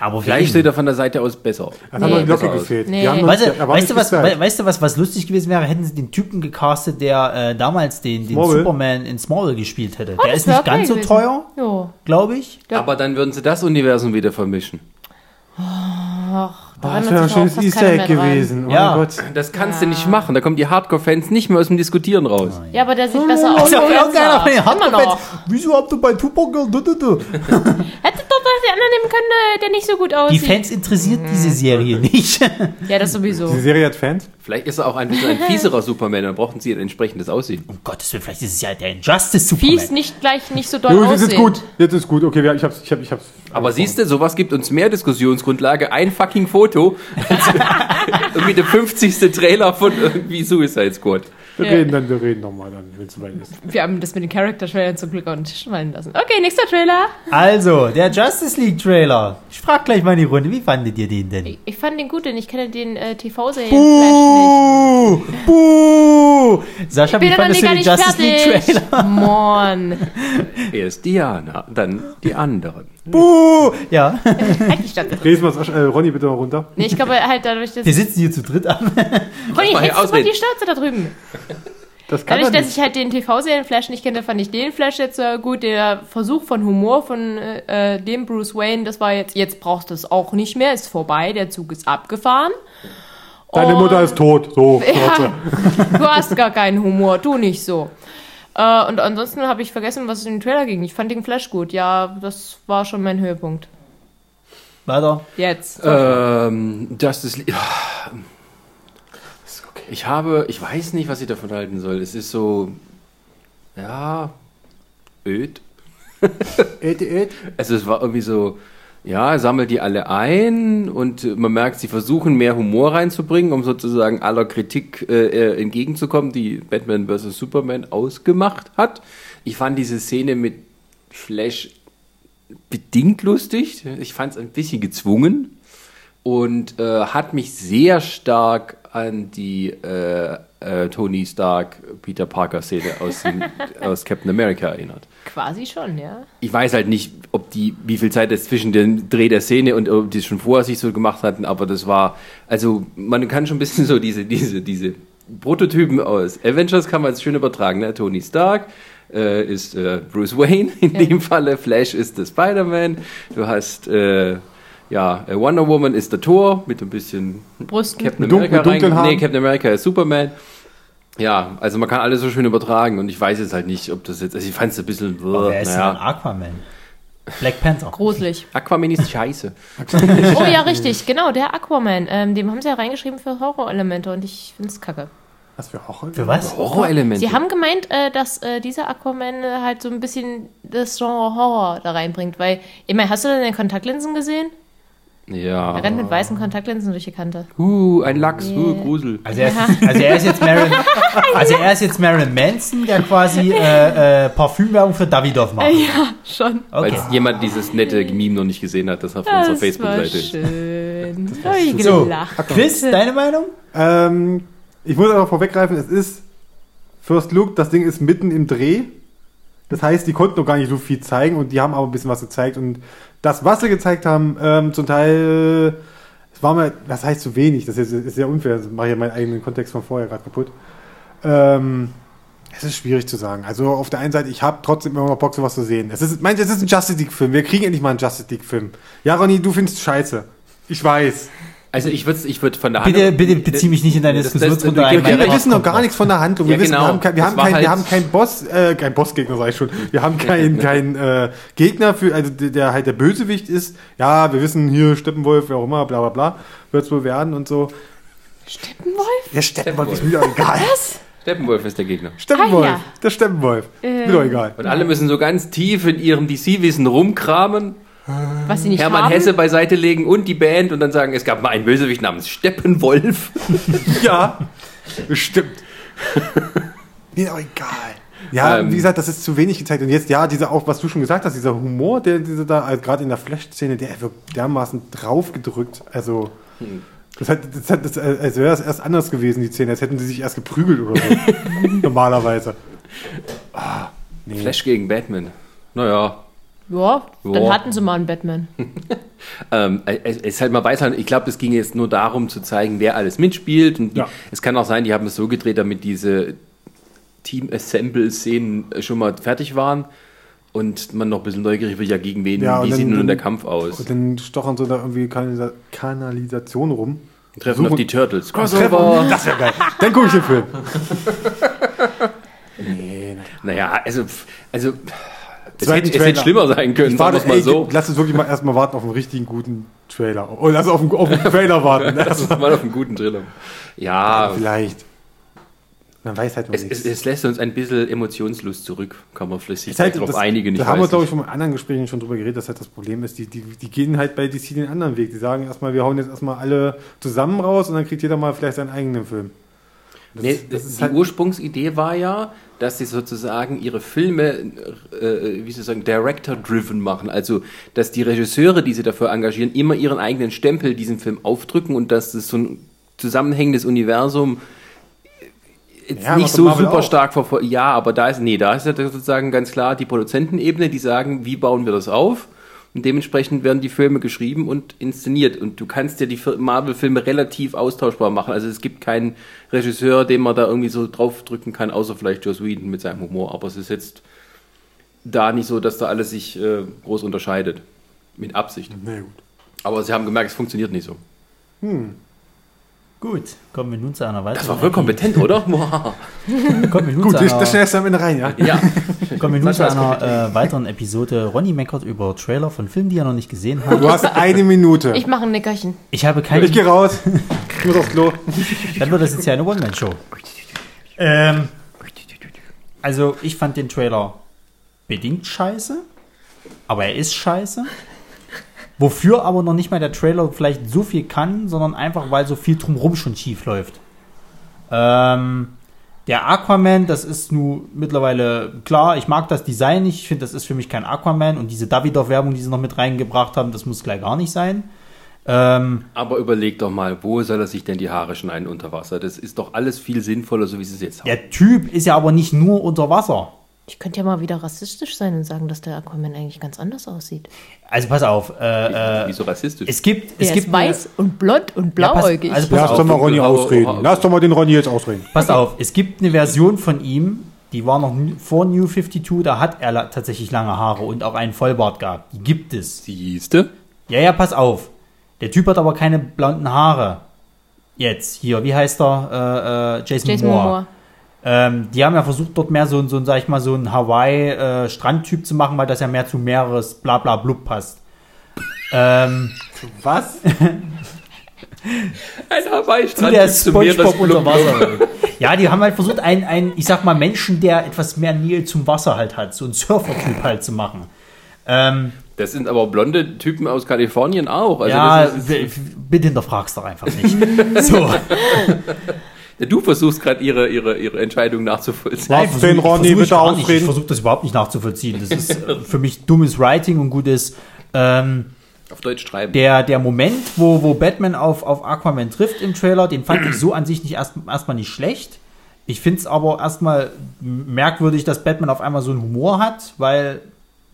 [SPEAKER 3] Aber
[SPEAKER 1] Vielleicht sieht er von der Seite aus besser.
[SPEAKER 2] Dann haben wir die
[SPEAKER 4] Nee.
[SPEAKER 2] Glocke
[SPEAKER 1] Besser aus.
[SPEAKER 2] gefehlt.
[SPEAKER 4] Nee.
[SPEAKER 2] Die haben uns-
[SPEAKER 3] Weißt du,
[SPEAKER 2] da war
[SPEAKER 3] weißt, du,
[SPEAKER 2] nicht
[SPEAKER 3] was,
[SPEAKER 2] viel Zeit.
[SPEAKER 3] we- weißt du, was, was lustig gewesen wäre? Hätten sie den Typen gecastet, der äh, damals den, den
[SPEAKER 2] Smallville?
[SPEAKER 3] Superman in Smallville gespielt hätte.
[SPEAKER 4] Oh,
[SPEAKER 3] der
[SPEAKER 4] das
[SPEAKER 3] ist
[SPEAKER 4] wär
[SPEAKER 3] nicht
[SPEAKER 4] okay
[SPEAKER 3] ganz so
[SPEAKER 4] gewesen.
[SPEAKER 3] teuer,
[SPEAKER 4] Jo.
[SPEAKER 3] glaube ich.
[SPEAKER 4] Ja.
[SPEAKER 1] Aber dann würden sie das Universum wieder vermischen.
[SPEAKER 4] Ach,
[SPEAKER 2] Ah, das
[SPEAKER 4] da erinnert
[SPEAKER 2] wäre ein
[SPEAKER 4] sich auch
[SPEAKER 2] schönes
[SPEAKER 4] fast
[SPEAKER 2] Easter
[SPEAKER 4] keiner
[SPEAKER 2] Egg
[SPEAKER 4] mehr dran.
[SPEAKER 2] gewesen.
[SPEAKER 3] Ja.
[SPEAKER 2] Oh mein Gott.
[SPEAKER 1] Das kannst du nicht machen. Da kommen die Hardcore-Fans nicht mehr aus dem Diskutieren raus.
[SPEAKER 4] Ja, aber der sieht besser aus.
[SPEAKER 3] Ist ja Hm. auch
[SPEAKER 4] als
[SPEAKER 3] keiner von den
[SPEAKER 4] er. oh, Immer noch.
[SPEAKER 3] Hardcore-Fans. Wieso habt ihr bei Tupac... Du, du, du.
[SPEAKER 4] Hätte doch dass die anderen nehmen können, äh, der nicht so gut
[SPEAKER 3] Die
[SPEAKER 4] aussieht.
[SPEAKER 3] Fans interessiert diese Serie nicht.
[SPEAKER 4] Ja, das sowieso.
[SPEAKER 2] Die Serie hat Fans.
[SPEAKER 1] Vielleicht ist er auch ein bisschen ein fieserer Superman. Dann brauchen sie ein entsprechendes Aussehen.
[SPEAKER 3] um Gottes Willen, vielleicht ist es ja der Injustice-Superman.
[SPEAKER 4] Fies nicht gleich nicht so doll
[SPEAKER 2] Jungs, jetzt
[SPEAKER 4] aussehen.
[SPEAKER 2] ist gut. Jetzt ist gut. Okay, wir- ich hab's. Ich hab, ich hab's
[SPEAKER 1] Aber siehst du, sowas gibt uns mehr Diskussionsgrundlage. Ein fucking Foto als irgendwie der 50. Trailer von irgendwie Suicide Squad.
[SPEAKER 2] Wir
[SPEAKER 4] Ja.
[SPEAKER 2] reden dann, wir reden nochmal dann, wenn es soweit ist.
[SPEAKER 4] Wir haben das mit den Charakter-Trailern zum Glück auf den Tisch fallen lassen. Okay, nächster Trailer.
[SPEAKER 3] Also, der Justice League-Trailer. Ich frag gleich mal in die Runde, wie fandet ihr den denn?
[SPEAKER 4] Ich, ich fand den gut, denn ich kenne den äh, TV-Serien-Flash nicht.
[SPEAKER 3] Buh! Sascha,
[SPEAKER 4] Ich bin
[SPEAKER 3] wie
[SPEAKER 4] ja noch nie
[SPEAKER 3] fandest du
[SPEAKER 4] gar
[SPEAKER 3] den
[SPEAKER 4] nicht
[SPEAKER 3] Justice League-Trailer?
[SPEAKER 4] fertig. Mann.
[SPEAKER 1] Erst Diana, dann die anderen.
[SPEAKER 3] Buh! Ja,
[SPEAKER 4] Halt die Stadt.
[SPEAKER 2] Drehen wir es, äh, Ronny, bitte mal runter.
[SPEAKER 4] Nee, ich glaube halt dadurch, dass...
[SPEAKER 3] wir sitzen hier zu dritt an.
[SPEAKER 4] Ronny,
[SPEAKER 1] mal hier
[SPEAKER 4] hältst du mal
[SPEAKER 1] ausreden.
[SPEAKER 4] die Schnauze da drüben.
[SPEAKER 2] Das kann
[SPEAKER 4] Dadurch,
[SPEAKER 2] man
[SPEAKER 4] dass
[SPEAKER 2] nicht.
[SPEAKER 4] ich halt den TV-Serien-Flash nicht kenne, fand ich den Flash jetzt äh, gut. Der Versuch von Humor von äh, äh, dem Bruce Wayne, das war jetzt, jetzt brauchst du es auch nicht mehr, ist vorbei, der Zug ist abgefahren.
[SPEAKER 2] Deine
[SPEAKER 4] Und-
[SPEAKER 2] Mutter ist tot. So,
[SPEAKER 4] Ja,
[SPEAKER 2] ja.
[SPEAKER 4] du hast gar keinen Humor, tu nicht so. Äh, und ansonsten habe ich vergessen, was es in den Trailer ging. Ich fand den Flash gut. Ja, das war schon mein Höhepunkt.
[SPEAKER 3] Weiter.
[SPEAKER 2] Äh.
[SPEAKER 4] Jetzt.
[SPEAKER 1] Ähm, Justice League. Ich habe, ich weiß nicht, was ich davon halten soll. Es ist so, ja, öd. Also es war irgendwie so, ja, sammelt die alle ein und äh, man merkt, sie versuchen mehr Humor reinzubringen, um sozusagen aller Kritik äh, äh, entgegenzukommen, die Batman vs. Superman ausgemacht hat. Ich fand diese Szene mit Flash bedingt lustig. Ich fand es ein bisschen gezwungen und äh, hat mich sehr stark an die äh, äh, Tony Stark, Peter Parker Szene aus, dem, aus Captain America erinnert.
[SPEAKER 4] Quasi schon, ja.
[SPEAKER 1] Ich weiß halt nicht, ob die, wie viel Zeit es zwischen dem Dreh der Szene und ob die es schon vorher sich so gemacht hatten, aber das war, also man kann schon ein bisschen so diese, diese, diese Prototypen aus Avengers kann man es schön übertragen, ne? Tony Stark äh, ist äh, Bruce Wayne in dem Falle, Flash ist der Spider-Man, du hast, äh, ja, äh, Wonder Woman ist der Thor mit ein bisschen
[SPEAKER 4] Brüsten.
[SPEAKER 1] Captain
[SPEAKER 2] Mit dun-
[SPEAKER 1] America
[SPEAKER 2] mit dunklen
[SPEAKER 1] rein. Nee,
[SPEAKER 2] Haaren.
[SPEAKER 1] Captain America ist Superman. Ja, also man kann alles so schön übertragen und ich weiß jetzt halt nicht, ob das jetzt, also ich fand es ein bisschen,
[SPEAKER 3] Aber wer ist
[SPEAKER 1] naja.
[SPEAKER 3] denn Aquaman? Black Panther.
[SPEAKER 4] Gruselig.
[SPEAKER 1] Aquaman ist scheiße.
[SPEAKER 4] Oh ja, richtig. Genau, der Aquaman. Ähm, dem haben sie ja reingeschrieben für Horrorelemente und ich find's kacke.
[SPEAKER 2] Was wir auch
[SPEAKER 3] Für was?
[SPEAKER 1] Horrorelemente.
[SPEAKER 4] Sie haben gemeint, äh, dass äh, dieser Aquaman äh, halt so ein bisschen das Genre Horror da reinbringt, weil, ich meine, hast du denn den Kontaktlinsen gesehen? Er rennt
[SPEAKER 1] ja.
[SPEAKER 3] Ah.
[SPEAKER 4] mit weißen Kontaktlinsen durch die Kante.
[SPEAKER 1] Huh, ein Lachs, huh, Grusel.
[SPEAKER 3] Also er, ist, also er ist jetzt Marilyn, also er ist jetzt Marilyn Manson, der quasi äh, äh, Parfümwerbung für Davidoff macht.
[SPEAKER 4] Ja, schon.
[SPEAKER 1] Weil
[SPEAKER 3] Okay.
[SPEAKER 1] jemand dieses nette Meme noch nicht gesehen hat, das auf unserer
[SPEAKER 4] Das war
[SPEAKER 1] Facebook-Seite.
[SPEAKER 4] schön. Da hab ich
[SPEAKER 3] So,
[SPEAKER 4] gelacht.
[SPEAKER 3] Chris, deine Meinung?
[SPEAKER 2] Ähm, ich muss aber vorweggreifen, es ist First Look, das Ding ist mitten im Dreh. Das heißt, die konnten noch gar nicht so viel zeigen und die haben aber ein bisschen was gezeigt. Und das, was sie gezeigt haben, ähm, zum Teil, äh, es war mal, was heißt zu wenig, das ist, ist sehr unfair, das mache ich ja meinen eigenen Kontext von vorher gerade kaputt. Ähm, es ist schwierig zu sagen. Also auf der einen Seite, ich habe trotzdem immer noch Bock, sowas zu sehen. Es ist, meinst du, es ist ein Justice League-Film. Wir kriegen endlich mal einen Justice League-Film. Ja, Ronny, du findest scheiße. Ich weiß.
[SPEAKER 1] Also ich würde ich würd von der
[SPEAKER 3] Bitte, bitte beziehe mich nicht in deine
[SPEAKER 1] Das- das-
[SPEAKER 3] Diskussionsrunde
[SPEAKER 1] das-
[SPEAKER 3] ein.
[SPEAKER 1] Ja,
[SPEAKER 2] Ja,
[SPEAKER 3] mein
[SPEAKER 2] wir
[SPEAKER 1] aber-
[SPEAKER 2] wissen noch gar
[SPEAKER 3] Gott.
[SPEAKER 2] nichts von der Handlung.
[SPEAKER 1] Ja,
[SPEAKER 2] wir, wissen,
[SPEAKER 1] genau.
[SPEAKER 2] wir haben kein, wir
[SPEAKER 1] Das
[SPEAKER 2] haben
[SPEAKER 1] war
[SPEAKER 2] kein,
[SPEAKER 1] halt-
[SPEAKER 2] wir haben kein Boss, äh, kein Bossgegner, sag ich schon. Wir haben keinen kein, äh, Gegner für, also der, der halt der Bösewicht ist. Ja, wir wissen hier Steppenwolf, wer auch immer, bla bla bla, wird's wohl werden und so.
[SPEAKER 4] Wolf?
[SPEAKER 2] Der Steppenwolf ist mir doch egal.
[SPEAKER 4] Was?
[SPEAKER 1] Steppenwolf ist der Gegner.
[SPEAKER 2] Steppenwolf,
[SPEAKER 4] Ah, ja. Ähm.
[SPEAKER 2] der Steppenwolf. Mir doch egal.
[SPEAKER 1] Und alle müssen so ganz tief in ihrem DC-Wissen rumkramen,
[SPEAKER 4] Was sie nicht
[SPEAKER 1] Hermann
[SPEAKER 4] haben?
[SPEAKER 1] Hesse beiseite legen und die Band und dann sagen, es gab mal einen Bösewicht namens Steppenwolf.
[SPEAKER 2] Ja, stimmt. mir doch egal. Ja,
[SPEAKER 1] Ähm.
[SPEAKER 2] wie gesagt, das ist zu wenig gezeigt. Und jetzt, ja, dieser auch, was du schon gesagt hast, dieser Humor, der diese da, also gerade in der Flash-Szene, der wirkt dermaßen draufgedrückt. Also,
[SPEAKER 1] Hm.
[SPEAKER 2] das hat, das hat das, als wäre es erst anders gewesen, die Szene, als hätten sie sich erst geprügelt oder so. Normalerweise. Ah, nee.
[SPEAKER 1] Flash gegen Batman. Naja,
[SPEAKER 4] Ja, dann
[SPEAKER 1] Ja.
[SPEAKER 4] hatten sie mal einen Batman.
[SPEAKER 1] ähm, es es ist halt mal weiter. Ich glaube, es ging jetzt nur darum zu zeigen, wer alles mitspielt. Und die,
[SPEAKER 2] Ja.
[SPEAKER 1] es kann auch sein, die haben es so gedreht, damit diese Team-Assemble-Szenen schon mal fertig waren und man noch ein bisschen neugierig wird, ja, gegen wen,
[SPEAKER 2] Ja, und
[SPEAKER 1] wie
[SPEAKER 2] dann-
[SPEAKER 1] sieht nun
[SPEAKER 2] dann-
[SPEAKER 1] der Kampf aus?
[SPEAKER 2] Und dann stochern sie da irgendwie Kanalisa Kanalisation rum.
[SPEAKER 1] Treffen auf
[SPEAKER 2] suchen-
[SPEAKER 1] die Turtles.
[SPEAKER 2] Treffer. Das wäre geil. Dann gucke ich den Film.
[SPEAKER 1] Naja, also, pff, also pff, es
[SPEAKER 2] Zweiten
[SPEAKER 1] hätte, es hätte
[SPEAKER 2] Trailer.
[SPEAKER 1] schlimmer sein können, sagen wir es
[SPEAKER 2] Warte,
[SPEAKER 1] mal
[SPEAKER 2] ey,
[SPEAKER 1] so.
[SPEAKER 2] Lass uns wirklich mal erstmal warten auf einen richtigen guten Trailer. Oh, lass auf einen, auf einen Trailer warten.
[SPEAKER 1] Lass uns mal auf einen guten Driller. Ja,
[SPEAKER 2] Vielleicht. Man weiß halt noch
[SPEAKER 1] es,
[SPEAKER 2] nichts.
[SPEAKER 1] es, es lässt uns ein bisschen emotionslos zurück, kann man flüssig
[SPEAKER 2] Ist halt,
[SPEAKER 1] darauf
[SPEAKER 2] das-
[SPEAKER 1] einigen.
[SPEAKER 2] Da haben wir,
[SPEAKER 1] weiß
[SPEAKER 2] glaube
[SPEAKER 1] nicht.
[SPEAKER 2] ich, schon mal in anderen Gesprächen schon drüber geredet, dass halt das Problem ist, die, die, die gehen halt bei DC den anderen Weg. Die sagen erstmal, wir hauen jetzt erstmal alle zusammen raus und dann kriegt jeder mal vielleicht seinen eigenen Film. Das,
[SPEAKER 1] Nee,
[SPEAKER 2] das
[SPEAKER 1] die
[SPEAKER 2] ist halt,
[SPEAKER 1] Ursprungsidee war ja, dass sie sozusagen ihre Filme, äh, wie sie sagen, Director-driven machen. Also, dass die Regisseure, die sie dafür engagieren, immer ihren eigenen Stempel diesem Film aufdrücken und dass das so ein zusammenhängendes Universum jetzt
[SPEAKER 2] Ja,
[SPEAKER 1] nicht
[SPEAKER 2] macht
[SPEAKER 1] so
[SPEAKER 2] Marvel
[SPEAKER 1] super
[SPEAKER 2] auch.
[SPEAKER 1] stark verfolgt. Ja, aber da ist, nee, da ist ja sozusagen ganz klar die Produzentenebene, die sagen, wie bauen wir das auf? Und dementsprechend werden die Filme geschrieben und inszeniert. Und du kannst ja die Fir- Marvel-Filme relativ austauschbar machen. Also es gibt keinen Regisseur, den man da irgendwie so draufdrücken kann, außer vielleicht Joss Whedon mit seinem Humor. Aber es ist jetzt da nicht so, dass da alles sich äh, groß unterscheidet. Mit Absicht.
[SPEAKER 2] Na gut.
[SPEAKER 1] Aber sie haben gemerkt, es funktioniert nicht so.
[SPEAKER 3] Gut, kommen wir nun zu einer weiteren.
[SPEAKER 1] Das war voll kompetent, oder? Wow.
[SPEAKER 3] Kommen wir nun
[SPEAKER 2] Gut,
[SPEAKER 3] zu
[SPEAKER 2] das, das
[SPEAKER 3] einer,
[SPEAKER 2] schnellst du am Ende rein, ja?
[SPEAKER 1] Ja.
[SPEAKER 3] kommen wir nun zu
[SPEAKER 1] Sascha ist
[SPEAKER 3] einer äh, weiteren Episode. Ronny meckert über Trailer von Filmen, die er noch nicht gesehen hat.
[SPEAKER 2] Du hast eine Minute.
[SPEAKER 4] Ich mache ein Nickerchen.
[SPEAKER 3] Ich habe keine.
[SPEAKER 2] Ich gehe raus. Ich muss aufs Klo.
[SPEAKER 3] Dann wird das jetzt ja eine One-Man-Show. Ähm, also, ich fand den Trailer bedingt scheiße, aber er ist scheiße. Wofür aber noch nicht mal der Trailer vielleicht so viel kann, sondern einfach, weil so viel drumrum schon schief läuft. Ähm, der Aquaman, das ist nun mittlerweile klar, ich mag das Design nicht, ich finde, das ist für mich kein Aquaman und diese Davidoff-Werbung, die sie noch mit reingebracht haben, das muss gleich gar nicht sein. Ähm,
[SPEAKER 1] Aber überleg doch mal, wo soll er sich denn die Haare schneiden unter Wasser? Das ist doch alles viel sinnvoller, so wie sie es jetzt haben.
[SPEAKER 3] Der Typ ist ja aber nicht nur unter Wasser.
[SPEAKER 4] Ich könnte ja mal wieder rassistisch sein und sagen, dass der Aquaman eigentlich ganz anders aussieht.
[SPEAKER 3] Also pass auf, äh, äh,
[SPEAKER 1] Wieso rassistisch?
[SPEAKER 3] es gibt,
[SPEAKER 4] Der
[SPEAKER 3] es gibt
[SPEAKER 4] ist weiß und blond und
[SPEAKER 3] Ja, pass-
[SPEAKER 4] blauäugig.
[SPEAKER 3] also pass-
[SPEAKER 2] Lass doch mal Ronny
[SPEAKER 1] Au- au-
[SPEAKER 2] ausreden.
[SPEAKER 1] au-
[SPEAKER 2] Lass doch mal den Ronny jetzt ausreden.
[SPEAKER 3] Eine, pass auf, es gibt eine Version von ihm, die war noch n- vor New 52, da hat er la- tatsächlich lange Haare und auch einen Vollbart gehabt. Die gibt es.
[SPEAKER 1] Siehste?
[SPEAKER 3] Ja, ja, pass auf. Der Typ hat aber keine blonden Haare. Jetzt hier, wie heißt er? Äh, äh, Jason,
[SPEAKER 4] Jason
[SPEAKER 3] Momoa.
[SPEAKER 4] Momoa.
[SPEAKER 3] Ähm, die haben ja versucht, dort mehr so, ein- so, ein, sag ich mal, so einen Hawaii-Strandtyp zu machen, weil das ja mehr zu mehreres Blabla-Blub passt. ähm,
[SPEAKER 2] Was?
[SPEAKER 1] Ein
[SPEAKER 3] zu
[SPEAKER 1] Hawaii-Strand
[SPEAKER 3] der
[SPEAKER 1] ist zu
[SPEAKER 3] SpongeBob
[SPEAKER 1] Meeresblum.
[SPEAKER 3] unter Wasser. ja, die haben halt versucht, einen, einen, ich sag mal, Menschen, der etwas mehr Nähe zum Wasser halt hat, so einen Surfer-Typ halt zu machen. Ähm,
[SPEAKER 1] Das sind aber blonde Typen aus Kalifornien auch. Also
[SPEAKER 3] ja,
[SPEAKER 1] das ist,
[SPEAKER 3] b- bitte hinterfragst doch einfach nicht. so,
[SPEAKER 1] du versuchst gerade ihre, ihre, ihre Entscheidung nachzuvollziehen.
[SPEAKER 2] Lass den Ronny bitte
[SPEAKER 3] Ich, ich
[SPEAKER 2] ausreden.
[SPEAKER 3] versuche das überhaupt nicht nachzuvollziehen. Das ist äh, für mich dummes Writing und gutes. Ähm,
[SPEAKER 1] Auf Deutsch schreiben.
[SPEAKER 3] der, der Moment, wo, wo Batman auf, auf Aquaman trifft im Trailer, den fand ich so an sich nicht erst, erstmal nicht schlecht. Ich finde es aber erstmal merkwürdig, dass Batman auf einmal so einen Humor hat, weil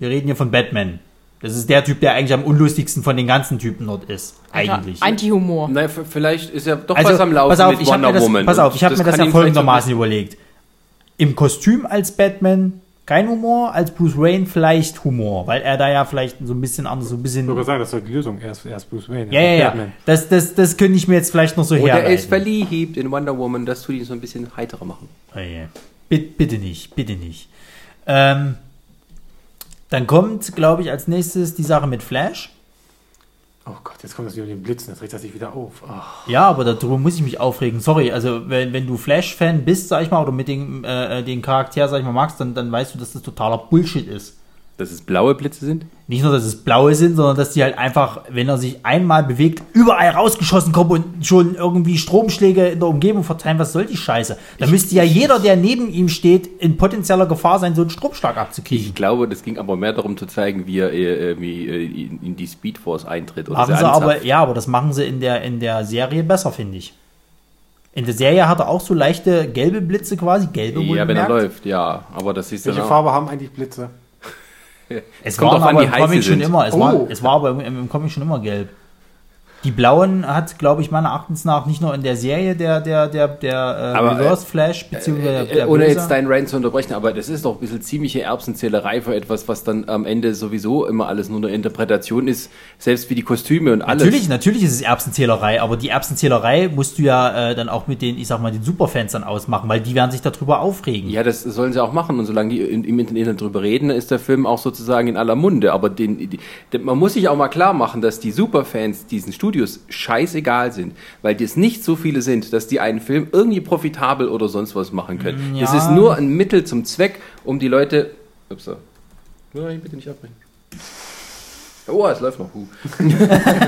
[SPEAKER 3] wir reden hier von Batman. Das ist der Typ, der eigentlich am unlustigsten von den ganzen Typen dort ist. Eigentlich.
[SPEAKER 4] Anti-Humor.
[SPEAKER 1] Nein, v- vielleicht ist ja doch
[SPEAKER 3] Also,
[SPEAKER 1] was am Laufen
[SPEAKER 3] pass auf,
[SPEAKER 1] mit
[SPEAKER 3] ich hab
[SPEAKER 1] Wonder
[SPEAKER 3] mir das,
[SPEAKER 1] Woman.
[SPEAKER 3] Pass auf, ich habe mir das
[SPEAKER 1] kann
[SPEAKER 3] ja
[SPEAKER 1] ihm
[SPEAKER 3] folgendermaßen überlegt. Im Kostüm als Batman kein Humor, als Bruce Wayne vielleicht Humor, weil er da ja vielleicht so ein bisschen anders, so ein bisschen.
[SPEAKER 2] Ich wollte sagen, das ist doch die Lösung. Er ist, er ist Bruce Wayne.
[SPEAKER 3] Ja,
[SPEAKER 2] er ist
[SPEAKER 3] ja, ja.
[SPEAKER 2] Batman.
[SPEAKER 3] Das, das, das könnte ich mir jetzt vielleicht noch so
[SPEAKER 1] vielleicht- Oder er ist
[SPEAKER 3] herleiten.
[SPEAKER 1] verliebt in Wonder Woman, das tut ihn so ein bisschen heiterer machen.
[SPEAKER 3] Oh, yeah. bitte, bitte nicht, bitte nicht. Ähm, dann kommt, glaube ich, als nächstes die Sache mit Flash.
[SPEAKER 2] Oh Gott, jetzt kommt das wieder mit den Blitzen. Jetzt regt das sich wieder auf. Ah.
[SPEAKER 3] Ja, aber darüber muss ich mich aufregen. Sorry, also wenn, wenn du Flash-Fan äh, bist, sag ich mal, oder mit dem, äh, den Charakter, sag ich mal, magst, dann, dann weißt du, dass das totaler Bullshit ist.
[SPEAKER 1] Dass es blaue Blitze sind?
[SPEAKER 3] Nicht nur, dass es blaue sind, sondern dass die halt einfach, wenn er sich einmal bewegt, überall rausgeschossen kommen und schon irgendwie Stromschläge in der Umgebung verteilen. Was soll die Scheiße? Da müsste ja jeder, der neben ihm steht, in potenzieller Gefahr sein, so einen Stromschlag
[SPEAKER 1] Ich
[SPEAKER 3] abzukriegen.
[SPEAKER 1] glaube, das ging aber mehr darum zu zeigen, wie er äh, wie, äh, in in die Speedforce eintritt.
[SPEAKER 3] Machen
[SPEAKER 1] sie
[SPEAKER 3] sie aber,
[SPEAKER 1] anzapft.
[SPEAKER 3] ja, aber das machen sie in der, in der Serie besser, finde ich. In der Serie hat er auch so leichte gelbe Blitze quasi, gelbe
[SPEAKER 1] ja, wenn er
[SPEAKER 3] wohlgemerkt.
[SPEAKER 1] läuft, ja. Aber das ist
[SPEAKER 2] Welche
[SPEAKER 1] dann auch-
[SPEAKER 2] Farbe haben eigentlich Blitze?
[SPEAKER 3] Es
[SPEAKER 1] Kommt
[SPEAKER 3] waren
[SPEAKER 1] drauf an,
[SPEAKER 3] aber
[SPEAKER 1] wie
[SPEAKER 3] im
[SPEAKER 1] heiß sie
[SPEAKER 3] Comic schon
[SPEAKER 1] sind.
[SPEAKER 3] immer, es,
[SPEAKER 2] Oh.
[SPEAKER 3] war, es war aber im, im Comic schon immer gelb. Die blauen hat, glaube ich, meiner Erachtens nach nicht nur in der Serie der, der, der, der äh,
[SPEAKER 1] Aber,
[SPEAKER 3] Reverse Flash, beziehungsweise
[SPEAKER 1] Äh,
[SPEAKER 3] der
[SPEAKER 1] ohne
[SPEAKER 3] Böse.
[SPEAKER 1] jetzt deinen Rant zu unterbrechen, aber das ist doch ein bisschen ziemliche Erbsenzählerei für etwas, was dann am Ende sowieso immer alles nur eine Interpretation ist, selbst wie die Kostüme und alles.
[SPEAKER 3] Natürlich, natürlich ist es Erbsenzählerei, aber die Erbsenzählerei musst du ja äh, dann auch mit den, ich sag mal, den Superfans dann ausmachen, weil die werden sich darüber aufregen.
[SPEAKER 1] Ja, das sollen sie auch machen und solange die in- im Internet drüber reden, ist der Film auch sozusagen in aller Munde. Aber den, die, den- man muss sich auch mal klar machen, dass die Superfans diesen Studios scheißegal sind, weil die es nicht so viele sind, dass die einen Film irgendwie profitabel oder sonst was machen können.
[SPEAKER 3] Mm, Ja.
[SPEAKER 1] Es ist nur ein Mittel zum Zweck, um die Leute... Upsa. Nein, bitte nicht abbrechen. Oh, es läuft noch. Huh.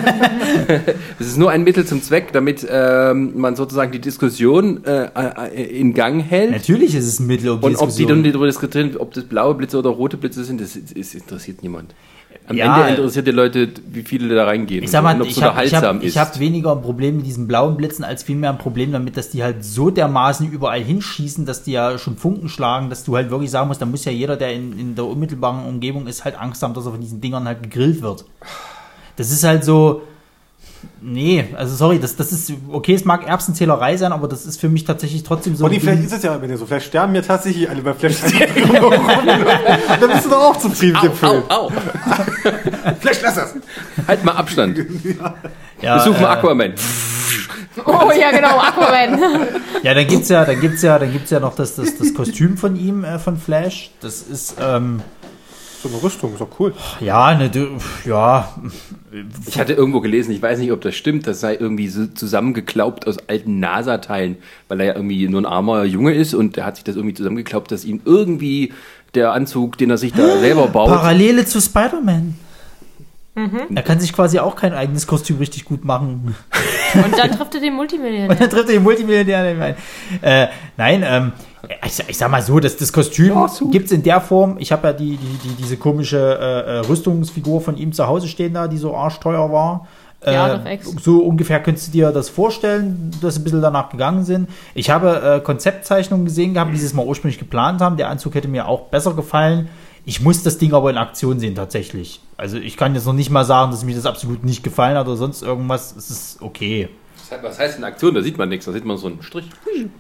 [SPEAKER 1] Es ist nur ein Mittel zum Zweck, damit ähm, man sozusagen die Diskussion äh, äh, in Gang hält.
[SPEAKER 3] Natürlich ist es ein Mittel,
[SPEAKER 1] Und
[SPEAKER 3] um
[SPEAKER 1] ob die
[SPEAKER 3] Diskussion-
[SPEAKER 1] dann darüber diskutieren, ob das blaue Blitze oder rote Blitze sind, das, ist- ist- interessiert niemand. Am
[SPEAKER 3] Ja, äh,
[SPEAKER 1] Ende interessiert die Leute, wie viele da reingehen.
[SPEAKER 3] Ich sag mal,
[SPEAKER 1] und ob es
[SPEAKER 3] ich habe ich
[SPEAKER 1] unterhaltsam
[SPEAKER 3] hab, ich
[SPEAKER 1] ist.
[SPEAKER 3] hab weniger ein Problem mit diesen blauen Blitzen als vielmehr ein Problem damit, dass die halt so dermaßen überall hinschießen, dass die ja schon Funken schlagen, dass du halt wirklich sagen musst, da muss ja jeder, der in, in der unmittelbaren Umgebung ist, halt Angst haben, dass er von diesen Dingern halt gegrillt wird. Das ist halt so. Nee, also sorry, das, das ist okay, es mag Erbsenzählerei sein, aber das ist für mich tatsächlich trotzdem so.
[SPEAKER 2] Und die
[SPEAKER 3] ein
[SPEAKER 2] vielleicht
[SPEAKER 3] Ding-
[SPEAKER 2] ist es ja, wenn ihr so Flash sterben, ja tatsächlich alle bei Flash Dann bist du doch auch zufrieden mit dem Film.
[SPEAKER 1] au, au.
[SPEAKER 2] Flash, lass das!
[SPEAKER 1] Halt mal Abstand.
[SPEAKER 3] ja,
[SPEAKER 1] Besuch mal
[SPEAKER 3] äh,
[SPEAKER 1] Aquaman.
[SPEAKER 3] Also
[SPEAKER 4] Oh ja, genau, Aquaman.
[SPEAKER 3] Ja, dann gibt's ja, dann gibt's ja, dann gibt's ja noch das, das, das Kostüm von ihm, äh, von Flash. Das ist, ähm,
[SPEAKER 2] So eine Rüstung, ist doch cool.
[SPEAKER 3] ja, ne, du- ja,
[SPEAKER 1] Ich hatte irgendwo gelesen, ich weiß nicht, ob das stimmt, das sei irgendwie so zusammengeklaubt aus alten NASA-Teilen, weil er ja irgendwie nur ein armer Junge ist und er hat sich das irgendwie zusammengeklaubt, dass ihm irgendwie der Anzug, den er sich da selber baut,
[SPEAKER 3] Parallele zu Spider-Man. Er kann sich quasi auch kein eigenes Kostüm richtig gut machen.
[SPEAKER 4] Und dann trifft er den Multimillionär.
[SPEAKER 3] Und dann trifft er den Multimillionär. den Wein. Äh, nein, ähm, ich, sa- ich sag mal so, das, das Kostüm
[SPEAKER 1] Ja,
[SPEAKER 3] gibt's
[SPEAKER 1] so.
[SPEAKER 3] in der Form. Ich habe ja die, die, die, diese komische äh, äh, Rüstungsfigur von ihm zu Hause stehen da, die so arschteuer war.
[SPEAKER 4] Ja,
[SPEAKER 3] Äh,
[SPEAKER 4] doch, ex.
[SPEAKER 3] so ungefähr könntest du dir das vorstellen, dass sie ein bisschen danach gegangen sind. Ich habe äh, Konzeptzeichnungen gesehen gehabt, die sie es mal ursprünglich geplant haben. Der Anzug hätte mir auch besser gefallen. Ich muss das Ding aber in Aktion sehen, tatsächlich. Also ich kann jetzt noch nicht mal sagen, dass mir das absolut nicht gefallen hat oder sonst irgendwas. Es ist okay.
[SPEAKER 1] was heißt in Aktion, da sieht man nichts, da sieht man so einen Strich.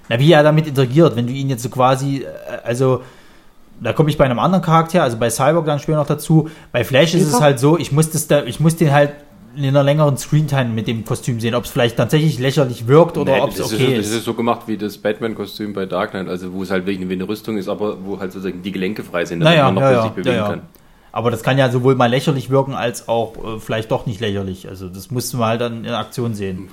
[SPEAKER 3] Na, wie er damit interagiert, wenn du ihn jetzt so quasi, äh, also da komme ich bei einem anderen Charakter, also bei Cyborg dann später noch dazu. Bei Flash ist es halt so, ich muss das da, ich muss den halt in einer längeren Screentime mit dem Kostüm sehen, ob es vielleicht tatsächlich lächerlich wirkt oder
[SPEAKER 1] Nee,
[SPEAKER 3] ob es
[SPEAKER 1] das
[SPEAKER 3] okay
[SPEAKER 1] ist,
[SPEAKER 3] ist.
[SPEAKER 1] Das ist so gemacht wie das Batman-Kostüm bei Dark Knight, also wo es halt wirklich eine Rüstung ist, aber wo halt sozusagen die Gelenke frei sind,
[SPEAKER 3] Naja,
[SPEAKER 1] man noch
[SPEAKER 3] ja,
[SPEAKER 1] sich
[SPEAKER 3] ja,
[SPEAKER 1] bewegen
[SPEAKER 3] ja, ja.
[SPEAKER 1] kann.
[SPEAKER 3] Aber das kann ja sowohl mal lächerlich wirken, als auch äh, vielleicht doch nicht lächerlich. Also das musst du mal dann in Aktion sehen.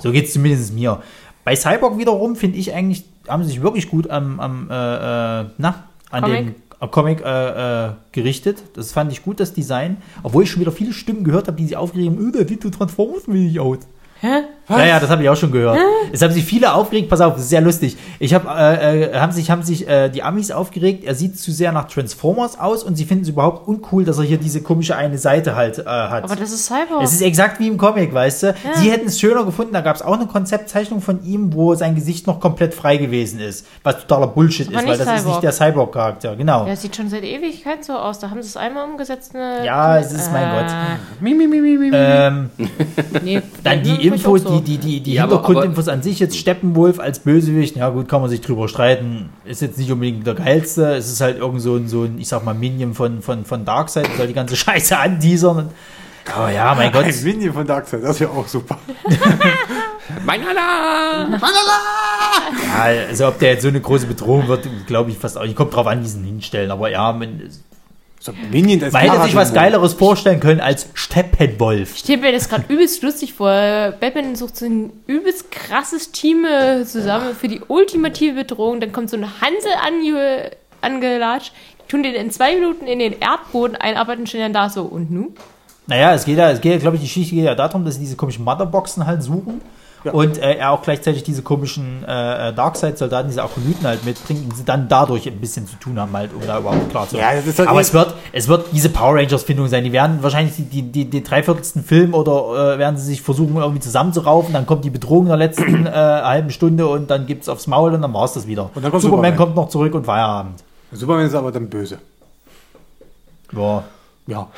[SPEAKER 3] So geht es zumindest mir. Bei Cyborg wiederum finde ich eigentlich, haben sie sich wirklich gut am, am äh, äh, na, an
[SPEAKER 4] Comic?
[SPEAKER 3] den äh, Comic äh, äh, gerichtet. Das fand ich gut, das Design. Obwohl ich schon wieder viele Stimmen gehört habe, die sich aufgeregt haben, "Äh, der sieht so Transformers-mäßig aus.
[SPEAKER 4] Hä?
[SPEAKER 3] Ja, ja, das habe ich auch schon gehört. Es haben sich viele aufgeregt, pass auf, das ist sehr lustig. Ich habe, äh, äh, haben sich, haben sich äh, die Amis aufgeregt, er sieht zu sehr nach Transformers aus und sie finden es überhaupt uncool, dass er hier diese komische eine Seite halt äh, hat.
[SPEAKER 4] Aber das ist Cyborg.
[SPEAKER 3] es ist exakt wie im Comic, weißt du? Sie hätten es schöner gefunden, da gab es auch eine Konzeptzeichnung von ihm, wo sein Gesicht noch komplett frei gewesen ist. Was totaler Bullshit
[SPEAKER 4] Aber
[SPEAKER 3] ist, weil
[SPEAKER 4] nicht
[SPEAKER 3] das ist nicht
[SPEAKER 4] Cyborg.
[SPEAKER 3] der Cyborg-Charakter, genau.
[SPEAKER 4] ja, es sieht schon seit Ewigkeit so aus. Da haben sie es einmal umgesetzt. ne?
[SPEAKER 3] Ja, es ist, mein Ähm,
[SPEAKER 4] Gott. Nee,
[SPEAKER 3] Dann die
[SPEAKER 4] find ich auch
[SPEAKER 3] Infos,
[SPEAKER 4] so.
[SPEAKER 3] die, die, die, die
[SPEAKER 1] Ja, aber-
[SPEAKER 3] Hintergrundinfos an sich, jetzt Steppenwolf als Bösewicht, ja gut, kann man sich drüber streiten, ist jetzt nicht unbedingt der geilste, es ist halt irgend so ein, so ein ich sag mal, Minion von, von, von Darkseid, soll die ganze Scheiße anteasern. Aber ja, mein Gott,
[SPEAKER 2] Ein Minion von Darkseid, das ist ja auch super.
[SPEAKER 1] Mein Allah!
[SPEAKER 3] ja, also ob der jetzt so eine große Bedrohung wird, glaube ich fast auch, ich kommt drauf an, diesen hinstellen, aber ja, man,
[SPEAKER 2] So ein Minion, das
[SPEAKER 3] man hätte sich was Geileres vorstellen können als Steppenwolf.
[SPEAKER 4] Ich stelle mir das gerade übelst lustig vor. Batman sucht so ein übelst krasses Team äh, zusammen für die ultimative Bedrohung. Dann kommt so ein Hansel ange angelatscht, tun den in zwei Minuten in den Erdboden einarbeiten, stehen dann da so und nu?
[SPEAKER 3] Naja, es geht ja, es geht ja, glaube ich, die Geschichte geht ja darum, dass sie diese komischen Motherboxen halt suchen. Und äh, er auch gleichzeitig diese komischen äh, Darkseid-Soldaten, diese Akolyten halt mitbringt und sie dann dadurch ein bisschen zu tun haben, halt, um da überhaupt klar zu
[SPEAKER 2] Ja, das ist halt
[SPEAKER 3] Aber
[SPEAKER 2] nicht-
[SPEAKER 3] es wird, es wird diese Power Rangers-Findung sein. Die werden wahrscheinlich die, die, die, den dreiviertelsten Film oder äh, werden sie sich versuchen, irgendwie zusammenzuraufen. Dann kommt die Bedrohung der letzten äh, halben Stunde und dann gibt's aufs Maul und dann war's das wieder.
[SPEAKER 2] Und dann kommt
[SPEAKER 3] Superman,
[SPEAKER 2] Superman.
[SPEAKER 3] kommt noch zurück und Feierabend.
[SPEAKER 2] Superman ist aber dann böse.
[SPEAKER 3] Ja,
[SPEAKER 2] Ja.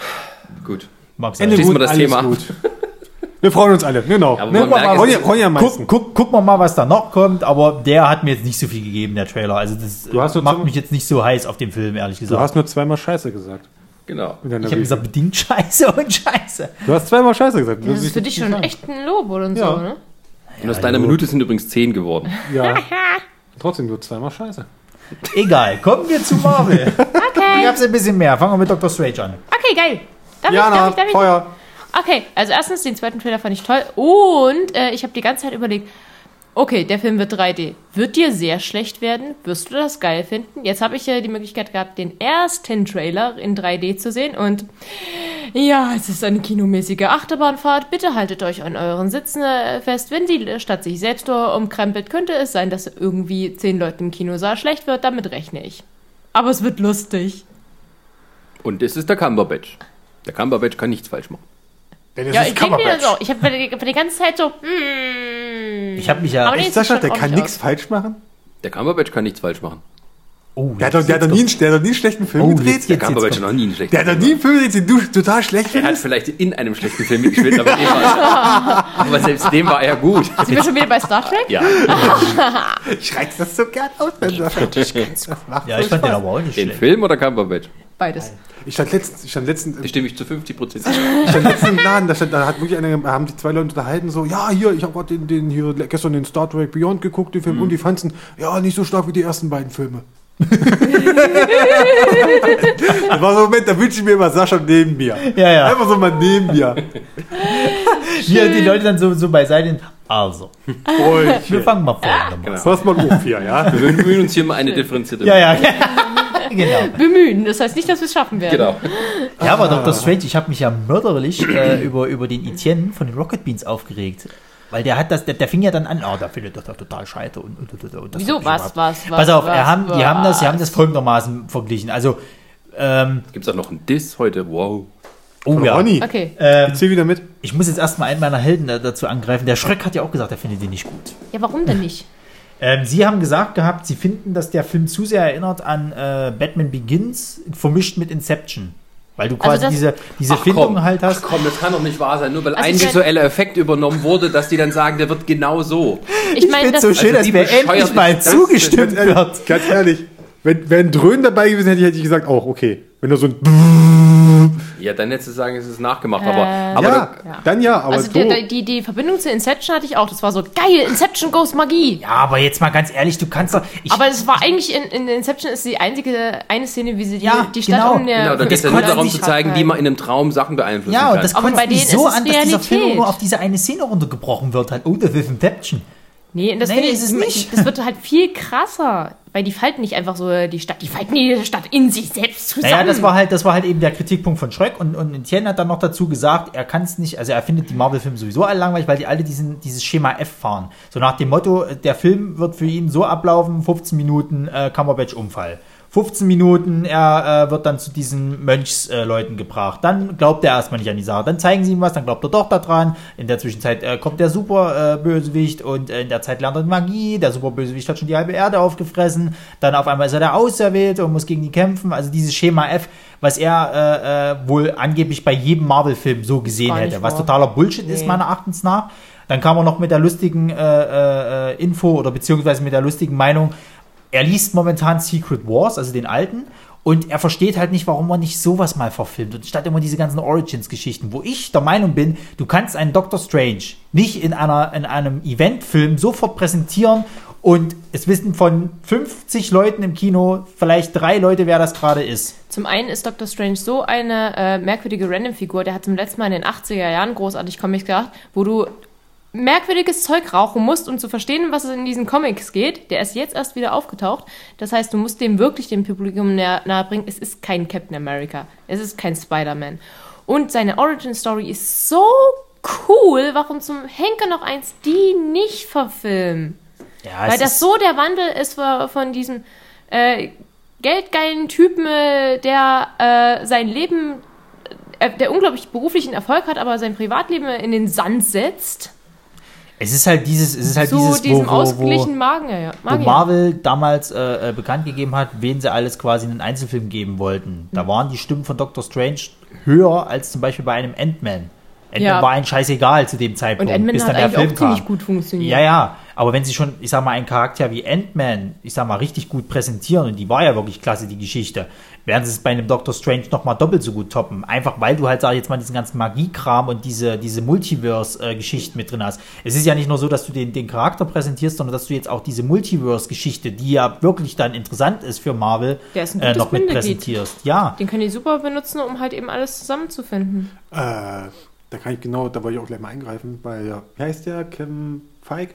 [SPEAKER 1] Gut.
[SPEAKER 3] mag's
[SPEAKER 1] Ende
[SPEAKER 3] sein.
[SPEAKER 1] Schließen wir das
[SPEAKER 2] alles
[SPEAKER 1] Thema.
[SPEAKER 2] gut. Wir freuen uns alle, genau.
[SPEAKER 1] aber
[SPEAKER 2] ne?
[SPEAKER 1] man merkt,
[SPEAKER 2] wollen
[SPEAKER 1] es
[SPEAKER 2] ja,
[SPEAKER 1] ist-
[SPEAKER 2] wollen ja am meisten.
[SPEAKER 3] Guck, guck, guck mal, mal, was da noch kommt, aber der hat mir jetzt nicht so viel gegeben, der Trailer. Also das
[SPEAKER 2] Du hast nur
[SPEAKER 3] macht
[SPEAKER 2] zum-
[SPEAKER 3] mich jetzt nicht so heiß auf den Film, ehrlich
[SPEAKER 2] Du
[SPEAKER 3] gesagt.
[SPEAKER 2] hast nur zweimal Scheiße gesagt.
[SPEAKER 1] Genau.
[SPEAKER 2] In deiner
[SPEAKER 3] ich habe
[SPEAKER 2] Review.
[SPEAKER 3] gesagt, bedingt scheiße und scheiße.
[SPEAKER 2] du hast zweimal Scheiße gesagt.
[SPEAKER 4] Das ist für dich schon echt ein Lob und
[SPEAKER 2] Ja.
[SPEAKER 4] so, ne?
[SPEAKER 1] Und aus deiner Minute sind übrigens 10 geworden.
[SPEAKER 2] Ja. Trotzdem nur zweimal Scheiße.
[SPEAKER 3] Egal, kommen wir zu Marvel. Ich
[SPEAKER 4] Okay,
[SPEAKER 3] hab's ein bisschen mehr. Fangen wir mit Dr. Strange an.
[SPEAKER 4] okay, geil. Darf
[SPEAKER 2] Jana,
[SPEAKER 4] ich, darf ich, darf ich?
[SPEAKER 2] Feuer.
[SPEAKER 4] Okay, also erstens, den zweiten Trailer fand ich toll. Und äh, ich habe die ganze Zeit überlegt, okay, der Film wird 3D. Wird dir sehr schlecht werden? Wirst du das geil finden? Jetzt habe ich ja die Möglichkeit gehabt, den ersten Trailer in 3D zu sehen. Und ja, es ist eine kinomäßige Achterbahnfahrt. Bitte haltet euch an euren Sitzen äh, fest. Wenn die Stadt sich selbst umkrempelt, könnte es sein, dass irgendwie zehn Leuten im Kinosaal schlecht wird. Damit rechne ich. Aber es wird lustig.
[SPEAKER 1] Und es ist der Cumberbatch. Der Cumberbatch kann nichts falsch machen.
[SPEAKER 2] Denn es
[SPEAKER 4] ja,
[SPEAKER 2] ist
[SPEAKER 4] ich denke mir das
[SPEAKER 2] Cumberbatch.
[SPEAKER 4] auch. Ich habe die, die ganze Zeit so, hm.
[SPEAKER 3] Ich habe mich ja.
[SPEAKER 4] Aber nee,
[SPEAKER 2] Echt, Sascha,
[SPEAKER 4] sieht
[SPEAKER 2] der
[SPEAKER 4] schon
[SPEAKER 2] kann
[SPEAKER 4] ordentlich
[SPEAKER 2] nichts falsch machen?
[SPEAKER 1] Der Cumberbatch kann nichts falsch machen.
[SPEAKER 3] oh,
[SPEAKER 2] Der hat doch, der hat doch nie, einen- der hat doch nie einen schlechten Film
[SPEAKER 3] Oh,
[SPEAKER 2] gedreht.
[SPEAKER 3] jetzt-
[SPEAKER 1] Der
[SPEAKER 3] jetzt
[SPEAKER 1] Cumberbatch hat
[SPEAKER 3] kommt-
[SPEAKER 1] noch nie einen schlechten
[SPEAKER 2] Der hat doch nie einen Film gedreht, den du total schlecht
[SPEAKER 1] Er hat
[SPEAKER 2] findest.
[SPEAKER 1] vielleicht in einem schlechten Film mitgespielt, aber, dem war aber selbst dem war er gut.
[SPEAKER 4] Sind wir schon wieder bei
[SPEAKER 3] Ah,
[SPEAKER 4] Star Trek?
[SPEAKER 1] Ja,
[SPEAKER 2] Ich reiz das so gern aus, wenn Sascha. Das macht
[SPEAKER 3] ja, ich
[SPEAKER 2] so
[SPEAKER 3] fand den
[SPEAKER 2] Spaß.
[SPEAKER 3] aber auch nicht
[SPEAKER 1] den
[SPEAKER 3] schlecht.
[SPEAKER 1] Film oder Cumberbatch?
[SPEAKER 4] Beides.
[SPEAKER 2] Ich stand letztens, ich stand letztens im
[SPEAKER 1] Da stimme ich zu 50 Prozent sicher.
[SPEAKER 2] Ich stand letztens im Laden, da, stand, da hat wirklich einer, haben die zwei Leute unterhalten, so, ja, hier, ich habe den, den hier gestern den Star Trek Beyond geguckt, den
[SPEAKER 3] Mhm.
[SPEAKER 2] Film, und die fanden ja, nicht so stark wie die ersten beiden Filme. das war so ein Moment, da wünsche ich mir immer Sascha neben mir.
[SPEAKER 3] Ja, ja.
[SPEAKER 2] Einfach so mal neben mir.
[SPEAKER 3] Hier die Leute dann so, so beiseite. Also, wir
[SPEAKER 2] Bräuchchen.
[SPEAKER 3] fangen mal vorne an.
[SPEAKER 2] Fass mal auf hier, ja?
[SPEAKER 1] Wir bemühen uns hier mal eine differenzierte
[SPEAKER 3] Ja, ja, genau.
[SPEAKER 4] Bemühen. Das heißt nicht, dass wir es schaffen werden.
[SPEAKER 1] Genau.
[SPEAKER 3] Ja, aber Dr. Strange, ich habe mich ja mörderlich äh, über, über den Etienne von den Rocket Beans aufgeregt. Weil der hat das, der, der fing ja dann an, oh, der findet das doch total scheiße und, und, und, und das
[SPEAKER 4] Wieso?
[SPEAKER 3] hab ich
[SPEAKER 4] Was,
[SPEAKER 3] überhaupt-
[SPEAKER 4] was, was?
[SPEAKER 3] Pass auf,
[SPEAKER 4] was,
[SPEAKER 3] er haben, die haben das,
[SPEAKER 4] was?
[SPEAKER 3] sie haben das folgendermaßen verglichen. Also, ähm,
[SPEAKER 1] Gibt es auch noch einen Diss heute? Wow.
[SPEAKER 3] oh ja.
[SPEAKER 2] Ronny,
[SPEAKER 4] Okay.
[SPEAKER 3] Ähm,
[SPEAKER 2] erzähl wieder mit.
[SPEAKER 3] ich muss jetzt erstmal einen meiner Helden da, dazu angreifen. Der Schröck hat ja auch gesagt, er findet den nicht gut.
[SPEAKER 4] Ja, warum denn nicht?
[SPEAKER 3] Ähm, sie haben gesagt gehabt, sie finden, dass der Film zu sehr erinnert an äh, Batman Begins, vermischt mit Inception. Weil du
[SPEAKER 4] Also
[SPEAKER 3] quasi
[SPEAKER 4] das-
[SPEAKER 3] diese, diese Findung halt hast.
[SPEAKER 1] komm, das kann doch nicht wahr sein. Nur weil
[SPEAKER 4] Also
[SPEAKER 1] ein
[SPEAKER 4] ich mein-
[SPEAKER 1] visueller Effekt übernommen wurde, dass die dann sagen, der wird genau so.
[SPEAKER 4] Ich meine,
[SPEAKER 3] find's
[SPEAKER 4] das
[SPEAKER 3] so schön,
[SPEAKER 1] Also
[SPEAKER 3] dass
[SPEAKER 1] wie
[SPEAKER 3] mir
[SPEAKER 1] bescheuert
[SPEAKER 3] endlich
[SPEAKER 1] ist
[SPEAKER 3] mal
[SPEAKER 1] das
[SPEAKER 3] zugestimmt
[SPEAKER 2] Ganz ehrlich,
[SPEAKER 3] wird.
[SPEAKER 2] ganz ehrlich wenn, wenn Dröhn dabei gewesen hätte, hätte ich gesagt, auch, okay. Wenn du so ein.
[SPEAKER 1] Ja, dann hättest du sagen, es ist nachgemacht. Aber,
[SPEAKER 4] Äh,
[SPEAKER 1] aber genau,
[SPEAKER 2] ja,
[SPEAKER 4] ja.
[SPEAKER 2] dann ja, aber
[SPEAKER 4] also
[SPEAKER 2] so.
[SPEAKER 4] die, die, die Verbindung zu Inception hatte ich auch. Das war so geil. Inception Ghost Magie.
[SPEAKER 3] Ja, aber jetzt mal ganz ehrlich, du kannst doch. Ich,
[SPEAKER 4] Aber es war eigentlich in, in Inception ist die einzige eine Szene, wie sie die,
[SPEAKER 3] Ja,
[SPEAKER 4] die Stadt
[SPEAKER 3] genau.
[SPEAKER 4] um der
[SPEAKER 1] genau, da
[SPEAKER 4] für-
[SPEAKER 1] geht es ja
[SPEAKER 4] für-
[SPEAKER 1] nur
[SPEAKER 3] kotzt
[SPEAKER 1] darum
[SPEAKER 3] mich
[SPEAKER 1] zu zeigen, wie man in einem Traum Sachen beeinflussen
[SPEAKER 3] ja,
[SPEAKER 1] kann.
[SPEAKER 3] und das
[SPEAKER 4] Aber
[SPEAKER 3] kommt
[SPEAKER 4] bei
[SPEAKER 3] nicht
[SPEAKER 4] denen
[SPEAKER 3] so
[SPEAKER 4] ist es
[SPEAKER 3] an, dass dieser Film
[SPEAKER 4] Realität.
[SPEAKER 3] nur auf diese eine Szene runtergebrochen wird, halt ohne Wiffen Täppchen.
[SPEAKER 4] Nee, das,
[SPEAKER 3] Nee,
[SPEAKER 4] finde
[SPEAKER 3] ist es
[SPEAKER 4] ich,
[SPEAKER 3] nicht.
[SPEAKER 4] das wird halt viel krasser, weil die falten nicht einfach so die Stadt, die falten die Stadt in sich selbst zusammen.
[SPEAKER 3] Naja, das war halt, das war halt eben der Kritikpunkt von Shrek und, und Etienne hat dann noch dazu gesagt, er kann es nicht, also er findet die Marvel-Filme sowieso alle langweilig, weil die alle diesen, dieses Schema F fahren. So nach dem Motto, äh, der Film wird für ihn so ablaufen, 15 Minuten äh, Cumberbatch-Unfall. 15 Minuten, er äh, wird dann zu diesen Mönchsleuten äh, Leuten gebracht. Dann glaubt er erstmal nicht an die Sache. Dann zeigen sie ihm was, dann glaubt er doch daran. In der Zwischenzeit äh, kommt der Superbösewicht äh, Bösewicht und äh, in der Zeit lernt er Magie. Der Superbösewicht hat schon die halbe Erde aufgefressen. Dann auf einmal ist er der Auserwählte und muss gegen die kämpfen. Also dieses Schema F, was er äh, äh, wohl angeblich bei jedem Marvel-Film so gesehen
[SPEAKER 4] Gar nicht
[SPEAKER 3] hätte. Was
[SPEAKER 4] wahr.
[SPEAKER 3] totaler Bullshit ist,
[SPEAKER 4] Nee.
[SPEAKER 3] meiner Erachtens nach. Dann kam er noch mit der lustigen äh, äh, äh, Info oder beziehungsweise mit der lustigen Meinung, er liest momentan Secret Wars, also den alten, und er versteht halt nicht, warum man nicht sowas mal verfilmt. Und statt immer diese ganzen Origins-Geschichten, wo ich der Meinung bin, du kannst einen Doctor Strange nicht in, einer, in einem Eventfilm sofort präsentieren und es wissen von 50 Leuten im Kino vielleicht drei Leute, wer das gerade ist.
[SPEAKER 4] Zum einen ist Dr. Strange so eine äh, merkwürdige Random-Figur, der hat zum letzten Mal in den 80er Jahren großartig Comics gemacht, wo du merkwürdiges Zeug rauchen musst, um zu verstehen, was es in diesen Comics geht. Der ist jetzt erst wieder aufgetaucht. Das heißt, du musst dem wirklich dem Publikum nahe, nahebringen. Es ist kein Captain America. Es ist kein Spider-Man. Und seine Origin-Story ist so cool. Warum zum Henker noch eins die nicht verfilmen?
[SPEAKER 3] Ja,
[SPEAKER 4] Weil das so der Wandel ist von von diesem äh, geldgeilen Typen, äh, der äh, sein Leben, äh, der unglaublich beruflichen Erfolg hat, aber sein Privatleben in den Sand setzt,
[SPEAKER 3] es ist halt dieses, es ist halt
[SPEAKER 4] zu
[SPEAKER 3] dieses,
[SPEAKER 4] diesem
[SPEAKER 3] wo, wo, wo,
[SPEAKER 4] ausgeglichenen Magier. ja.
[SPEAKER 3] wo
[SPEAKER 4] Magier.
[SPEAKER 3] Marvel damals äh, äh, bekannt gegeben hat, wen sie alles quasi in einen Einzelfilm geben
[SPEAKER 4] Mhm.
[SPEAKER 3] wollten. Da waren die Stimmen von Doctor Strange höher als zum Beispiel bei einem Ant-Man. Ant-Man
[SPEAKER 4] Ja.
[SPEAKER 3] war ein scheißegal zu dem Zeitpunkt,
[SPEAKER 4] Und Endman
[SPEAKER 3] bis
[SPEAKER 4] hat
[SPEAKER 3] dann
[SPEAKER 4] eigentlich
[SPEAKER 3] der Film
[SPEAKER 4] auch
[SPEAKER 3] kam.
[SPEAKER 4] ziemlich gut funktioniert.
[SPEAKER 3] Ja, Ah ja, aber wenn sie schon, ich sag mal, einen Charakter wie Ant-Man, ich sag mal, richtig gut präsentieren, und die war ja wirklich klasse, die Geschichte, werden sie es bei einem Doctor Strange nochmal doppelt so gut toppen. Einfach weil du halt, sag ich jetzt mal, diesen ganzen Magiekram und diese, diese Multiverse-Geschichten mit drin hast. Es ist ja nicht nur so, dass du den, den Charakter präsentierst, sondern dass du jetzt auch diese Multiverse-Geschichte, die ja wirklich dann interessant ist für Marvel,
[SPEAKER 4] Der ist ein
[SPEAKER 3] äh,
[SPEAKER 4] gutes
[SPEAKER 3] noch mit
[SPEAKER 4] Bindeglied.
[SPEAKER 3] präsentierst. Ja.
[SPEAKER 4] Den können die super benutzen, um halt eben alles zusammenzufinden.
[SPEAKER 2] Äh, da kann ich genau, da wollte ich auch gleich mal eingreifen, weil ja, wie heißt der? Kevin Feig?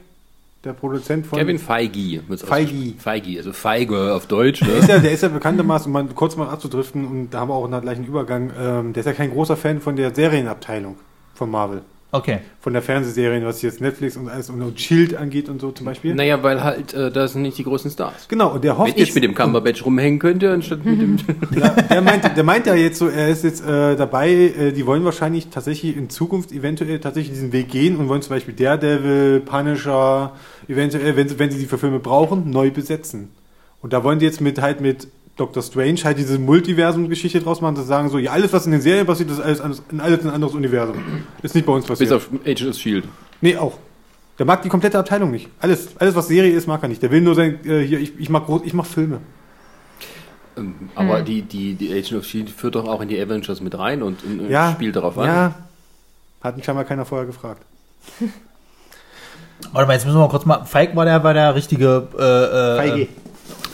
[SPEAKER 2] Der Produzent von.
[SPEAKER 1] Kevin Feige. wird's
[SPEAKER 2] Feige.
[SPEAKER 1] ausgesprochen. Feige, also Feige auf Deutsch. Ne?
[SPEAKER 2] Der ist ja, der ist ja bekanntermaßen, um mal kurz mal abzudriften, und da haben wir auch einen gleichen Übergang, ähm, der ist ja kein großer Fan von der Serienabteilung von Marvel.
[SPEAKER 3] Okay.
[SPEAKER 2] Von der Fernsehserien, was jetzt Netflix und alles und, und Shield angeht und so zum Beispiel.
[SPEAKER 1] Naja, weil halt, äh, da sind nicht die großen Stars.
[SPEAKER 2] Genau, und der
[SPEAKER 1] Wenn
[SPEAKER 2] hofft
[SPEAKER 1] ich mit dem Cumberbatch rumhängen könnte, anstatt mit dem...
[SPEAKER 2] Ja, der, meint, der meint ja jetzt so, er ist jetzt äh, dabei, äh, die wollen wahrscheinlich tatsächlich in Zukunft eventuell tatsächlich diesen Weg gehen und wollen zum Beispiel Daredevil, Punisher, eventuell, wenn, sie- wenn sie die für Filme brauchen, neu besetzen. Und da wollen die jetzt mit halt mit Doctor Strange halt diese Multiversum-Geschichte draus machen, dass sie sagen so, ja, alles, was in den Serien passiert, ist alles, anders, alles ein anderes Universum. Ist nicht bei uns passiert.
[SPEAKER 1] Bis auf Agent of S.H.I.E.L.D.
[SPEAKER 2] Nee, auch. Der mag die komplette Abteilung nicht. Alles, alles was Serie ist, mag er nicht. Der will nur sein, äh, hier, ich, ich, mag groß, ich mach Filme.
[SPEAKER 1] Ähm,
[SPEAKER 4] Hm.
[SPEAKER 1] aber die, die, die Agent of S.H.I.E.L.D. E führt doch auch in die Avengers mit rein und, und
[SPEAKER 2] Ja.
[SPEAKER 1] spielt darauf an.
[SPEAKER 2] Ja. Hat scheinbar keiner vorher gefragt.
[SPEAKER 3] Warte mal, jetzt müssen wir mal kurz mal. Feig war der, war der richtige. Äh, äh,
[SPEAKER 2] Feige.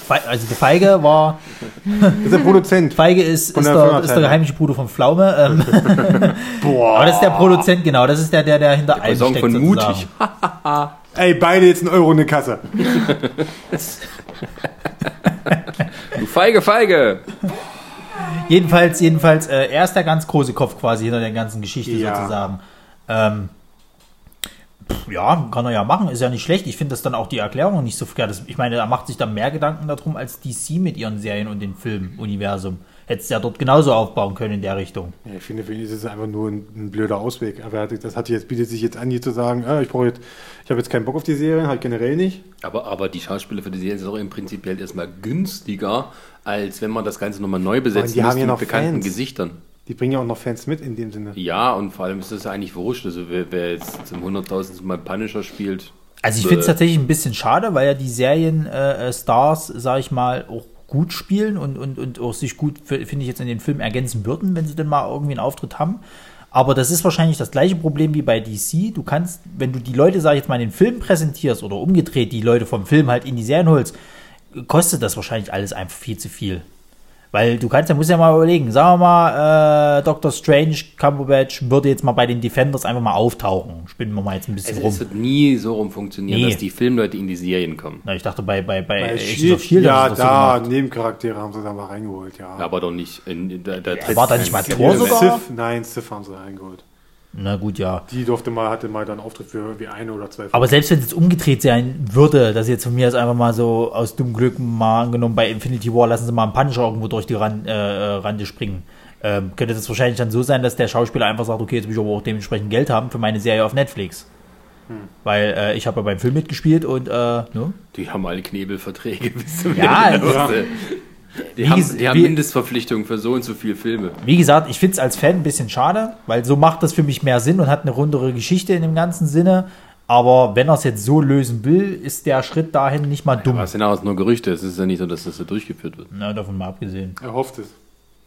[SPEAKER 3] Feig, also der Feige war.
[SPEAKER 2] Das ist der Produzent.
[SPEAKER 3] Feige ist,
[SPEAKER 2] Von
[SPEAKER 3] ist,
[SPEAKER 2] der
[SPEAKER 3] der,
[SPEAKER 2] Firma
[SPEAKER 3] ist der
[SPEAKER 2] Teile.
[SPEAKER 3] geheimliche Bruder von Pflaume. Ähm,
[SPEAKER 2] Boah.
[SPEAKER 3] aber das ist der Produzent, genau. Das ist der, der, der hinter allem
[SPEAKER 1] Song
[SPEAKER 3] steckt.
[SPEAKER 1] von
[SPEAKER 3] sozusagen.
[SPEAKER 1] Mutig.
[SPEAKER 2] Ey, beide jetzt einen Euro in die Kasse.
[SPEAKER 1] Du Feige, Feige!
[SPEAKER 3] Jedenfalls, jedenfalls, äh, er ist der ganz große Kopf quasi hinter der ganzen Geschichte
[SPEAKER 2] Ja.
[SPEAKER 3] sozusagen. Ähm, pff, ja, kann er ja machen, ist ja nicht schlecht. Ich finde das dann auch die Erklärung nicht so verkehrt. Das- Ich meine, er macht sich da mehr Gedanken darum als DC mit ihren Serien und dem Filmuniversum. Hättest du ja dort genauso aufbauen können in der Richtung.
[SPEAKER 2] Ja, ich finde, für ihn ist es einfach nur ein, ein blöder Ausweg. Aber er hat, das hat jetzt, bietet sich jetzt an, hier zu sagen, ah, ich brauche jetzt, ich habe jetzt keinen Bock auf die Serien, halt generell nicht.
[SPEAKER 1] Aber, aber die Schauspieler für die Serie sind auch im Prinzip erstmal günstiger, als wenn man das Ganze nochmal neu besetzt
[SPEAKER 2] die haben ja noch
[SPEAKER 1] mit bekannten
[SPEAKER 2] Fans.
[SPEAKER 1] Gesichtern.
[SPEAKER 2] Die bringen ja auch noch Fans mit in dem Sinne.
[SPEAKER 1] Ja, und vor allem ist das ja eigentlich wurscht. Also wer, wer jetzt zum hunderttausendsten Mal Punisher spielt,
[SPEAKER 3] Also ich finde es
[SPEAKER 1] Äh.
[SPEAKER 3] tatsächlich ein bisschen schade, weil ja die Serienstars, äh, Stars, sag ich mal, auch gut spielen und, und, und auch sich gut, f- finde ich, jetzt in den Film ergänzen würden, wenn sie denn mal irgendwie einen Auftritt haben. Aber das ist wahrscheinlich das gleiche Problem wie bei DC. Du kannst, wenn du die Leute, sag ich jetzt mal, in den Film präsentierst oder umgedreht die Leute vom Film halt in die Serien holst, kostet das wahrscheinlich alles einfach viel zu viel. Weil du kannst, da musst du ja mal überlegen, sagen wir mal, äh, Dr. Strange, Cumberbatch würde jetzt mal bei den Defenders einfach mal auftauchen. Spinnen wir mal jetzt ein bisschen
[SPEAKER 1] es,
[SPEAKER 3] rum.
[SPEAKER 1] also, es wird nie so rum funktionieren,
[SPEAKER 3] Nee.
[SPEAKER 1] dass die Filmleute in die Serien kommen.
[SPEAKER 3] Na, ich dachte bei bei bei,
[SPEAKER 2] Bei
[SPEAKER 3] Agents
[SPEAKER 2] Shield,
[SPEAKER 3] of Shield
[SPEAKER 2] ja,
[SPEAKER 3] haben sie das so
[SPEAKER 2] da,
[SPEAKER 3] gemacht.
[SPEAKER 2] Nebencharaktere haben sie da mal reingeholt, ja.
[SPEAKER 1] Aber doch nicht. In, in, da, da
[SPEAKER 3] war da nicht mal
[SPEAKER 1] Thor?
[SPEAKER 3] Thor?
[SPEAKER 2] Äh,
[SPEAKER 3] sogar?
[SPEAKER 2] Sif, nein, Sif haben sie da reingeholt.
[SPEAKER 3] Na gut, ja.
[SPEAKER 2] Die durfte mal, hatte mal dann Auftritt für irgendwie eine oder zwei
[SPEAKER 3] Aber selbst wenn es jetzt umgedreht sein würde, dass jetzt von mir aus einfach mal so aus dumm Glück mal angenommen bei Infinity War lassen sie mal einen Punisher irgendwo durch die Ran, äh, äh, Rande springen. Ähm, könnte das wahrscheinlich dann so sein, dass der Schauspieler einfach sagt, okay, jetzt will ich aber auch dementsprechend Geld haben für meine Serie auf Netflix.
[SPEAKER 2] Hm.
[SPEAKER 3] Weil äh, ich habe ja beim Film mitgespielt und äh, ne?
[SPEAKER 1] Die haben alle Knebelverträge. bis zum
[SPEAKER 3] Ja,
[SPEAKER 1] Ende.
[SPEAKER 3] ja.
[SPEAKER 1] äh, Die
[SPEAKER 3] Wie
[SPEAKER 1] haben,
[SPEAKER 3] ges-
[SPEAKER 1] die haben
[SPEAKER 3] wie-
[SPEAKER 1] Mindestverpflichtungen für so und so viele Filme.
[SPEAKER 3] Wie gesagt, ich finde es als Fan ein bisschen schade, weil so macht das für mich mehr Sinn und hat eine rundere Geschichte in dem ganzen Sinne. Aber wenn er es jetzt so lösen will, ist der Schritt dahin nicht mal dumm.
[SPEAKER 1] Aber es sind auch nur Gerüchte. Es ist ja nicht so, dass das so durchgeführt wird.
[SPEAKER 3] Na, davon mal abgesehen.
[SPEAKER 2] Er hofft es.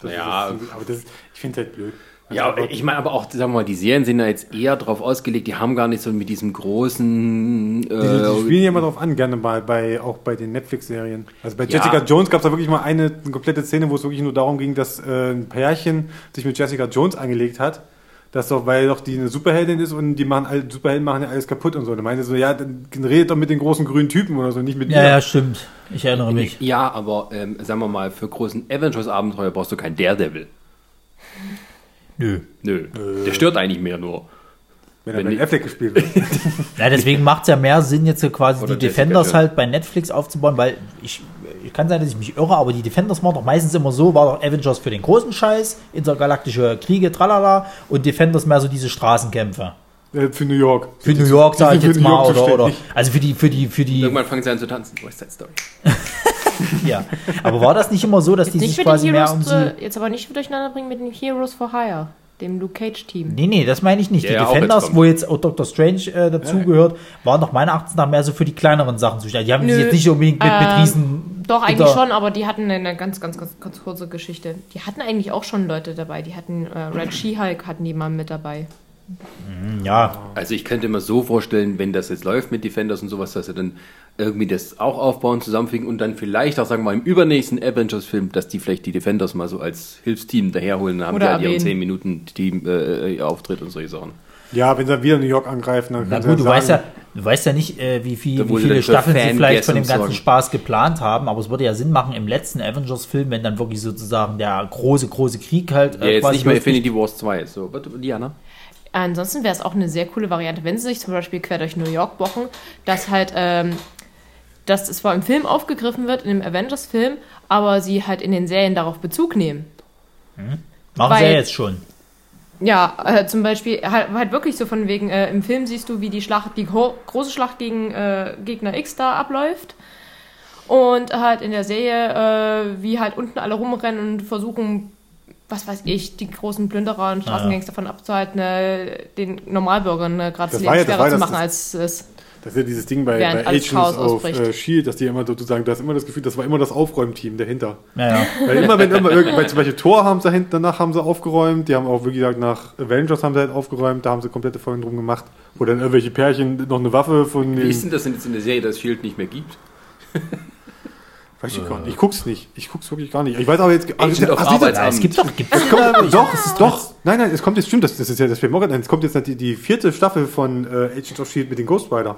[SPEAKER 2] Das
[SPEAKER 1] Ja.
[SPEAKER 2] Ist, aber das, ist- ich finde es halt blöd.
[SPEAKER 1] Ja,
[SPEAKER 2] Also,
[SPEAKER 1] aber ich meine aber auch, sagen wir mal, die Serien sind ja jetzt eher drauf ausgelegt, die haben gar nicht so mit diesem großen.
[SPEAKER 2] Die,
[SPEAKER 3] also
[SPEAKER 2] die
[SPEAKER 1] Äh,
[SPEAKER 2] spielen ja mal drauf an, gerne mal bei, auch bei den Netflix-Serien. Also bei
[SPEAKER 1] Ja.
[SPEAKER 2] Jessica Jones gab es da wirklich mal eine, eine komplette Szene, wo es wirklich nur darum ging, dass äh, ein Pärchen sich mit Jessica Jones angelegt hat. Das doch, weil doch die eine Superheldin ist und die machen all, Superhelden machen ja alles kaputt und so. Und dann meinte sie so, ja, dann redet doch mit den großen grünen Typen oder so, nicht mit
[SPEAKER 3] Ja,
[SPEAKER 2] ihr.
[SPEAKER 3] ja, stimmt. Ich erinnere mich.
[SPEAKER 1] Ja, aber ähm, sagen wir mal, für großen Avengers-Abenteuer brauchst du keinen Daredevil.
[SPEAKER 3] Nö.
[SPEAKER 1] Nö. Der stört eigentlich mehr nur. Wenn
[SPEAKER 2] Wenn, er Ben
[SPEAKER 1] die-
[SPEAKER 2] Affleck gespielt wird.
[SPEAKER 3] Ja, deswegen macht es ja mehr Sinn, jetzt so quasi
[SPEAKER 1] Oder
[SPEAKER 3] die
[SPEAKER 1] Jessica
[SPEAKER 3] Defenders
[SPEAKER 1] Jones.
[SPEAKER 3] halt bei Netflix aufzubauen, weil ich, ich kann sein, dass ich mich irre, aber die Defenders waren doch meistens immer so, war doch Avengers für den großen Scheiß, intergalaktische Kriege, tralala, und Defenders mehr so diese Straßenkämpfe.
[SPEAKER 2] Äh, für New York.
[SPEAKER 3] Für New York,
[SPEAKER 2] Die
[SPEAKER 3] sag ich
[SPEAKER 2] sind
[SPEAKER 3] jetzt
[SPEAKER 2] für New
[SPEAKER 3] mal,
[SPEAKER 2] York
[SPEAKER 3] oder, oder,
[SPEAKER 2] zuständig.
[SPEAKER 3] also für die, für die, für die,
[SPEAKER 1] Irgendwann fangen sie an zu tanzen. West Side Story.
[SPEAKER 3] ja. Aber war das nicht immer so, dass die
[SPEAKER 4] Nicht
[SPEAKER 3] sich
[SPEAKER 4] mit den
[SPEAKER 3] quasi mehr
[SPEAKER 4] Heroes,
[SPEAKER 3] um sie,
[SPEAKER 4] äh, jetzt aber nicht durcheinander bringen mit den Heroes for Hire, dem Luke Cage-Team.
[SPEAKER 3] Nee, nee, das meine ich nicht.
[SPEAKER 1] Der ja
[SPEAKER 3] die
[SPEAKER 1] auch jetzt
[SPEAKER 3] Defenders,
[SPEAKER 1] kommt.
[SPEAKER 3] wo jetzt auch Dr. Strange äh, dazugehört, waren doch meiner Achtung nach mehr so für die kleineren Sachen zuständig. Die haben sich
[SPEAKER 4] Nö,
[SPEAKER 3] jetzt nicht unbedingt mit, mit
[SPEAKER 4] ähm,
[SPEAKER 3] riesen...
[SPEAKER 4] Doch, eigentlich
[SPEAKER 3] Gitter-
[SPEAKER 4] schon, aber die hatten eine ganz, ganz, ganz, ganz kurze Geschichte. Die hatten eigentlich auch schon Leute dabei. Die hatten äh, Red She-Hulk hatten die mal mit dabei.
[SPEAKER 3] Ja,
[SPEAKER 1] Also ich könnte mir so vorstellen, wenn das jetzt läuft mit Defenders und sowas, dass sie dann irgendwie das auch aufbauen, zusammenfügen und dann vielleicht auch, sagen wir mal, im übernächsten Avengers-Film, dass die vielleicht die Defenders mal so als Hilfsteam daherholen, dann haben
[SPEAKER 4] Oder
[SPEAKER 1] die halt ihren
[SPEAKER 4] erwähnen.
[SPEAKER 1] 10 Minuten Team äh, ihr Auftritt und solche Sachen.
[SPEAKER 2] Ja, wenn sie dann wieder New York angreifen, dann
[SPEAKER 3] Na
[SPEAKER 2] kannst
[SPEAKER 3] gut, du
[SPEAKER 2] sagen,
[SPEAKER 3] weißt ja, du weißt ja nicht, äh, wie, viel,
[SPEAKER 1] Da
[SPEAKER 3] wie
[SPEAKER 1] wurde
[SPEAKER 3] viele
[SPEAKER 1] dann für
[SPEAKER 3] Staffeln sie vielleicht
[SPEAKER 1] Fangasm
[SPEAKER 3] von dem ganzen
[SPEAKER 1] sorgen.
[SPEAKER 3] Spaß geplant haben, aber es würde ja Sinn machen im letzten Avengers-Film, wenn dann wirklich sozusagen der große, große Krieg halt
[SPEAKER 1] Ja, jetzt
[SPEAKER 3] quasi
[SPEAKER 1] Äh, nicht mehr
[SPEAKER 3] losgeht.
[SPEAKER 1] Infinity Wars 2 ist. So, warte, Diana?
[SPEAKER 4] Ansonsten wäre es auch eine sehr coole Variante, wenn sie sich zum Beispiel quer durch New York bochen, dass halt, ähm, dass es zwar im Film aufgegriffen wird, in dem Avengers-Film, aber sie halt in den Serien darauf Bezug nehmen.
[SPEAKER 3] Machen sie ja
[SPEAKER 4] weil-
[SPEAKER 3] jetzt schon.
[SPEAKER 4] Ja, äh, zum Beispiel halt, halt wirklich so von wegen, äh, im Film siehst du, wie die Schlacht, die ho- große Schlacht gegen äh, Gegner X da abläuft. Und halt in der Serie, äh, wie halt unten alle rumrennen und versuchen, was weiß ich, die großen Plünderer und Straßengangs davon abzuhalten, äh, den Normalbürgern äh, gerade das
[SPEAKER 2] Das
[SPEAKER 4] Leben
[SPEAKER 2] war ja- das
[SPEAKER 4] schwerer
[SPEAKER 2] war
[SPEAKER 4] zu
[SPEAKER 2] das-
[SPEAKER 4] machen,
[SPEAKER 2] das-
[SPEAKER 4] als es ist.
[SPEAKER 2] Das ist ja dieses Ding bei,
[SPEAKER 4] Während
[SPEAKER 2] bei
[SPEAKER 4] alles
[SPEAKER 2] Agents
[SPEAKER 4] Chaos
[SPEAKER 2] of
[SPEAKER 4] ausbricht.
[SPEAKER 2] äh, Shield, dass die immer sozusagen, du hast immer das Gefühl, das war immer das Aufräumteam dahinter.
[SPEAKER 3] Ja, ja.
[SPEAKER 2] Weil immer, wenn immer irgend, weil zum Beispiel Tor haben sie hinten, danach haben sie aufgeräumt, die haben auch, wie gesagt, nach Avengers haben sie halt aufgeräumt, da haben sie komplette Folgen drum gemacht, wo dann irgendwelche Pärchen noch eine Waffe von
[SPEAKER 1] Wie ist
[SPEAKER 2] den,
[SPEAKER 1] denn das denn jetzt in der Serie, dass Shield nicht mehr gibt?
[SPEAKER 2] weiß ich gar nicht, ich guck's nicht, ich guck's wirklich gar nicht. Ich weiß aber jetzt,
[SPEAKER 1] Agent
[SPEAKER 2] siehst du,
[SPEAKER 1] of
[SPEAKER 2] siehst du,
[SPEAKER 1] Arbeitsamt.
[SPEAKER 3] Ah, es gibt doch, gibt es
[SPEAKER 2] Kommt, doch, doch. Nein, nein, es kommt jetzt, stimmt, das, das ist ja das wir morgen. Es kommt jetzt die, die vierte Staffel von äh, Agents of Shield mit den Ghost Rider.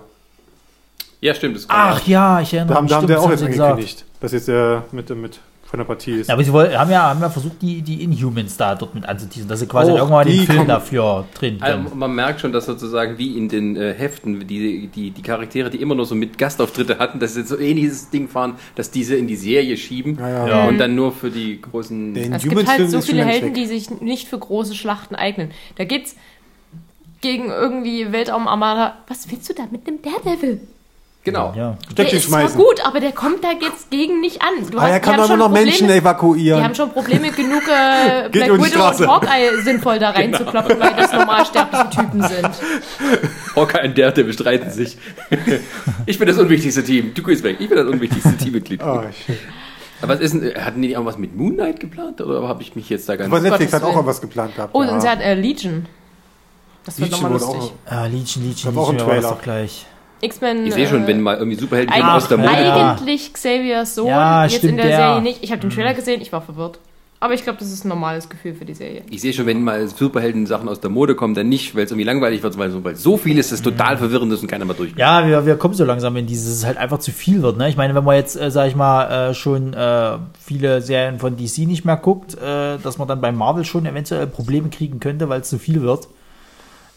[SPEAKER 1] Ja, stimmt. Das kommt
[SPEAKER 3] Ach
[SPEAKER 1] auch.
[SPEAKER 3] ja, ich erinnere
[SPEAKER 2] Da haben, da haben
[SPEAKER 3] stimmt,
[SPEAKER 2] sie ja auch
[SPEAKER 3] das
[SPEAKER 2] jetzt
[SPEAKER 3] haben sie gesagt.
[SPEAKER 2] angekündigt, dass jetzt äh, mit, mit von der Partie ist.
[SPEAKER 3] Ja, aber sie wollen, haben, ja, haben ja versucht, die, die Inhumans da dort mit anzuteasen, dass sie quasi
[SPEAKER 2] Och,
[SPEAKER 3] irgendwann den
[SPEAKER 2] Oh, die
[SPEAKER 3] Film
[SPEAKER 2] kommen- Ähm,
[SPEAKER 3] dafür drehen können.
[SPEAKER 1] Also man merkt schon, dass sozusagen wie in den äh, Heften, die, die, die Charaktere, die immer nur so mit Gastauftritte hatten, dass sie jetzt so ähnliches Ding fahren, dass diese in die Serie schieben
[SPEAKER 2] Ja, ja.
[SPEAKER 3] Ja.
[SPEAKER 1] und dann nur für die großen...
[SPEAKER 2] Den
[SPEAKER 4] Es
[SPEAKER 2] Humans
[SPEAKER 4] gibt halt
[SPEAKER 2] Film
[SPEAKER 4] so
[SPEAKER 2] ist schon
[SPEAKER 4] viele
[SPEAKER 2] längst
[SPEAKER 4] Helden,
[SPEAKER 2] weg.
[SPEAKER 4] die sich nicht für große Schlachten eignen. Da geht's gegen irgendwie Weltraumarmada. Was willst du da mit einem Daredevil?
[SPEAKER 1] genau.
[SPEAKER 3] ja.
[SPEAKER 2] Stöckchen
[SPEAKER 4] der ist zwar
[SPEAKER 2] schmeißen.
[SPEAKER 4] gut, aber der kommt da jetzt gegen nicht an. Du
[SPEAKER 2] Ah, er
[SPEAKER 4] die
[SPEAKER 2] kann
[SPEAKER 4] haben
[SPEAKER 2] doch immer
[SPEAKER 4] schon
[SPEAKER 2] noch
[SPEAKER 4] Probleme-
[SPEAKER 2] Menschen
[SPEAKER 4] Die
[SPEAKER 2] evakuieren.
[SPEAKER 4] haben schon Probleme genug, äh,
[SPEAKER 2] Geht
[SPEAKER 4] Black
[SPEAKER 2] über die
[SPEAKER 4] Widow
[SPEAKER 2] Straße. Genau.
[SPEAKER 4] und Hawkeye sinnvoll da reinzukloppen, weil das normalsterbliche Typen sind.
[SPEAKER 1] Hawkeye und Daredevil streiten sich. ich bin das unwichtigste Team. Du gehst weg. Ich bin das unwichtigste Teammitglied.
[SPEAKER 2] Ah,
[SPEAKER 1] Aber
[SPEAKER 2] ich-
[SPEAKER 1] was ist denn, äh, hatten die nicht auch was mit Moon Knight geplant? Oder habe ich mich jetzt da
[SPEAKER 2] Aber
[SPEAKER 1] ganz...
[SPEAKER 2] Netflix hat
[SPEAKER 4] Willen.
[SPEAKER 2] auch mal was geplant gehabt.
[SPEAKER 4] Oh,
[SPEAKER 2] ja.
[SPEAKER 4] und sie hat äh, Legion. Das wird
[SPEAKER 2] Legion
[SPEAKER 4] nochmal
[SPEAKER 2] wurde
[SPEAKER 4] lustig.
[SPEAKER 3] Ah, Legion, Legion,
[SPEAKER 2] Gab auch einen
[SPEAKER 3] Legion, war das
[SPEAKER 2] Trailer.
[SPEAKER 3] doch gleich.
[SPEAKER 4] X-Men.
[SPEAKER 1] Ich sehe schon,
[SPEAKER 4] äh,
[SPEAKER 1] wenn mal irgendwie Superhelden
[SPEAKER 4] Eig
[SPEAKER 1] kommen aus der
[SPEAKER 3] Ach,
[SPEAKER 1] Mode
[SPEAKER 3] ja.
[SPEAKER 4] eigentlich Xaviers Sohn,
[SPEAKER 3] Ja,
[SPEAKER 4] jetzt in
[SPEAKER 3] stimmt,
[SPEAKER 4] der
[SPEAKER 3] der.
[SPEAKER 4] Serie nicht. Ich habe
[SPEAKER 2] Mhm.
[SPEAKER 4] den Trailer gesehen, ich war verwirrt. Aber ich glaube, das ist ein normales Gefühl für die Serie.
[SPEAKER 1] Ich sehe schon, wenn mal Superhelden-Sachen aus der Mode kommen, dann nicht, weil es irgendwie langweilig wird, weil so, weil so viel ist, das total verwirrend ist und keiner mehr durchkommt.
[SPEAKER 3] Ja, wir, wir kommen so langsam in dieses, es ist halt einfach zu viel wird. Ne? Ich meine, wenn man jetzt, äh, sag ich mal, äh, schon äh, viele Serien von DC nicht mehr guckt, äh, dass man dann bei Marvel schon eventuell Probleme kriegen könnte, weil es zu viel wird.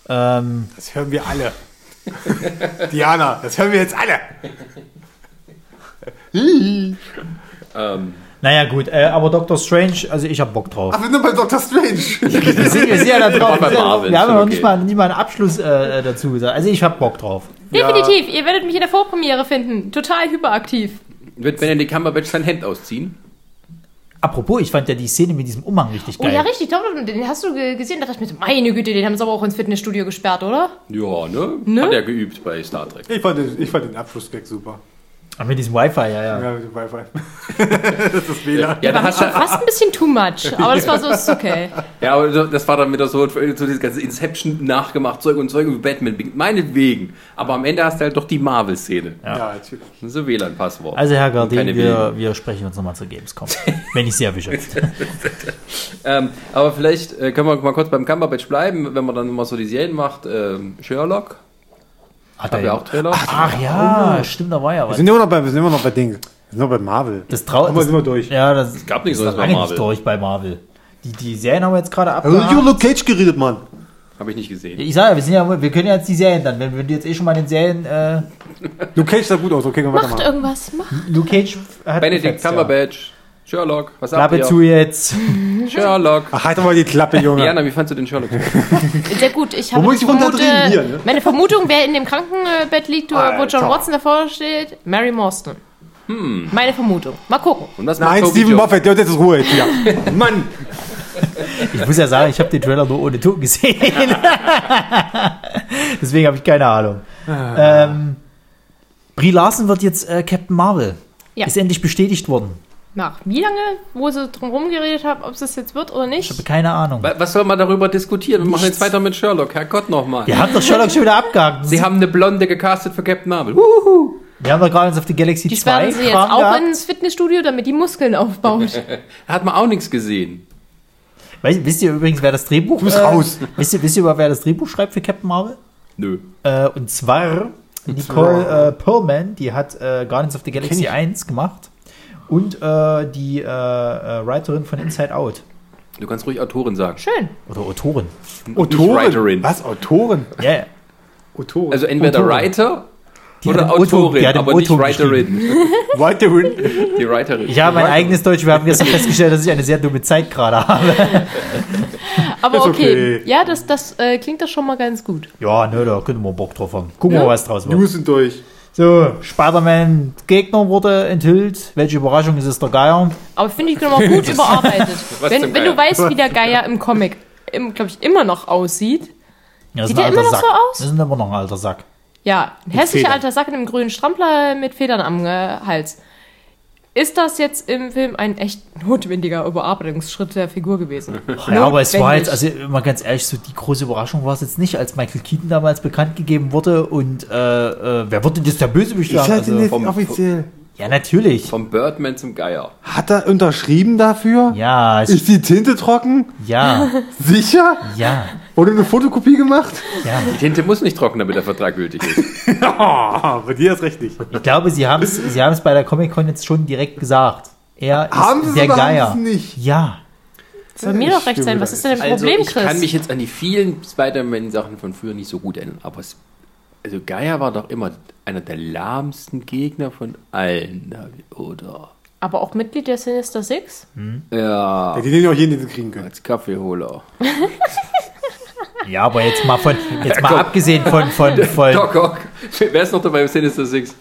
[SPEAKER 3] Ähm,
[SPEAKER 2] Das hören wir alle. Diana, das hören wir jetzt alle.
[SPEAKER 1] Ähm,
[SPEAKER 3] naja, gut, äh, aber Dr. Strange, also ich hab Bock drauf.
[SPEAKER 2] Ach, wir sind bei Dr. Strange.
[SPEAKER 3] Wir sind, wir sind ja da drauf.
[SPEAKER 1] bei
[SPEAKER 3] Wir, sind ja-
[SPEAKER 1] Marvel,
[SPEAKER 3] wir haben ja noch
[SPEAKER 1] okay.
[SPEAKER 3] nicht, mal, nicht mal einen Abschluss äh, äh, dazu gesagt. Also ich hab Bock drauf.
[SPEAKER 4] Definitiv, ihr werdet mich in der Vorpremiere finden. Total hyperaktiv.
[SPEAKER 1] wird Benedict Cumberbatch sein Hemd ausziehen?
[SPEAKER 3] Apropos, ich fand ja die Szene mit diesem Umhang richtig
[SPEAKER 4] Oh
[SPEAKER 3] geil.
[SPEAKER 4] ja, richtig, doch, doch, den hast du ge- gesehen. Da dachte ich mir, so, meine Güte, den haben sie aber auch ins Fitnessstudio gesperrt, oder?
[SPEAKER 1] Ja, ne?
[SPEAKER 4] Ne?
[SPEAKER 1] Hat er geübt bei Star Trek.
[SPEAKER 2] Ich fand den, ich fand den Abschlussgag super.
[SPEAKER 3] Ach, Ah, mit diesem Wi-Fi, ja, ja.
[SPEAKER 2] Ja, mit dem Wi-Fi. das ist WLAN.
[SPEAKER 1] Ja, da
[SPEAKER 4] War
[SPEAKER 1] hast
[SPEAKER 4] schon fast ein bisschen too much, aber das war so, ist okay.
[SPEAKER 1] Ja, aber so- das war dann wieder so, so dieses ganze Inception nachgemacht, Zeug und Zeug und Batman, meinetwegen. Aber am Ende hast du halt doch die Marvel-Szene.
[SPEAKER 2] Ja, natürlich.
[SPEAKER 1] Das ist ein WLAN-Passwort.
[SPEAKER 3] Also, Herr
[SPEAKER 1] Keine
[SPEAKER 3] Gardin,
[SPEAKER 1] Wege.
[SPEAKER 3] wir, wir sprechen uns nochmal zur Gamescom. wenn ich sie erwische.
[SPEAKER 1] Ähm, aber vielleicht äh, können wir mal kurz beim Cumberbatch bleiben, wenn man dann mal so die Serien macht. Ähm, Sherlock,
[SPEAKER 3] Hat
[SPEAKER 1] haben wir auch Trailer.
[SPEAKER 3] Ach ja, stimmt, da war ja
[SPEAKER 2] Wir
[SPEAKER 3] was.
[SPEAKER 2] sind immer noch bei, wir sind immer noch bei Ding. Wir sind noch bei Marvel.
[SPEAKER 3] Das traut
[SPEAKER 2] Kommen wir immer durch.
[SPEAKER 3] Ja, das es
[SPEAKER 1] gab nichts Neues
[SPEAKER 3] das ist
[SPEAKER 1] bei
[SPEAKER 3] lange
[SPEAKER 1] Marvel.
[SPEAKER 3] nicht durch bei Marvel. Die, die Serien haben wir jetzt gerade
[SPEAKER 2] Also
[SPEAKER 3] abgehakt.
[SPEAKER 2] ah. Jolo Cage geredet, Mann.
[SPEAKER 1] Habe ich nicht gesehen.
[SPEAKER 3] Ich sage ja, wir, sind ja, wir können ja jetzt die Serien dann, wenn wir jetzt eh schon mal den Serien. Äh,
[SPEAKER 2] Luke Cage sah gut aus, okay, können wir
[SPEAKER 4] Macht
[SPEAKER 2] weitermachen.
[SPEAKER 4] irgendwas, macht.
[SPEAKER 3] Luke Cage hat.
[SPEAKER 1] Benedict Cumberbatch, Sherlock, was habt
[SPEAKER 3] Klappe
[SPEAKER 1] ihr?
[SPEAKER 3] zu jetzt.
[SPEAKER 1] Sherlock.
[SPEAKER 2] Ach, halt doch mal die Klappe, Junge.
[SPEAKER 1] Jana, wie fandst du den Sherlock?
[SPEAKER 4] Sehr gut, ich habe
[SPEAKER 2] muss
[SPEAKER 4] die
[SPEAKER 2] ich runter drehen? Hier, ne?
[SPEAKER 4] meine Vermutung, wer in dem Krankenbett liegt, wo John
[SPEAKER 2] Alter.
[SPEAKER 4] Watson davor steht, Mary Morstan.
[SPEAKER 2] Hm.
[SPEAKER 4] Meine Vermutung. Mal gucken.
[SPEAKER 1] Und das
[SPEAKER 2] Nein,
[SPEAKER 1] Toby
[SPEAKER 2] Steven
[SPEAKER 1] Jones.
[SPEAKER 2] Moffat, der hat jetzt ist Ruhe jetzt hier. Mann!
[SPEAKER 3] Ich muss ja sagen, ich habe den Trailer nur ohne Ton gesehen. Deswegen habe ich keine Ahnung.
[SPEAKER 2] Ah.
[SPEAKER 3] Ähm, Brie Larson wird jetzt äh, Captain Marvel.
[SPEAKER 4] Ja.
[SPEAKER 3] Ist endlich bestätigt worden.
[SPEAKER 4] Nach wie lange, wo sie drum rumgeredet haben, ob es das jetzt wird oder nicht?
[SPEAKER 3] Keine Ahnung.
[SPEAKER 1] Wa- Was soll man darüber diskutieren? Wir machen
[SPEAKER 3] Nichts.
[SPEAKER 1] jetzt weiter mit Sherlock. Herrgott nochmal.
[SPEAKER 3] Wir haben doch Sherlock schon wieder abgehakt.
[SPEAKER 1] Sie haben eine Blonde gecastet für Captain Marvel. Wuhu.
[SPEAKER 3] Wir haben doch gerade uns auf die Galaxy
[SPEAKER 4] Die
[SPEAKER 3] 2
[SPEAKER 4] sperren sie jetzt
[SPEAKER 3] Kram
[SPEAKER 4] auch
[SPEAKER 3] gehabt.
[SPEAKER 4] ins Fitnessstudio, damit die Muskeln aufbaut.
[SPEAKER 1] Da hat man auch nichts gesehen.
[SPEAKER 3] Weißt, wisst ihr übrigens, wer das Drehbuch... äh,
[SPEAKER 2] Du bist raus.
[SPEAKER 3] Wisst ihr, wisst ihr, wer das Drehbuch schreibt für Captain Marvel?
[SPEAKER 1] Nö.
[SPEAKER 3] Äh, und zwar Nicole äh, Perlman, die hat äh, Guardians of the Galaxy 1 gemacht. Und äh, die äh, äh, Writerin von Inside Out.
[SPEAKER 1] Du kannst ruhig Autorin sagen.
[SPEAKER 4] Schön.
[SPEAKER 3] Oder Autorin.
[SPEAKER 1] Writerin.
[SPEAKER 2] Autoren? Was? Autoren?
[SPEAKER 3] Ja, ja.
[SPEAKER 2] Autoren.
[SPEAKER 1] Also entweder
[SPEAKER 3] Autorin.
[SPEAKER 1] Writer
[SPEAKER 3] Die hat im
[SPEAKER 1] oder
[SPEAKER 3] O-Ton-
[SPEAKER 1] Autorin,
[SPEAKER 3] die hat im
[SPEAKER 1] aber nicht
[SPEAKER 3] O-Ton
[SPEAKER 1] Writerin.
[SPEAKER 2] Weiterhin.
[SPEAKER 1] Die Writerin.
[SPEAKER 3] Ich habe mein eigenes Deutsch. Wir haben gestern festgestellt, dass ich eine sehr dumme Zeit gerade habe.
[SPEAKER 4] Aber
[SPEAKER 2] Ist
[SPEAKER 4] okay.
[SPEAKER 2] okay.
[SPEAKER 4] Ja, das, das äh, klingt das schon mal ganz gut.
[SPEAKER 3] Ja, ne, da können wir Bock drauf haben. Gucken wir
[SPEAKER 4] Ja.
[SPEAKER 3] mal, was draus wird.
[SPEAKER 2] News sind durch.
[SPEAKER 3] So, Spider-Man Gegner wurde enthüllt. Welche Überraschung ist es der Geier?
[SPEAKER 4] Aber finde ich nochmal gut überarbeitet.
[SPEAKER 1] zum
[SPEAKER 4] Wenn, wenn du
[SPEAKER 1] Geier?
[SPEAKER 4] weißt, wie der Geier im Comic, glaube ich, immer noch aussieht.
[SPEAKER 3] Ja, das
[SPEAKER 4] Sieht
[SPEAKER 3] ist ein
[SPEAKER 4] der
[SPEAKER 3] alter
[SPEAKER 4] immer noch
[SPEAKER 3] Sack.
[SPEAKER 4] so aus?
[SPEAKER 3] Das ist immer noch ein alter Sack.
[SPEAKER 4] Ja, ein hässlicher
[SPEAKER 2] Federn.
[SPEAKER 4] alter Sack in einem grünen Strampler mit Federn am äh, Hals. Ist das jetzt im Film ein echt notwendiger Überarbeitungsschritt der Figur gewesen?
[SPEAKER 3] Ja, aber es war
[SPEAKER 4] Notwendig.
[SPEAKER 3] jetzt, also mal ganz ehrlich, so die große Überraschung war es jetzt nicht, als Michael Keaton damals bekannt gegeben wurde und äh, äh, wer wurde denn jetzt der Bösewicht?
[SPEAKER 2] Ich
[SPEAKER 3] werden?
[SPEAKER 2] halte
[SPEAKER 3] Also,
[SPEAKER 2] nicht
[SPEAKER 1] vom-
[SPEAKER 2] offiziell.
[SPEAKER 3] ja, natürlich.
[SPEAKER 1] Vom Birdman zum Geier.
[SPEAKER 2] Hat er unterschrieben dafür?
[SPEAKER 3] Ja, ich,
[SPEAKER 2] Ist die Tinte trocken?
[SPEAKER 3] ja,
[SPEAKER 2] Sicher?
[SPEAKER 3] ja,
[SPEAKER 2] Wurde eine Fotokopie gemacht?
[SPEAKER 3] ja.
[SPEAKER 1] Die Tinte muss nicht trocken, damit der Vertrag gültig ist.
[SPEAKER 2] Ja, bei dir ist recht nicht.
[SPEAKER 3] Ich glaube, sie haben es sie haben's bei der Comic-Con jetzt schon direkt gesagt. Er ist
[SPEAKER 2] Haben sie
[SPEAKER 3] der
[SPEAKER 2] es oder
[SPEAKER 3] Geier.
[SPEAKER 2] haben sie es nicht?
[SPEAKER 3] Ja.
[SPEAKER 4] Soll mir doch recht sein, was ist denn das
[SPEAKER 1] Also
[SPEAKER 4] Problem,
[SPEAKER 1] ich
[SPEAKER 4] Chris?
[SPEAKER 1] kann mich jetzt an die vielen Spider-Man-Sachen von früher nicht so gut erinnern. Aber es, also Geier war doch immer einer der lahmsten Gegner von allen, na, oder?
[SPEAKER 4] Aber auch Mitglied der Sinister Six?
[SPEAKER 1] Ja,
[SPEAKER 2] Ja, die nehmen ja auch jeden, den sie kriegen können.
[SPEAKER 1] als Kaffeeholer.
[SPEAKER 3] Ja, aber jetzt mal von, jetzt mal
[SPEAKER 1] komm.
[SPEAKER 3] abgesehen von, von, von,
[SPEAKER 1] Doc Ock. Wer ist noch dabei im Sinister Six?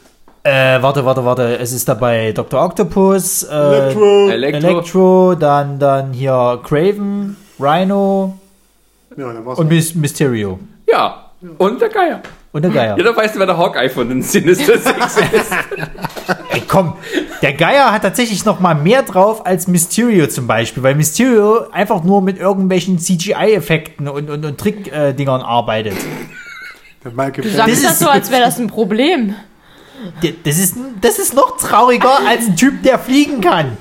[SPEAKER 3] äh, warte, warte, warte, es ist dabei Dr. Octopus, äh,
[SPEAKER 2] Electro.
[SPEAKER 1] Elektro.
[SPEAKER 3] Electro, dann, dann hier Craven, Rhino
[SPEAKER 2] Ja, dann war's
[SPEAKER 3] und
[SPEAKER 2] das.
[SPEAKER 3] Mys- Mysterio.
[SPEAKER 1] Ja, und der Geier.
[SPEAKER 3] Und der Geier.
[SPEAKER 1] Ja, dann weißt du, wer der Hawkeye von den Sinister Six ist.
[SPEAKER 3] Ey, komm, der Geier hat tatsächlich noch mal mehr drauf als Mysterio zum Beispiel, weil Mysterio einfach nur mit irgendwelchen CGI-Effekten und, und, und Trick-Dingern arbeitet.
[SPEAKER 2] Der Michael
[SPEAKER 4] Du
[SPEAKER 2] Phelps.
[SPEAKER 4] sagst das so, als wäre das ein Problem.
[SPEAKER 3] D- Das ist, das ist noch trauriger als ein Typ, der fliegen kann.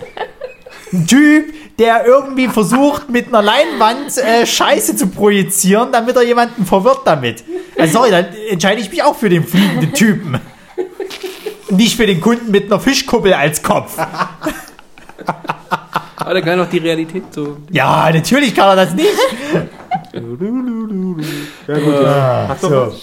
[SPEAKER 3] Ein Typ, der irgendwie versucht, mit einer Leinwand äh, Scheiße zu projizieren, damit er jemanden verwirrt damit. Also sorry, dann entscheide ich mich auch für den fliegenden Typen. Nicht für den Kunden mit einer Fischkuppel als Kopf.
[SPEAKER 1] Aber der kann noch die Realität so.
[SPEAKER 3] Ja, natürlich kann er das nicht.
[SPEAKER 2] Ja, gut, ja. Hast du
[SPEAKER 3] So.
[SPEAKER 2] was?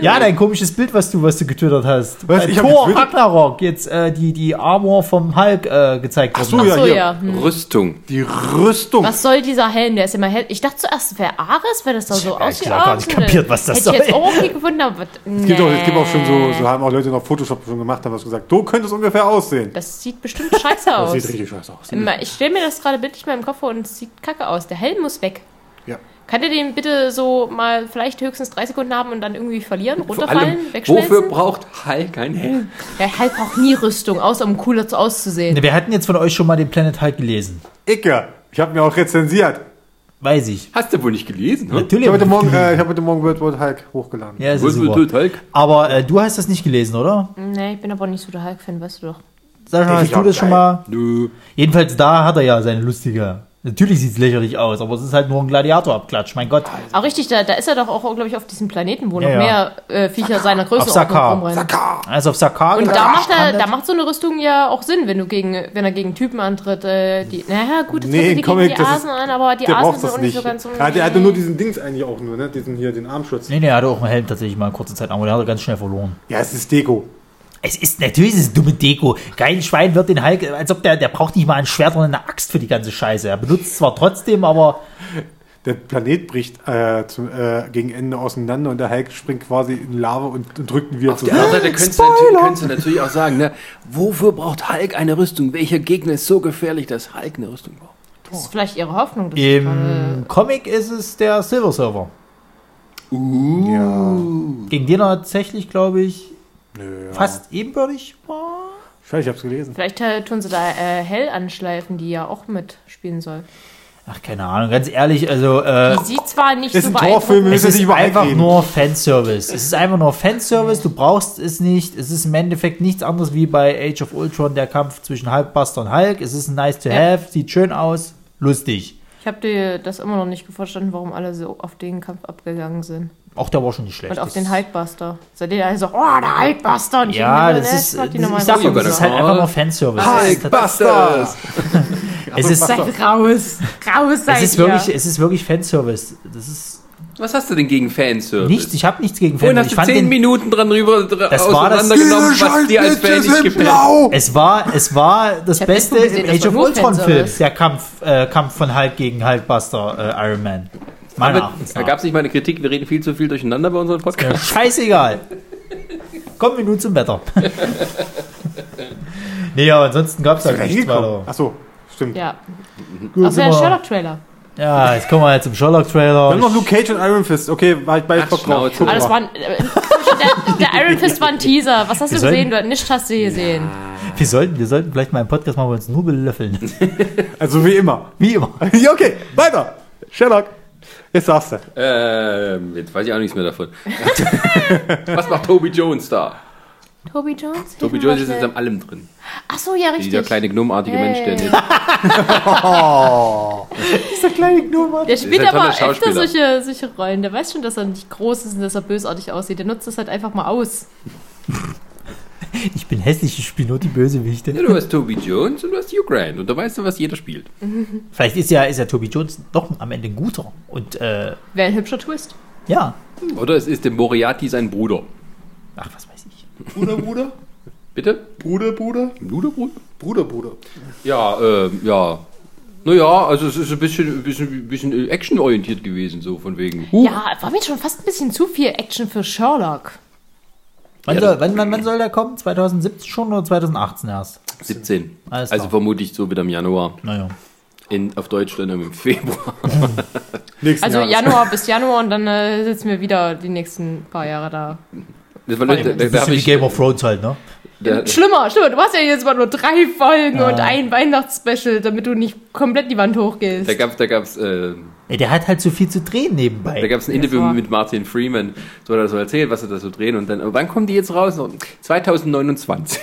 [SPEAKER 3] Ja, dein komisches Bild, was du, was du getwittert hast.
[SPEAKER 2] Was?
[SPEAKER 3] Äh,
[SPEAKER 2] Ich hab
[SPEAKER 3] Thor
[SPEAKER 2] getwittert?
[SPEAKER 3] Ragnarok, jetzt äh, die, die Armor vom Hulk äh, gezeigt
[SPEAKER 2] Ach so,
[SPEAKER 3] worden.
[SPEAKER 2] ja,
[SPEAKER 4] So,
[SPEAKER 2] hier.
[SPEAKER 4] ja. Hm.
[SPEAKER 1] Mhm. Rüstung.
[SPEAKER 2] Die Rüstung.
[SPEAKER 4] Was soll dieser Helm? Der ist immer hell. Ich dachte zuerst, wer Ares, wer das da so
[SPEAKER 3] Ja,
[SPEAKER 4] aussieht.
[SPEAKER 3] ich hab gar nicht
[SPEAKER 4] Ares.
[SPEAKER 3] kapiert, was das
[SPEAKER 4] Hätte ich jetzt
[SPEAKER 3] soll.
[SPEAKER 4] auch nie gefunden, aber.
[SPEAKER 2] Es gibt, auch, es gibt auch schon so, so haben auch Leute noch Photoshop schon gemacht, haben was gesagt. So könnte es ungefähr aussehen.
[SPEAKER 4] Das sieht bestimmt scheiße
[SPEAKER 2] Das
[SPEAKER 4] aus.
[SPEAKER 2] sieht richtig scheiße aus.
[SPEAKER 4] Ich stelle mir das gerade bildlich mal im Kopf vor und es sieht kacke aus. Der Helm muss weg.
[SPEAKER 2] Ja.
[SPEAKER 4] Kann der den bitte so mal vielleicht höchstens drei Sekunden haben und dann irgendwie verlieren,
[SPEAKER 1] Vor
[SPEAKER 4] runterfallen,
[SPEAKER 1] allem,
[SPEAKER 4] wegschmelzen?
[SPEAKER 1] wofür braucht Hall keinen Helm?
[SPEAKER 4] Der Hulk braucht nie Rüstung, außer um cooler zu auszusehen.
[SPEAKER 3] Ne, Wir hatten jetzt von euch schon mal den Planet Hulk gelesen.
[SPEAKER 2] Icke, ich habe mir auch rezensiert.
[SPEAKER 3] Weiß ich.
[SPEAKER 1] Hast du wohl nicht gelesen? Hm?
[SPEAKER 3] Natürlich.
[SPEAKER 2] Ich habe heute Morgen, äh, ich hab heute Morgen World War Hulk hochgeladen.
[SPEAKER 3] ja, es ist
[SPEAKER 1] Rüssel
[SPEAKER 3] super.
[SPEAKER 1] tut Hulk.
[SPEAKER 3] Aber äh, du hast das nicht gelesen, oder?
[SPEAKER 4] Nee, ich bin aber nicht so der Hulk-Fan, weißt du doch.
[SPEAKER 3] Sag mal,
[SPEAKER 2] Das
[SPEAKER 3] hast
[SPEAKER 2] ist
[SPEAKER 3] du
[SPEAKER 2] auch
[SPEAKER 3] das schon
[SPEAKER 2] geil.
[SPEAKER 3] mal?
[SPEAKER 1] Nö.
[SPEAKER 3] Jedenfalls da hat er ja seine lustige. Natürlich sieht's lächerlich aus, aber es ist halt nur ein Gladiator-Abklatsch. Mein Gott.
[SPEAKER 4] Auch richtig, da, da ist er doch auch, glaube ich, auf diesem Planeten, wo
[SPEAKER 3] Ja,
[SPEAKER 4] noch
[SPEAKER 3] ja.
[SPEAKER 4] mehr äh, Viecher seiner
[SPEAKER 3] Auf
[SPEAKER 4] Größe
[SPEAKER 3] Sakaar.
[SPEAKER 4] rumrennen.
[SPEAKER 3] Also auf Sakar
[SPEAKER 4] Und da macht, er, da macht so eine Rüstung ja auch Sinn, wenn du gegen, wenn er gegen Typen antritt. Äh, die, naja, gut, jetzt
[SPEAKER 2] Nee,
[SPEAKER 4] tritt er
[SPEAKER 2] im
[SPEAKER 4] gegen
[SPEAKER 2] Comic,
[SPEAKER 4] die
[SPEAKER 2] das ist-
[SPEAKER 4] Asen an, aber die
[SPEAKER 2] Der
[SPEAKER 4] Asen
[SPEAKER 2] braucht
[SPEAKER 4] sind
[SPEAKER 2] das
[SPEAKER 4] auch
[SPEAKER 2] nicht.
[SPEAKER 4] nicht so ganz so.
[SPEAKER 2] ja, der hatte nur diesen Dings eigentlich auch nur, ne? Diesen hier, den Armschutz.
[SPEAKER 3] Nee, nee, er hatte auch einen Helm tatsächlich mal in kurzer Zeit an, aber den hat er ganz schnell verloren.
[SPEAKER 2] Ja, es ist Deko.
[SPEAKER 3] Es ist natürlich das dumme Deko. Kein Schwein wird den Hulk, als ob der, der braucht nicht mal ein Schwert und eine Axt für die ganze Scheiße. Er benutzt zwar trotzdem, aber
[SPEAKER 2] Der Planet bricht äh, zum, äh, gegen Ende auseinander und der Hulk springt quasi in Lava und, und drückt ihn wieder
[SPEAKER 1] Auf der anderen Seite
[SPEAKER 2] zusammen.
[SPEAKER 1] könntest du, natürlich, könntest du natürlich auch sagen, ne, wofür braucht Hulk eine Rüstung? Welcher Gegner ist so gefährlich, dass Hulk eine Rüstung braucht?
[SPEAKER 3] Oh.
[SPEAKER 4] Das ist vielleicht ihre Hoffnung. Dass sie gerade-
[SPEAKER 3] im Comic ist es der Silver Server.
[SPEAKER 1] Uh.
[SPEAKER 3] Gegen den er tatsächlich, glaube ich,
[SPEAKER 2] Nö, ja.
[SPEAKER 3] fast ebenbürtig war.
[SPEAKER 2] Ich weiß, ich hab's gelesen.
[SPEAKER 4] vielleicht äh, tun sie da äh, Hell anschleifen, die ja auch mitspielen soll.
[SPEAKER 3] Ach, keine Ahnung, ganz ehrlich, also äh,
[SPEAKER 4] Die sieht zwar nicht
[SPEAKER 2] Ist
[SPEAKER 4] so
[SPEAKER 2] ein Torfilm, wir
[SPEAKER 4] beeindruckend
[SPEAKER 3] es
[SPEAKER 2] müssen
[SPEAKER 3] ist
[SPEAKER 2] nicht über Hulk
[SPEAKER 3] einfach
[SPEAKER 2] reden.
[SPEAKER 3] nur Fanservice. Es ist einfach nur Fanservice, du brauchst es nicht. Es ist im Endeffekt nichts anderes wie bei Age of Ultron der Kampf zwischen Hulkbuster und Hulk. Es ist ein nice to
[SPEAKER 4] Ja.
[SPEAKER 3] have, sieht schön aus, lustig.
[SPEAKER 4] Ich habe dir das immer noch nicht verstanden, warum alle so auf den Kampf abgegangen sind.
[SPEAKER 3] Auch der war schon nicht schlecht.
[SPEAKER 4] Und auf
[SPEAKER 3] Das-
[SPEAKER 4] den Hulkbuster. Seitdem alle so, oh, der Hulkbuster. Und ich
[SPEAKER 3] Ja,
[SPEAKER 4] denke mir so,
[SPEAKER 3] das
[SPEAKER 4] ne,
[SPEAKER 3] ist,
[SPEAKER 4] mach
[SPEAKER 3] das,
[SPEAKER 4] die nochmal
[SPEAKER 3] ich sag
[SPEAKER 4] so.
[SPEAKER 3] doch, das ist halt einfach nur Fanservice. Es ist,
[SPEAKER 1] Hulkbusters!
[SPEAKER 3] es ist,
[SPEAKER 4] Seid raus. Raus seid
[SPEAKER 3] es ist
[SPEAKER 4] ihr.
[SPEAKER 3] wirklich, es ist wirklich Fanservice. Das ist
[SPEAKER 1] Was hast du denn gegen Fanservice?
[SPEAKER 3] nichts, ich habe nichts gegen
[SPEAKER 1] Vorhin hast
[SPEAKER 3] Ich
[SPEAKER 1] du zehn
[SPEAKER 3] den-
[SPEAKER 1] Minuten dran rüber dr-
[SPEAKER 3] Das war das-
[SPEAKER 1] auseinandergenommen, was dir als Fan nicht gefällt.
[SPEAKER 3] Es war, es war das
[SPEAKER 4] Ich hab
[SPEAKER 3] Beste
[SPEAKER 4] nicht gesehen,
[SPEAKER 3] im
[SPEAKER 4] das
[SPEAKER 3] Age
[SPEAKER 4] war
[SPEAKER 3] of
[SPEAKER 4] nur
[SPEAKER 3] Ultron Film,
[SPEAKER 4] Fanservice.
[SPEAKER 3] der Kampf, äh, Kampf von Hulk gegen Hulkbuster äh, Iron Man. Meiner
[SPEAKER 1] Aber
[SPEAKER 3] Erachtens.
[SPEAKER 1] Da
[SPEAKER 3] nach.
[SPEAKER 1] gab es nicht mal eine Kritik, wir reden viel zu viel durcheinander bei unserem Podcast.
[SPEAKER 3] Scheißegal. Kommen wir nun zum Wetter. nee, aber ansonsten gab es da nichts weiter.
[SPEAKER 2] Achso, stimmt.
[SPEAKER 4] Ja,
[SPEAKER 3] Gut,
[SPEAKER 4] außer
[SPEAKER 3] sind
[SPEAKER 4] der
[SPEAKER 3] wir-
[SPEAKER 4] Sherlock-Trailer.
[SPEAKER 3] Ja, jetzt kommen wir jetzt zum Sherlock-Trailer.
[SPEAKER 2] Dann noch Luke Cage und Iron Fist. Okay, war ich bei
[SPEAKER 1] Ach,
[SPEAKER 2] Bock
[SPEAKER 1] Schnauze.
[SPEAKER 2] Guck
[SPEAKER 4] Aber das
[SPEAKER 2] mal.
[SPEAKER 4] war ein, äh, der, der Iron Fist war ein Teaser. Was hast
[SPEAKER 3] Wir
[SPEAKER 4] du
[SPEAKER 3] sollten-
[SPEAKER 4] gesehen? Du, nichts hast du gesehen.
[SPEAKER 3] Wir sollten, wir sollten vielleicht mal einen Podcast machen, wo wir uns nur belöffeln.
[SPEAKER 2] Also wie immer.
[SPEAKER 3] Wie immer.
[SPEAKER 2] ja, okay, weiter. Sherlock. Jetzt sagst du.
[SPEAKER 1] Ähm, jetzt weiß ich auch nichts mehr davon. was macht Toby Jones da?
[SPEAKER 4] Toby Jones?
[SPEAKER 1] Toby Jones ist jetzt am allem drin.
[SPEAKER 4] Ach so, ja, richtig.
[SPEAKER 1] Dieser kleine gnomartige
[SPEAKER 4] Hey.
[SPEAKER 1] Mensch, der nicht.
[SPEAKER 3] Dieser kleine Gnome.
[SPEAKER 4] der
[SPEAKER 1] ist
[SPEAKER 4] spielt
[SPEAKER 1] ein toller
[SPEAKER 4] aber öfter
[SPEAKER 1] Schauspieler.
[SPEAKER 4] solche, solche Rollen. Der weiß schon, dass er nicht groß ist und dass er bösartig aussieht. Der nutzt das halt einfach mal aus.
[SPEAKER 3] Ich bin hässlich, ich spiele nur die Bösewichte.
[SPEAKER 1] Ja, du hast Toby Jones und du hast Hugh Grant und da weißt du, was jeder spielt.
[SPEAKER 3] Vielleicht ist ja, ist ja Toby Jones doch am Ende ein guter. Und äh,
[SPEAKER 4] Wäre ein hübscher Twist.
[SPEAKER 3] ja.
[SPEAKER 1] Oder es ist dem Moriarty sein Bruder.
[SPEAKER 3] Ach, was weiß ich.
[SPEAKER 2] Bruder, Bruder.
[SPEAKER 1] Bitte?
[SPEAKER 2] Bruder, Bruder.
[SPEAKER 1] Bruder, Bruder?
[SPEAKER 2] Bruder, Bruder.
[SPEAKER 1] Ja, ähm, ja. Naja, also es ist ein bisschen, ein bisschen, ein bisschen actionorientiert gewesen, so von wegen. Huh.
[SPEAKER 4] Ja, war mir schon fast ein bisschen zu viel Action für Sherlock.
[SPEAKER 3] Wann,
[SPEAKER 1] Ja,
[SPEAKER 3] soll,
[SPEAKER 1] das-
[SPEAKER 3] wann, wann, wann soll der kommen? 2017 schon oder 2018 erst?
[SPEAKER 1] 17.
[SPEAKER 3] Alles
[SPEAKER 1] also
[SPEAKER 3] klar.
[SPEAKER 1] vermutlich so wieder im Januar.
[SPEAKER 3] Naja.
[SPEAKER 1] In, auf Deutsch dann im Februar.
[SPEAKER 2] Nächsten
[SPEAKER 4] Also
[SPEAKER 2] Jahres.
[SPEAKER 4] Januar bis Januar und dann äh, sitzen wir wieder die nächsten paar Jahre da.
[SPEAKER 1] Das war Leute, da,
[SPEAKER 3] Das
[SPEAKER 1] da
[SPEAKER 3] ist
[SPEAKER 1] hab
[SPEAKER 3] so wie
[SPEAKER 1] ich,
[SPEAKER 3] Game of Thrones halt, ne?
[SPEAKER 1] da,
[SPEAKER 4] Äh, Schlimmer, schlimmer. Du hast ja jetzt mal nur drei Folgen und ein Weihnachtsspecial, damit du nicht komplett die Wand hochgehst.
[SPEAKER 1] da gab's, da gab's, äh,
[SPEAKER 3] Ey, der hat halt so viel zu drehen
[SPEAKER 1] da
[SPEAKER 3] nebenbei.
[SPEAKER 1] gab's ein Interview
[SPEAKER 4] war-
[SPEAKER 1] mit Martin Freeman, so hat er so erzählt, was sie da so drehen und dann, wann kommen die jetzt raus? Und 2029.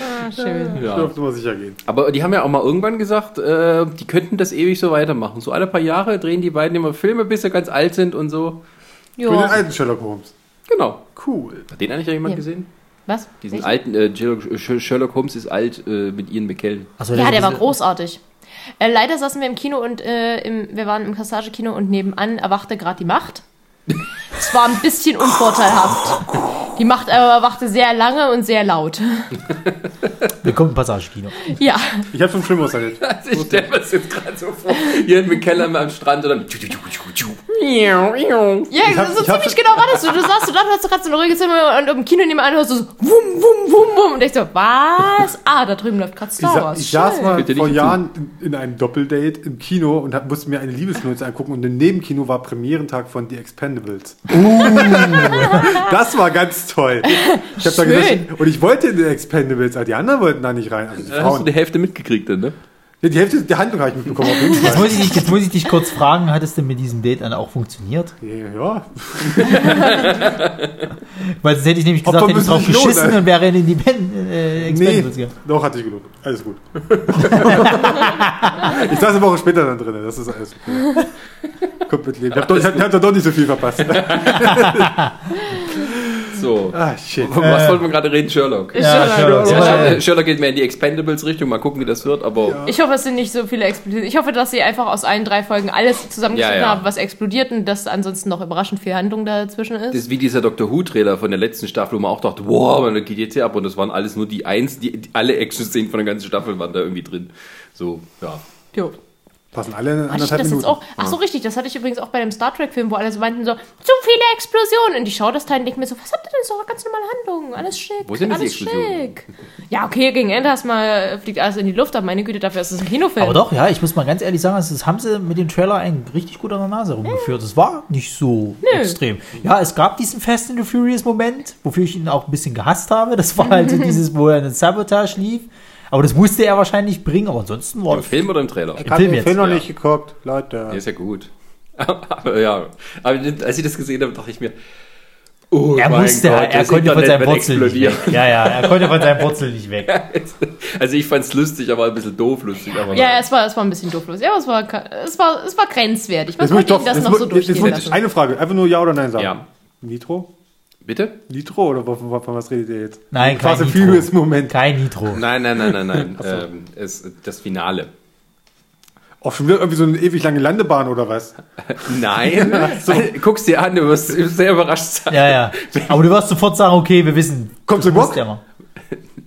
[SPEAKER 4] Ah, schön.
[SPEAKER 2] Ich
[SPEAKER 1] Ja.
[SPEAKER 2] durfte mal sicher gehen.
[SPEAKER 1] Aber die haben ja auch mal irgendwann gesagt, äh, die könnten das ewig so weitermachen. So alle paar Jahre drehen die beiden immer Filme, bis sie ganz alt sind und so.
[SPEAKER 2] Für den
[SPEAKER 4] Ja.
[SPEAKER 2] alten Sherlock Holmes.
[SPEAKER 1] Genau.
[SPEAKER 2] Cool.
[SPEAKER 1] Hat den eigentlich noch jemand
[SPEAKER 4] Ja.
[SPEAKER 1] gesehen?
[SPEAKER 4] Was?
[SPEAKER 1] Diesen
[SPEAKER 4] Welchen?
[SPEAKER 1] alten äh, Sherlock- Sch- Sherlock Holmes ist alt äh, mit Ian McKellen.
[SPEAKER 3] Also,
[SPEAKER 4] Ja, der war
[SPEAKER 3] diese-
[SPEAKER 4] großartig. Äh, leider saßen wir im Kino und äh, im, wir waren im Kassage-Kino und nebenan erwachte gerade die Macht. Es war ein bisschen unvorteilhaft. Die macht aber wachte sehr lange und sehr laut.
[SPEAKER 3] Willkommen im Passagekino.
[SPEAKER 4] Ja,
[SPEAKER 2] Ich habe schon schlimm ausgehalten.
[SPEAKER 1] Also ich stelle mir das jetzt gerade so vor. Hier im Keller am Strand und dann. Wie
[SPEAKER 4] ja
[SPEAKER 2] hab-
[SPEAKER 4] so
[SPEAKER 2] ich hab-
[SPEAKER 4] ziemlich genau war das. so. Du saßt so da, du hast so gerade so ein ruhiges Zimmer und im Kino nebenan hörst du so wum, wum, wum, wum. Und ich so, was? Ah, da drüben läuft gerade
[SPEAKER 2] Ich,
[SPEAKER 4] Star
[SPEAKER 2] sa
[SPEAKER 4] Wars.
[SPEAKER 2] ich saß
[SPEAKER 4] Schön.
[SPEAKER 2] mal
[SPEAKER 1] Bitte nicht
[SPEAKER 2] vor
[SPEAKER 1] dazu.
[SPEAKER 2] Jahren in, in einem Doppeldate im Kino und hab, musste mir eine Liebesnutze angucken und im Nebenkino war Premierentag von The Expendables.
[SPEAKER 4] Uh.
[SPEAKER 2] das war ganz toll. Ich hab da gesessen und ich wollte in The Expendables, aber die anderen wollten da nicht rein. Also die,
[SPEAKER 1] Hast du die
[SPEAKER 2] Frauen.
[SPEAKER 1] Hälfte mitgekriegt, denn, ne?
[SPEAKER 2] Ja, die Hälfte der Handlung habe ich mitbekommen. Auf jeden
[SPEAKER 3] Jetzt
[SPEAKER 2] Fall.
[SPEAKER 3] muss, ich dich, jetzt muss ich dich kurz fragen, hat es denn mit diesem Date dann auch funktioniert?
[SPEAKER 2] Ja,
[SPEAKER 3] Weil sonst hätte ich nämlich gesagt,
[SPEAKER 2] Opfer
[SPEAKER 3] hätte ich
[SPEAKER 2] müssen
[SPEAKER 3] drauf
[SPEAKER 2] sich lohnen,
[SPEAKER 3] geschissen
[SPEAKER 2] ey.
[SPEAKER 3] und wäre in die Ben- äh,
[SPEAKER 2] nee,
[SPEAKER 3] Expendables gegangen.
[SPEAKER 2] doch hatte ich genug. Alles gut. ich saß eine Woche später dann drin, das ist alles okay. Kommt mit Leben. Ich hab, doch, ich, hab, ich hab da doch nicht so viel verpasst.
[SPEAKER 1] So.
[SPEAKER 2] Ah, shit.
[SPEAKER 1] Von was wollten wir gerade reden, Sherlock?
[SPEAKER 4] Ich,
[SPEAKER 3] Ja,
[SPEAKER 4] hoffe,
[SPEAKER 3] Sherlock.
[SPEAKER 1] Ja,
[SPEAKER 3] Ja.
[SPEAKER 1] Sher- Sherlock geht mehr in die Expendables-Richtung. Mal gucken, wie das wird, aber.
[SPEAKER 4] ich hoffe, es sind nicht so viele explodiert. Ich hoffe, dass sie einfach aus allen drei Folgen alles zusammengeschnitten
[SPEAKER 1] Ja, ja.
[SPEAKER 4] haben, was explodiert und dass ansonsten noch überraschend viel Handlung dazwischen ist.
[SPEAKER 1] Das ist wie dieser Dr. Who-Trailer von der letzten Staffel, wo man auch dachte, wow, man geht jetzt hier ab. Und das waren alles nur die eins, die, die alle Action-Szenen von der ganzen Staffel waren da irgendwie drin. So, ja.
[SPEAKER 4] jo.
[SPEAKER 2] Passen alle in
[SPEAKER 4] Hatte ich
[SPEAKER 2] anderthalb
[SPEAKER 4] das
[SPEAKER 2] Minuten.
[SPEAKER 4] jetzt auch? Ach so, richtig. Das hatte ich übrigens auch bei dem Star Trek-Film, wo alle so meinten so, zu viele Explosionen. Und ich schaue das Teil und denke mir so, was habt ihr denn so? Ganz normale Handlungen. Alles schick.
[SPEAKER 1] Wo sind denn die
[SPEAKER 4] alles
[SPEAKER 1] Explosionen?
[SPEAKER 4] schick. Ja, okay, gegen Ende hast mal, äh, fliegt alles in die Luft. Aber meine Güte, dafür ist es ein Kinofilm.
[SPEAKER 3] Aber doch, ja, ich muss mal ganz ehrlich sagen, das haben sie mit dem Trailer eigentlich richtig gut an der Nase rumgeführt. Es war nicht so extrem. Ja, es gab diesen Fast and the Furious Moment, wofür ich ihn auch ein bisschen gehasst habe. Das war halt so dieses, wo er in den Sabotage lief. Aber das musste er wahrscheinlich bringen. Aber ansonsten war
[SPEAKER 1] Im Film oder im Trailer?
[SPEAKER 3] Im
[SPEAKER 2] Hab
[SPEAKER 3] Film
[SPEAKER 2] den
[SPEAKER 3] jetzt.
[SPEAKER 2] Film noch
[SPEAKER 1] ja.
[SPEAKER 2] nicht geguckt, Leute.
[SPEAKER 1] Der ist ja gut. Aber ja, aber als ich das gesehen habe, dachte ich mir, oh
[SPEAKER 3] er
[SPEAKER 1] mein
[SPEAKER 3] musste,
[SPEAKER 1] Gott,
[SPEAKER 3] er
[SPEAKER 1] das
[SPEAKER 3] konnte von
[SPEAKER 1] Internet
[SPEAKER 3] seinen
[SPEAKER 1] wird
[SPEAKER 3] Wurzeln nicht
[SPEAKER 1] explodieren.
[SPEAKER 3] weg. Ja, ja, er konnte von seinen Wurzeln nicht weg.
[SPEAKER 1] Also ich fand's lustig, aber ein bisschen doof lustig. Aber
[SPEAKER 4] Ja, es war, es war ein bisschen doof los. Ja, aber es war, es war, es war grenzwertig. Man
[SPEAKER 2] Jetzt muss ich
[SPEAKER 4] konnte
[SPEAKER 2] doch,
[SPEAKER 4] ihm das
[SPEAKER 2] jetzt
[SPEAKER 4] noch so
[SPEAKER 2] muss, jetzt,
[SPEAKER 4] durchgehen
[SPEAKER 2] jetzt muss ich
[SPEAKER 4] lassen.
[SPEAKER 2] eine Frage, einfach nur Ja oder Nein sagen.
[SPEAKER 1] Ja.
[SPEAKER 2] Nitro?
[SPEAKER 1] Bitte?
[SPEAKER 2] Nitro oder von, von, von was redet ihr jetzt?
[SPEAKER 3] Nein, kein
[SPEAKER 2] Fast and
[SPEAKER 3] Nitro.
[SPEAKER 2] Furious Moment.
[SPEAKER 3] Kein Nitro.
[SPEAKER 1] Nein, nein, nein, nein, nein. ähm, es, das Finale.
[SPEAKER 2] Auch Oh, schon wieder irgendwie so eine ewig lange Landebahn oder was?
[SPEAKER 1] Nein. Also, Guck's dir an, du wirst sehr überrascht sein.
[SPEAKER 3] Ja, ja. Aber du wirst sofort sagen, okay, wir wissen.
[SPEAKER 2] Kommt zum
[SPEAKER 3] du bist
[SPEAKER 2] Bock?
[SPEAKER 3] der Mann.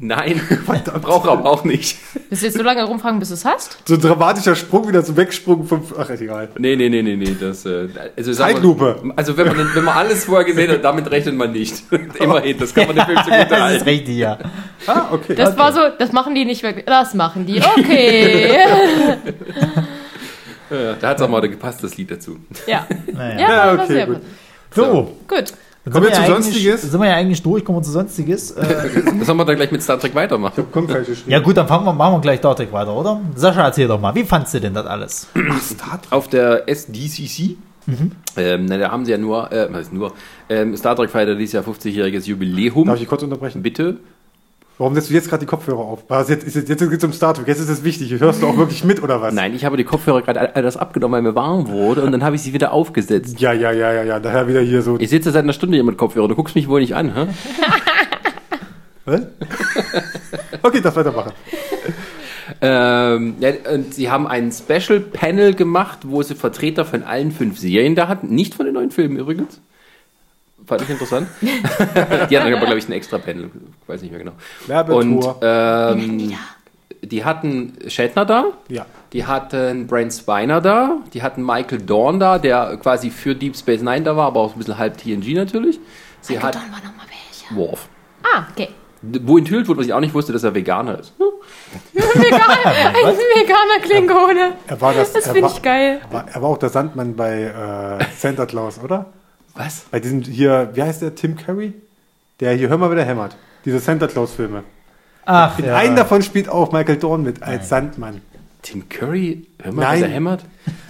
[SPEAKER 1] Nein, braucht er aber auch nicht.
[SPEAKER 4] Willst du jetzt so lange rumfragen, bis du es hast?
[SPEAKER 2] So ein dramatischer Sprung wieder zum Wegsprung vom. Ach, ist egal.
[SPEAKER 1] Nee, nee, nee, nee, nee. Das, äh, also, sag mal,
[SPEAKER 2] Zeitlupe.
[SPEAKER 1] Also wenn man, wenn man alles vorher gesehen hat, damit rechnet man nicht. Immerhin, das kann man dem Film zugute
[SPEAKER 3] Das ist
[SPEAKER 1] halten.
[SPEAKER 3] richtig, ja.
[SPEAKER 2] Ah, okay.
[SPEAKER 4] Das war so, das machen die nicht wirklich. Das machen die. Okay.
[SPEAKER 1] Ja, Da hat's auch mal gepasst, das Lied dazu.
[SPEAKER 4] ja.
[SPEAKER 3] Naja.
[SPEAKER 4] Ja,
[SPEAKER 2] Ja,
[SPEAKER 4] war
[SPEAKER 2] okay,
[SPEAKER 4] sehr
[SPEAKER 2] gut.
[SPEAKER 4] gut.
[SPEAKER 3] So.
[SPEAKER 4] Gut.
[SPEAKER 3] Dann
[SPEAKER 2] Kommen wir
[SPEAKER 3] ja
[SPEAKER 2] zu
[SPEAKER 3] eigentlich-
[SPEAKER 2] Sonstiges?
[SPEAKER 3] Sind wir ja eigentlich durch, kommen wir zu Sonstiges. Äh,
[SPEAKER 1] Sollen wir dann gleich mit Star Trek weitermachen?
[SPEAKER 2] Komm, falsch geschrieben.
[SPEAKER 3] ja gut, dann fangen wir, machen wir gleich dort direkt weiter, oder? Sascha, erzähl doch mal, wie fandst du denn das alles?
[SPEAKER 1] auf der SDCC.
[SPEAKER 3] Mhm.
[SPEAKER 1] Ähm, na, da haben sie ja nur, äh, was heißt nur, ähm, Star Trek Fighter dieses Jahr 50-jähriges Jubiläum.
[SPEAKER 2] Darf ich dich kurz unterbrechen?
[SPEAKER 1] Bitte?
[SPEAKER 2] Warum setzt du jetzt gerade die Kopfhörer auf? Was, jetzt, ist, jetzt, jetzt geht's um Star Trek. Jetzt ist es wichtig. Hörst du auch wirklich mit oder was?
[SPEAKER 1] Nein, ich habe die Kopfhörer gerade all- all das abgenommen, weil mir warm wurde und dann habe ich sie wieder aufgesetzt.
[SPEAKER 2] Ja, ja, ja, ja, ja. Daher wieder hier so.
[SPEAKER 1] Ich sitze seit einer Stunde hier mit Kopfhörer, du guckst mich wohl nicht an, hä?
[SPEAKER 2] Hä? okay, das weitermachen.
[SPEAKER 1] Ähm, ja, und sie haben einen Special Panel gemacht, wo sie Vertreter von allen fünf Serien da hatten. Nicht von den neuen Filmen übrigens. Fand ich interessant. die hatten aber, glaube ich, ein extra Panel. Ich weiß nicht mehr genau.
[SPEAKER 2] Werbetour.
[SPEAKER 1] Und ähm, die hatten Shatner da.
[SPEAKER 2] Ja.
[SPEAKER 1] Die hatten Brent Spiner da, die hatten Michael Dorn da, der quasi für Deep Space Nine da war, aber auch ein bisschen halb TNG natürlich. Sie
[SPEAKER 4] Dann
[SPEAKER 1] hat
[SPEAKER 4] war noch mal welche.
[SPEAKER 1] Worf.
[SPEAKER 4] Ah, okay.
[SPEAKER 1] Wo enthüllt wurde, was ich auch nicht wusste, dass er Veganer ist.
[SPEAKER 4] Veganer, ein veganer Klingone.
[SPEAKER 2] Er war das.
[SPEAKER 4] Das
[SPEAKER 2] er
[SPEAKER 4] finde
[SPEAKER 2] war-
[SPEAKER 4] ich geil.
[SPEAKER 2] Er war, er war auch der Sandmann bei äh, Santa Claus, oder?
[SPEAKER 1] Was?
[SPEAKER 2] Bei diesem hier, wie heißt der? Tim Curry? Der hier, hör mal, wieder hämmert. Diese Santa Claus-Filme.
[SPEAKER 3] Ach,
[SPEAKER 2] In
[SPEAKER 3] ja.
[SPEAKER 2] einem davon spielt auch Michael Dorn mit als Sandmann.
[SPEAKER 1] Tim Curry? Hör mal,
[SPEAKER 2] Nein.
[SPEAKER 1] was er hämmert.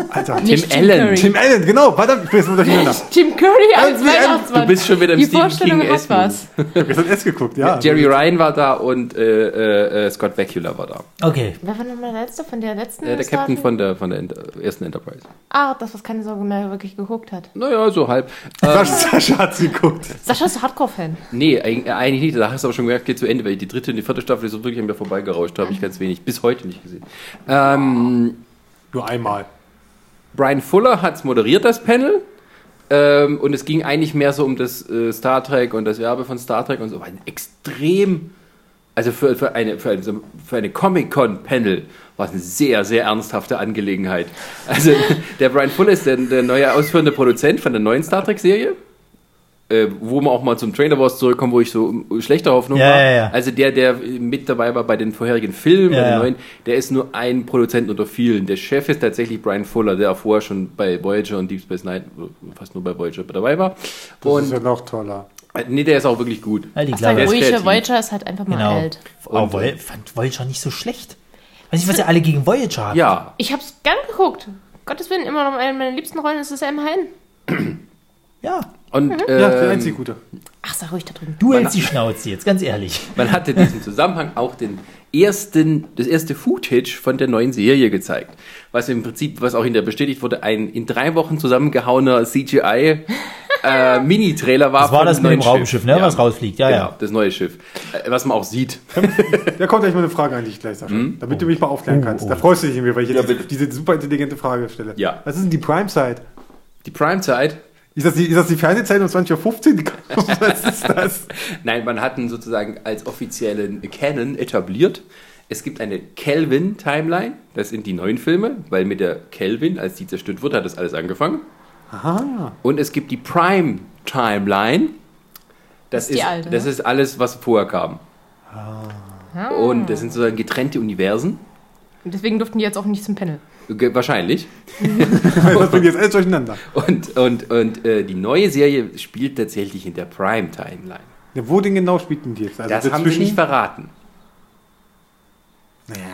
[SPEAKER 2] Alter,
[SPEAKER 1] Tim
[SPEAKER 4] Nicht Tim
[SPEAKER 1] Allen.
[SPEAKER 4] Curry.
[SPEAKER 2] Tim Allen, genau. Verdammt, ich bin jetzt untereinander.
[SPEAKER 4] Jim Curry als
[SPEAKER 2] Also, wie ein-
[SPEAKER 4] Weihnachtsmann.
[SPEAKER 1] du bist schon wieder im
[SPEAKER 4] Die
[SPEAKER 1] Stephen
[SPEAKER 4] Vorstellung
[SPEAKER 1] King
[SPEAKER 4] hat
[SPEAKER 1] Essen.
[SPEAKER 4] was.
[SPEAKER 2] Ich hab gestern S geguckt, ja.
[SPEAKER 1] Jerry Ryan war da und äh, äh, äh, Scott Bakula war da.
[SPEAKER 3] Okay.
[SPEAKER 4] Wer war nochmal der letzte von der letzten?
[SPEAKER 1] Äh, der
[SPEAKER 4] Star
[SPEAKER 1] Captain
[SPEAKER 4] Trek?
[SPEAKER 1] von der, von der Enter ersten Enterprise.
[SPEAKER 4] Ah, das, was keine Sorge mehr wirklich geguckt hat.
[SPEAKER 1] Naja, so halb. Äh,
[SPEAKER 2] Sascha, Sascha hat's geguckt.
[SPEAKER 4] Sascha ist Hardcore-Fan.
[SPEAKER 1] nee, eig- äh, eigentlich nicht. Da hast du aber schon gemerkt, geht zu Ende, weil die dritte und die vierte Staffel ist so wirklich an mir vorbeigerauscht. Da habe ich ganz wenig. Bis heute nicht gesehen. Ähm,
[SPEAKER 2] Nur einmal.
[SPEAKER 1] Brian Fuller hat moderiert, das Panel. Ähm, und es ging eigentlich mehr so um das äh, Star Trek und das Werbe von Star Trek und so. War ein extrem, also für, für eine, für eine, für eine Comic-Con-Panel war es eine sehr, sehr ernsthafte Angelegenheit. Also der Brian Fuller ist der, der neue ausführende Produzent von der neuen Star Trek-Serie. Äh, wo man auch mal zum Trailer Wars zurückkommen, wo ich so um, schlechter Hoffnung
[SPEAKER 3] Ja,
[SPEAKER 1] war.
[SPEAKER 3] ja, ja.
[SPEAKER 1] Also der, der mit dabei war bei den vorherigen Filmen,
[SPEAKER 3] Ja,
[SPEAKER 1] bei den
[SPEAKER 3] ja.
[SPEAKER 1] neuen, der ist nur ein Produzent unter vielen. Der Chef ist tatsächlich Brian Fuller, der auch vorher schon bei Voyager und Deep Space Nine, äh, fast nur bei Voyager dabei war.
[SPEAKER 2] Das ist
[SPEAKER 1] Und
[SPEAKER 2] ja noch toller.
[SPEAKER 1] äh, nee, der ist auch wirklich gut.
[SPEAKER 3] All die
[SPEAKER 4] Ach, sein
[SPEAKER 1] Der
[SPEAKER 3] Klappe.
[SPEAKER 1] ist
[SPEAKER 4] ruhiger
[SPEAKER 1] kreativ.
[SPEAKER 4] Voyager ist halt einfach mal
[SPEAKER 3] Genau.
[SPEAKER 4] alt.
[SPEAKER 3] Oh,
[SPEAKER 2] äh,
[SPEAKER 3] Voy fand Voyager nicht so schlecht. Weiß nicht, was ihr alle gegen Voyager habt.
[SPEAKER 1] Ja,
[SPEAKER 4] Ich hab's gern geguckt. Gottes Willen, immer noch eine meiner liebsten Rollen ist es M. Hein.
[SPEAKER 3] ja.
[SPEAKER 1] und
[SPEAKER 4] Mhm.
[SPEAKER 2] Ja, der
[SPEAKER 1] ähm,
[SPEAKER 2] einzig gute.
[SPEAKER 4] Ach, sag ruhig da drüben.
[SPEAKER 3] Du hältst die Schnauze jetzt, ganz ehrlich.
[SPEAKER 1] Man hatte in diesem Zusammenhang auch den ersten, das erste Footage von der neuen Serie gezeigt. Was im Prinzip, was auch hinterher bestätigt wurde, ein in drei Wochen zusammengehauener CGI äh, Mini-Trailer war.
[SPEAKER 3] Das war
[SPEAKER 1] von
[SPEAKER 3] das mit
[SPEAKER 1] neuen
[SPEAKER 3] dem Raumschiff, ne?
[SPEAKER 1] Ja.
[SPEAKER 3] Was rausfliegt. Ja,
[SPEAKER 1] Genau,
[SPEAKER 3] ja.
[SPEAKER 1] das neue Schiff. Äh, Was man auch sieht.
[SPEAKER 2] Da kommt gleich mal eine Frage an dich gleich, Sascha. Damit du mich mal aufklären
[SPEAKER 3] Oh,
[SPEAKER 2] kannst.
[SPEAKER 3] oh.
[SPEAKER 2] Da freust du dich irgendwie, weil ich jetzt
[SPEAKER 1] bitte.
[SPEAKER 2] diese super intelligente Frage stelle.
[SPEAKER 1] Ja.
[SPEAKER 2] Was ist denn die Prime-Zeit?
[SPEAKER 1] Die Prime-Zeit.
[SPEAKER 2] Ist das die, ist das die Fernsehzeit um 20.15 Uhr? Was ist das?
[SPEAKER 1] Nein, man hat ihn sozusagen als offiziellen Canon etabliert. Es gibt eine Kelvin-Timeline. Das sind die neuen Filme, weil mit der Kelvin, als die zerstört wurde, hat das alles angefangen.
[SPEAKER 2] Aha.
[SPEAKER 1] Und es gibt die Prime Timeline. Das,
[SPEAKER 4] Das ist
[SPEAKER 1] ist,
[SPEAKER 4] die alte,
[SPEAKER 1] das
[SPEAKER 4] ne? Ah.
[SPEAKER 1] ist alles, was vorher kam. Und das sind sozusagen getrennte Universen.
[SPEAKER 4] Und deswegen durften die jetzt auch nicht zum Panel.
[SPEAKER 1] Ge- Wahrscheinlich.
[SPEAKER 2] Das bringt jetzt alles durcheinander.
[SPEAKER 1] Und, und, und äh, die neue Serie spielt tatsächlich in der Prime Timeline.
[SPEAKER 2] Ja, wo denn genau spielt denn die jetzt? Also
[SPEAKER 1] Das haben sie
[SPEAKER 2] dazwischen?
[SPEAKER 1] nicht verraten.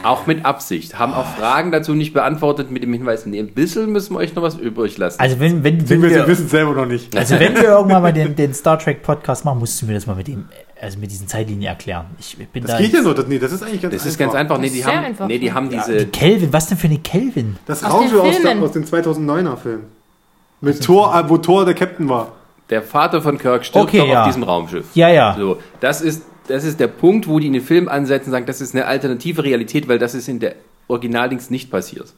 [SPEAKER 1] Auch mit Absicht. Haben auch Fragen dazu nicht beantwortet mit dem Hinweis, nee, ein bisschen müssen wir euch noch was übrig lassen.
[SPEAKER 3] Also wenn, wenn,
[SPEAKER 2] Sie
[SPEAKER 3] wenn,
[SPEAKER 2] wissen-
[SPEAKER 3] wir,
[SPEAKER 2] wissen es selber noch nicht.
[SPEAKER 3] also wenn wir irgendwann mal den, den Star Trek Podcast machen, musst du mir das mal mit dem, also mit diesen Zeitlinien erklären. Ich bin
[SPEAKER 2] Das
[SPEAKER 3] da.
[SPEAKER 2] geht ja so. Das, nee, das ist eigentlich ganz
[SPEAKER 1] das ist ganz einfach. Nee,
[SPEAKER 4] Das
[SPEAKER 1] die
[SPEAKER 4] ist sehr
[SPEAKER 1] haben,
[SPEAKER 4] einfach.
[SPEAKER 1] Nee, die haben diese.
[SPEAKER 3] die Kelvin, was denn für eine Kelvin?
[SPEAKER 2] Das
[SPEAKER 4] Aus
[SPEAKER 2] Raumschiff
[SPEAKER 4] den
[SPEAKER 2] aus, der-
[SPEAKER 4] Filmen.
[SPEAKER 2] aus dem 2009er Film. Mit Thor, äh, wo Thor der Captain war.
[SPEAKER 1] Der Vater von Kirk stirbt
[SPEAKER 3] Okay,
[SPEAKER 1] doch
[SPEAKER 3] ja.
[SPEAKER 1] auf diesem Raumschiff.
[SPEAKER 3] Ja, ja.
[SPEAKER 1] So, das ist, das ist der Punkt, wo die in den Film ansetzen und sagen, das ist eine alternative Realität, weil das ist in der Originaldings nicht passiert.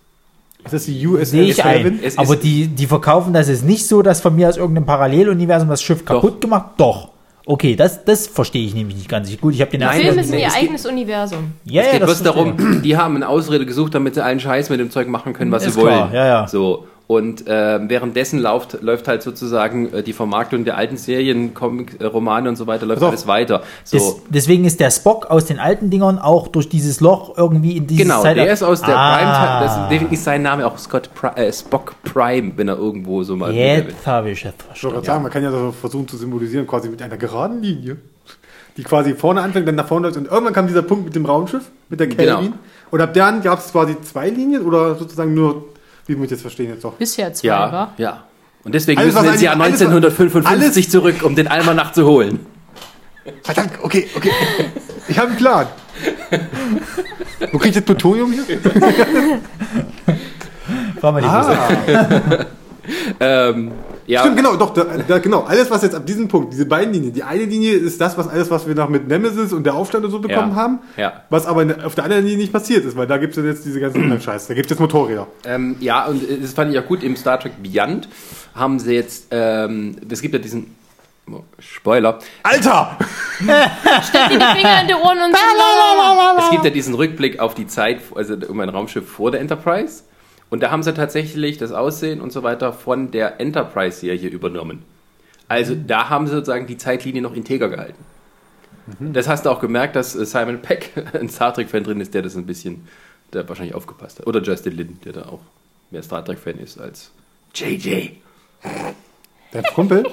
[SPEAKER 2] Ist das die USS
[SPEAKER 3] Sehe ich ein.
[SPEAKER 1] Äh, es ist-
[SPEAKER 3] Aber die, die verkaufen das jetzt nicht so, dass von mir aus irgendeinem Paralleluniversum das Schiff kaputt gemacht. Doch. Okay, das, das verstehe ich nämlich nicht ganz gut. Ich habe den
[SPEAKER 1] Nein,
[SPEAKER 3] ersten-
[SPEAKER 4] Film
[SPEAKER 1] das-
[SPEAKER 4] ist
[SPEAKER 1] nee,
[SPEAKER 4] ihr
[SPEAKER 1] es
[SPEAKER 4] eigenes Universum.
[SPEAKER 3] ja,
[SPEAKER 1] es
[SPEAKER 3] ja,
[SPEAKER 1] geht
[SPEAKER 3] das
[SPEAKER 1] bloß
[SPEAKER 3] verstehe ich.
[SPEAKER 1] darum, die haben eine Ausrede gesucht, damit sie allen Scheiß mit dem Zeug machen können, was
[SPEAKER 3] Ist
[SPEAKER 1] sie wollen.
[SPEAKER 3] klar, ja, ja.
[SPEAKER 1] So. Und ähm, währenddessen läuft, läuft halt sozusagen äh, die Vermarktung der alten Serien, Comic, äh, Romane und so weiter, läuft
[SPEAKER 2] Pass auf.
[SPEAKER 1] alles weiter. So.
[SPEAKER 3] Des, deswegen ist der Spock aus den alten Dingern auch durch dieses Loch irgendwie in dieses
[SPEAKER 1] Genau,
[SPEAKER 3] Zeitalter-
[SPEAKER 1] der ist aus der
[SPEAKER 3] ah,
[SPEAKER 1] Prime, das, deswegen ist sein Name auch Scott Pri äh, Spock Prime, wenn er irgendwo so mal
[SPEAKER 3] Jetzt habe
[SPEAKER 2] Ich
[SPEAKER 3] ich es
[SPEAKER 2] wollte
[SPEAKER 3] verstanden.
[SPEAKER 2] gerade sagen, man kann ja das versuchen zu symbolisieren, quasi mit einer geraden Linie. Die quasi vorne anfängt, dann nach vorne läuft. Und irgendwann kam dieser Punkt mit dem Raumschiff, mit der Kelvin.
[SPEAKER 1] Genau.
[SPEAKER 2] Und ab dann gab es quasi zwei Linien oder sozusagen nur, wie muss ich jetzt verstehen jetzt doch.
[SPEAKER 4] Bisher zwei,
[SPEAKER 1] Ja,
[SPEAKER 4] war.
[SPEAKER 1] ja. Und deswegen
[SPEAKER 2] Alles,
[SPEAKER 1] müssen wir
[SPEAKER 2] was
[SPEAKER 1] ins Jahr
[SPEAKER 2] eigentlich- alles, was-
[SPEAKER 1] 1955 zurück, um den Almanach zu holen.
[SPEAKER 2] Verdammt, okay, okay. Ich habe einen Plan. Wo krieg ich jetzt Plutonium hier?
[SPEAKER 3] War mal die
[SPEAKER 1] Ah.
[SPEAKER 3] Musik.
[SPEAKER 2] Ah.
[SPEAKER 1] Ähm, ja,
[SPEAKER 2] Stimmt, genau, doch, da, da, genau. Alles, was jetzt ab diesem Punkt, diese beiden Linien, die eine Linie ist das, was alles, was wir noch mit Nemesis und der Aufstand und so bekommen
[SPEAKER 1] Ja,
[SPEAKER 2] haben,
[SPEAKER 1] ja.
[SPEAKER 2] was aber in- auf der anderen Linie nicht passiert ist, weil da gibt es jetzt diese ganzen anderen Scheiß. Da gibt es jetzt Motorräder.
[SPEAKER 1] ähm, ja, und äh, das fand ich auch gut. Im Star Trek Beyond haben sie jetzt, ähm, es gibt ja diesen oh, Spoiler,
[SPEAKER 2] Alter!
[SPEAKER 4] Steck dir die Finger in die Ohren und so.
[SPEAKER 1] es gibt ja diesen Rückblick auf die Zeit, also um ein Raumschiff vor der Enterprise. Und da haben sie tatsächlich das Aussehen und so weiter von der Enterprise-Serie übernommen. Also da haben sie sozusagen die Zeitlinie noch integer gehalten. Das hast du auch gemerkt, dass äh, Simon Peck ein Star Trek-Fan drin ist, der das ein bisschen, der wahrscheinlich aufgepasst hat. Oder Justin Lin, der da auch mehr Star Trek-Fan ist als JJ.
[SPEAKER 2] Dein Kumpel?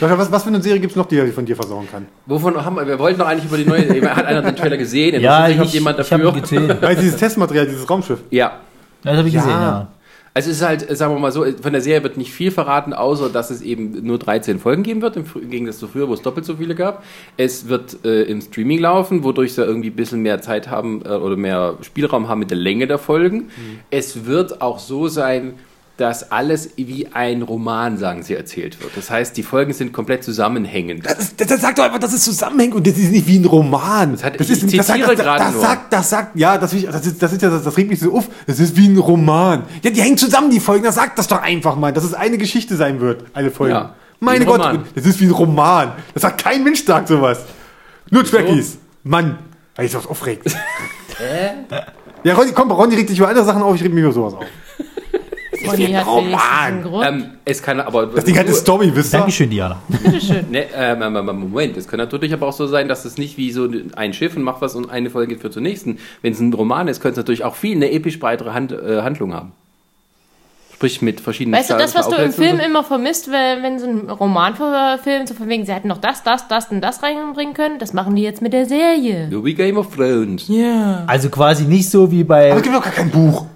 [SPEAKER 2] Sascha, was, was für eine Serie gibt es noch, die er von dir versauen kann?
[SPEAKER 1] Wovon haben wir, wir wollten doch eigentlich über die neue, hat einer den Trailer gesehen? Interessiert
[SPEAKER 3] Ja,
[SPEAKER 1] sich
[SPEAKER 3] ich,
[SPEAKER 1] noch jemand
[SPEAKER 3] ich habe
[SPEAKER 1] dafür?
[SPEAKER 3] ihn gesehen.
[SPEAKER 2] Weil dieses Testmaterial, dieses Raumschiff.
[SPEAKER 1] ja,
[SPEAKER 3] Das habe ich
[SPEAKER 2] Ja.
[SPEAKER 3] gesehen, ja.
[SPEAKER 1] Also es ist halt, sagen wir mal so, von der Serie wird nicht viel verraten, außer dass es eben nur 13 Folgen geben wird, im Fr- im Gegensatz zu früher, wo es doppelt so viele gab. Es wird äh, im Streaming laufen, wodurch sie irgendwie ein bisschen mehr Zeit haben äh, oder mehr Spielraum haben mit der Länge der Folgen. Es wird auch so sein, dass alles wie ein Roman, sagen sie, erzählt wird. Das heißt, die Folgen sind komplett zusammenhängend.
[SPEAKER 2] Das, ist- das, das sagt doch einfach, das ist zusammenhängend und das ist nicht wie ein Roman. Das,
[SPEAKER 1] hat- ich
[SPEAKER 2] ist, das, sagt,
[SPEAKER 1] zitiere
[SPEAKER 2] das,
[SPEAKER 1] gerade
[SPEAKER 2] das,
[SPEAKER 1] nur.
[SPEAKER 2] sagt, das sagt, ja, das, ich- das, ist, das, ist, ja- das, das regt mich so auf. Das ist wie ein Roman. Ja, die hängen zusammen, die Folgen. Das sagt das doch einfach mal, dass es eine Geschichte sein wird, eine Folge.
[SPEAKER 1] Ja,
[SPEAKER 2] Meine
[SPEAKER 1] wie ein
[SPEAKER 2] Gott,
[SPEAKER 1] Roman.
[SPEAKER 2] das ist wie ein Roman. Das sagt kein Mensch, sagt sowas. Nur Trackies. Mann, weil ich sowas aufregt. ja, Ronny, komm, Ronny regt sich über andere Sachen auf, ich reg mich über sowas auf.
[SPEAKER 4] Conny
[SPEAKER 2] ein
[SPEAKER 4] hat
[SPEAKER 2] Roman.
[SPEAKER 4] wenigstens einen Grund.
[SPEAKER 1] Ähm, es kann aber.
[SPEAKER 2] Das Ding hat eine Story, wisst ihr?
[SPEAKER 3] Dankeschön, Diana.
[SPEAKER 4] Bitteschön.
[SPEAKER 1] Ne, ähm, ähm, ähm, Moment, es kann natürlich aber auch so sein, dass es nicht wie so ein Schiff und macht was und eine Folge führt zur nächsten. Wenn es ein Roman ist, könnte es natürlich auch viel eine episch breitere Hand, äh, Handlung haben. Sprich mit verschiedenen
[SPEAKER 4] Weißt du, das, was du im
[SPEAKER 1] Aufsätzen
[SPEAKER 4] Film
[SPEAKER 1] und so.
[SPEAKER 4] immer vermisst, weil, wenn so ein Roman verfilmt, so von wegen, sie hätten noch das, das, das und das reinbringen können, das machen die jetzt mit der Serie.
[SPEAKER 1] So wie Game of Thrones.
[SPEAKER 3] Also quasi nicht so wie bei.
[SPEAKER 2] Aber es gibt doch gar kein Buch.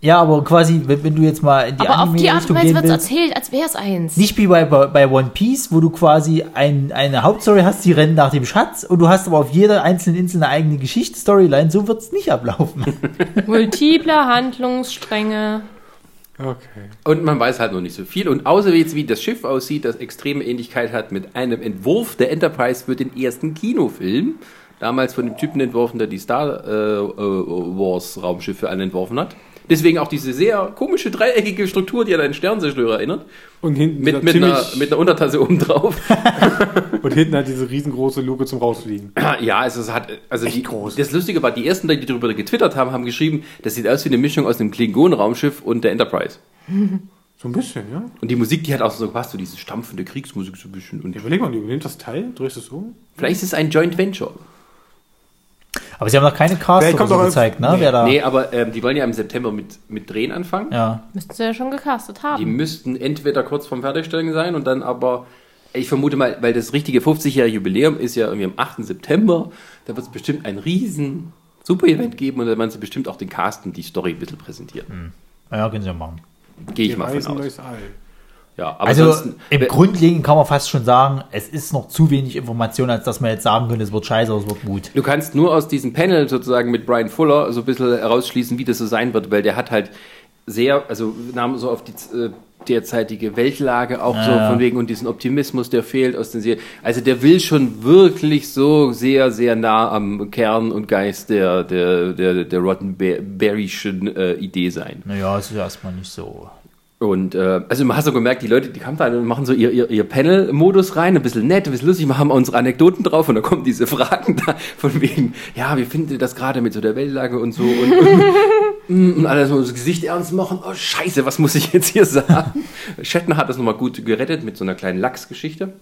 [SPEAKER 3] ja, aber quasi, wenn, wenn du jetzt mal in die
[SPEAKER 4] Aber auf die Art und
[SPEAKER 3] Anime-Richtung
[SPEAKER 4] Weise
[SPEAKER 3] gehen
[SPEAKER 4] wird es
[SPEAKER 3] willst.
[SPEAKER 4] erzählt, als wäre es eins.
[SPEAKER 3] Nicht wie bei, bei, bei One Piece, wo du quasi ein, eine Hauptstory hast, die rennen nach dem Schatz und du hast aber auf jeder einzelnen Insel eine eigene Geschichte, Storyline. So wird es nicht ablaufen.
[SPEAKER 4] Multiple Handlungsstränge.
[SPEAKER 2] Okay.
[SPEAKER 1] Und man weiß halt noch nicht so viel. Und außer jetzt, wie das Schiff aussieht, das extreme Ähnlichkeit hat mit einem Entwurf der Enterprise für den ersten Kinofilm. Damals von dem Typen entworfen, der die Star äh, äh, Wars Raumschiffe alle entworfen hat. Deswegen auch diese sehr komische dreieckige Struktur, die an einen Sternzerstörer erinnert.
[SPEAKER 2] Und hinten
[SPEAKER 1] Mit,
[SPEAKER 2] dieser
[SPEAKER 1] mit, einer,
[SPEAKER 2] ziemlich-
[SPEAKER 1] mit einer Untertasse oben drauf.
[SPEAKER 2] Und hinten hat diese riesengroße Luke zum Rausfliegen.
[SPEAKER 1] ja, es ist, hat, also die,
[SPEAKER 2] groß.
[SPEAKER 1] das Lustige war, die ersten, die darüber getwittert haben, haben geschrieben, das sieht aus wie eine Mischung aus einem Klingon-Raumschiff und der Enterprise.
[SPEAKER 2] So ein bisschen, ja?
[SPEAKER 1] Und die Musik, die hat auch so gepasst, so diese stampfende Kriegsmusik so ein bisschen. Und
[SPEAKER 2] Überleg mal, du nimmst das Teil, drehst es um.
[SPEAKER 1] vielleicht ist es ein Joint Venture.
[SPEAKER 3] Aber sie haben noch keine Cast
[SPEAKER 2] Vielleicht
[SPEAKER 3] oder
[SPEAKER 2] kommt
[SPEAKER 3] so
[SPEAKER 2] auch-
[SPEAKER 3] gezeigt, ne?
[SPEAKER 2] nee.
[SPEAKER 3] Wer da,
[SPEAKER 1] Nee, aber ähm, die wollen ja im September mit, mit Drehen anfangen.
[SPEAKER 3] Ja.
[SPEAKER 4] Müssten sie ja schon gecastet
[SPEAKER 1] Die
[SPEAKER 4] haben.
[SPEAKER 1] müssten entweder kurz vorm Fertigstellen sein und dann aber, ich vermute mal, weil das richtige 50-jährige Jubiläum ist ja irgendwie am 8. September, da wird es bestimmt ein riesen Super-Event geben und dann werden sie bestimmt auch den Cast und die Story ein bisschen präsentieren.
[SPEAKER 3] Ja, können sie ja machen.
[SPEAKER 1] Gehe ich
[SPEAKER 2] Wir
[SPEAKER 1] mal
[SPEAKER 2] reisen
[SPEAKER 1] von aus.
[SPEAKER 2] durchs All.
[SPEAKER 1] Ja, aber
[SPEAKER 3] Hm. Also
[SPEAKER 1] ansonsten,
[SPEAKER 3] im
[SPEAKER 1] we-
[SPEAKER 3] Grundlegenden kann man fast schon sagen, es ist noch zu wenig Information, als dass man jetzt sagen könnte, es wird scheiße oder es wird gut.
[SPEAKER 1] du kannst nur aus diesem Panel sozusagen mit Brian Fuller so ein bisschen herausschließen, wie das so sein wird, weil der hat halt sehr, also nahm so auf die äh, derzeitige Weltlage auch so von wegen und diesen Optimismus, der fehlt aus den Serien. Also der will schon wirklich so sehr, sehr nah am Kern und Geist der, der, der, der Roddenberryschen äh, Idee sein.
[SPEAKER 3] Naja, es ist erstmal nicht so.
[SPEAKER 1] Und äh, also man hat so gemerkt, die Leute, die kamen da und machen so ihr, ihr, ihr Panel-Modus rein, ein bisschen nett, ein bisschen lustig, machen unsere Anekdoten drauf und dann kommen diese Fragen da von wegen, ja, wie findet ihr das gerade mit so der Weltlage und so und, und, und alle so das Gesicht ernst machen, oh scheiße, was muss ich jetzt hier sagen? Shatner hat das nochmal gut gerettet mit so einer kleinen Lachsgeschichte.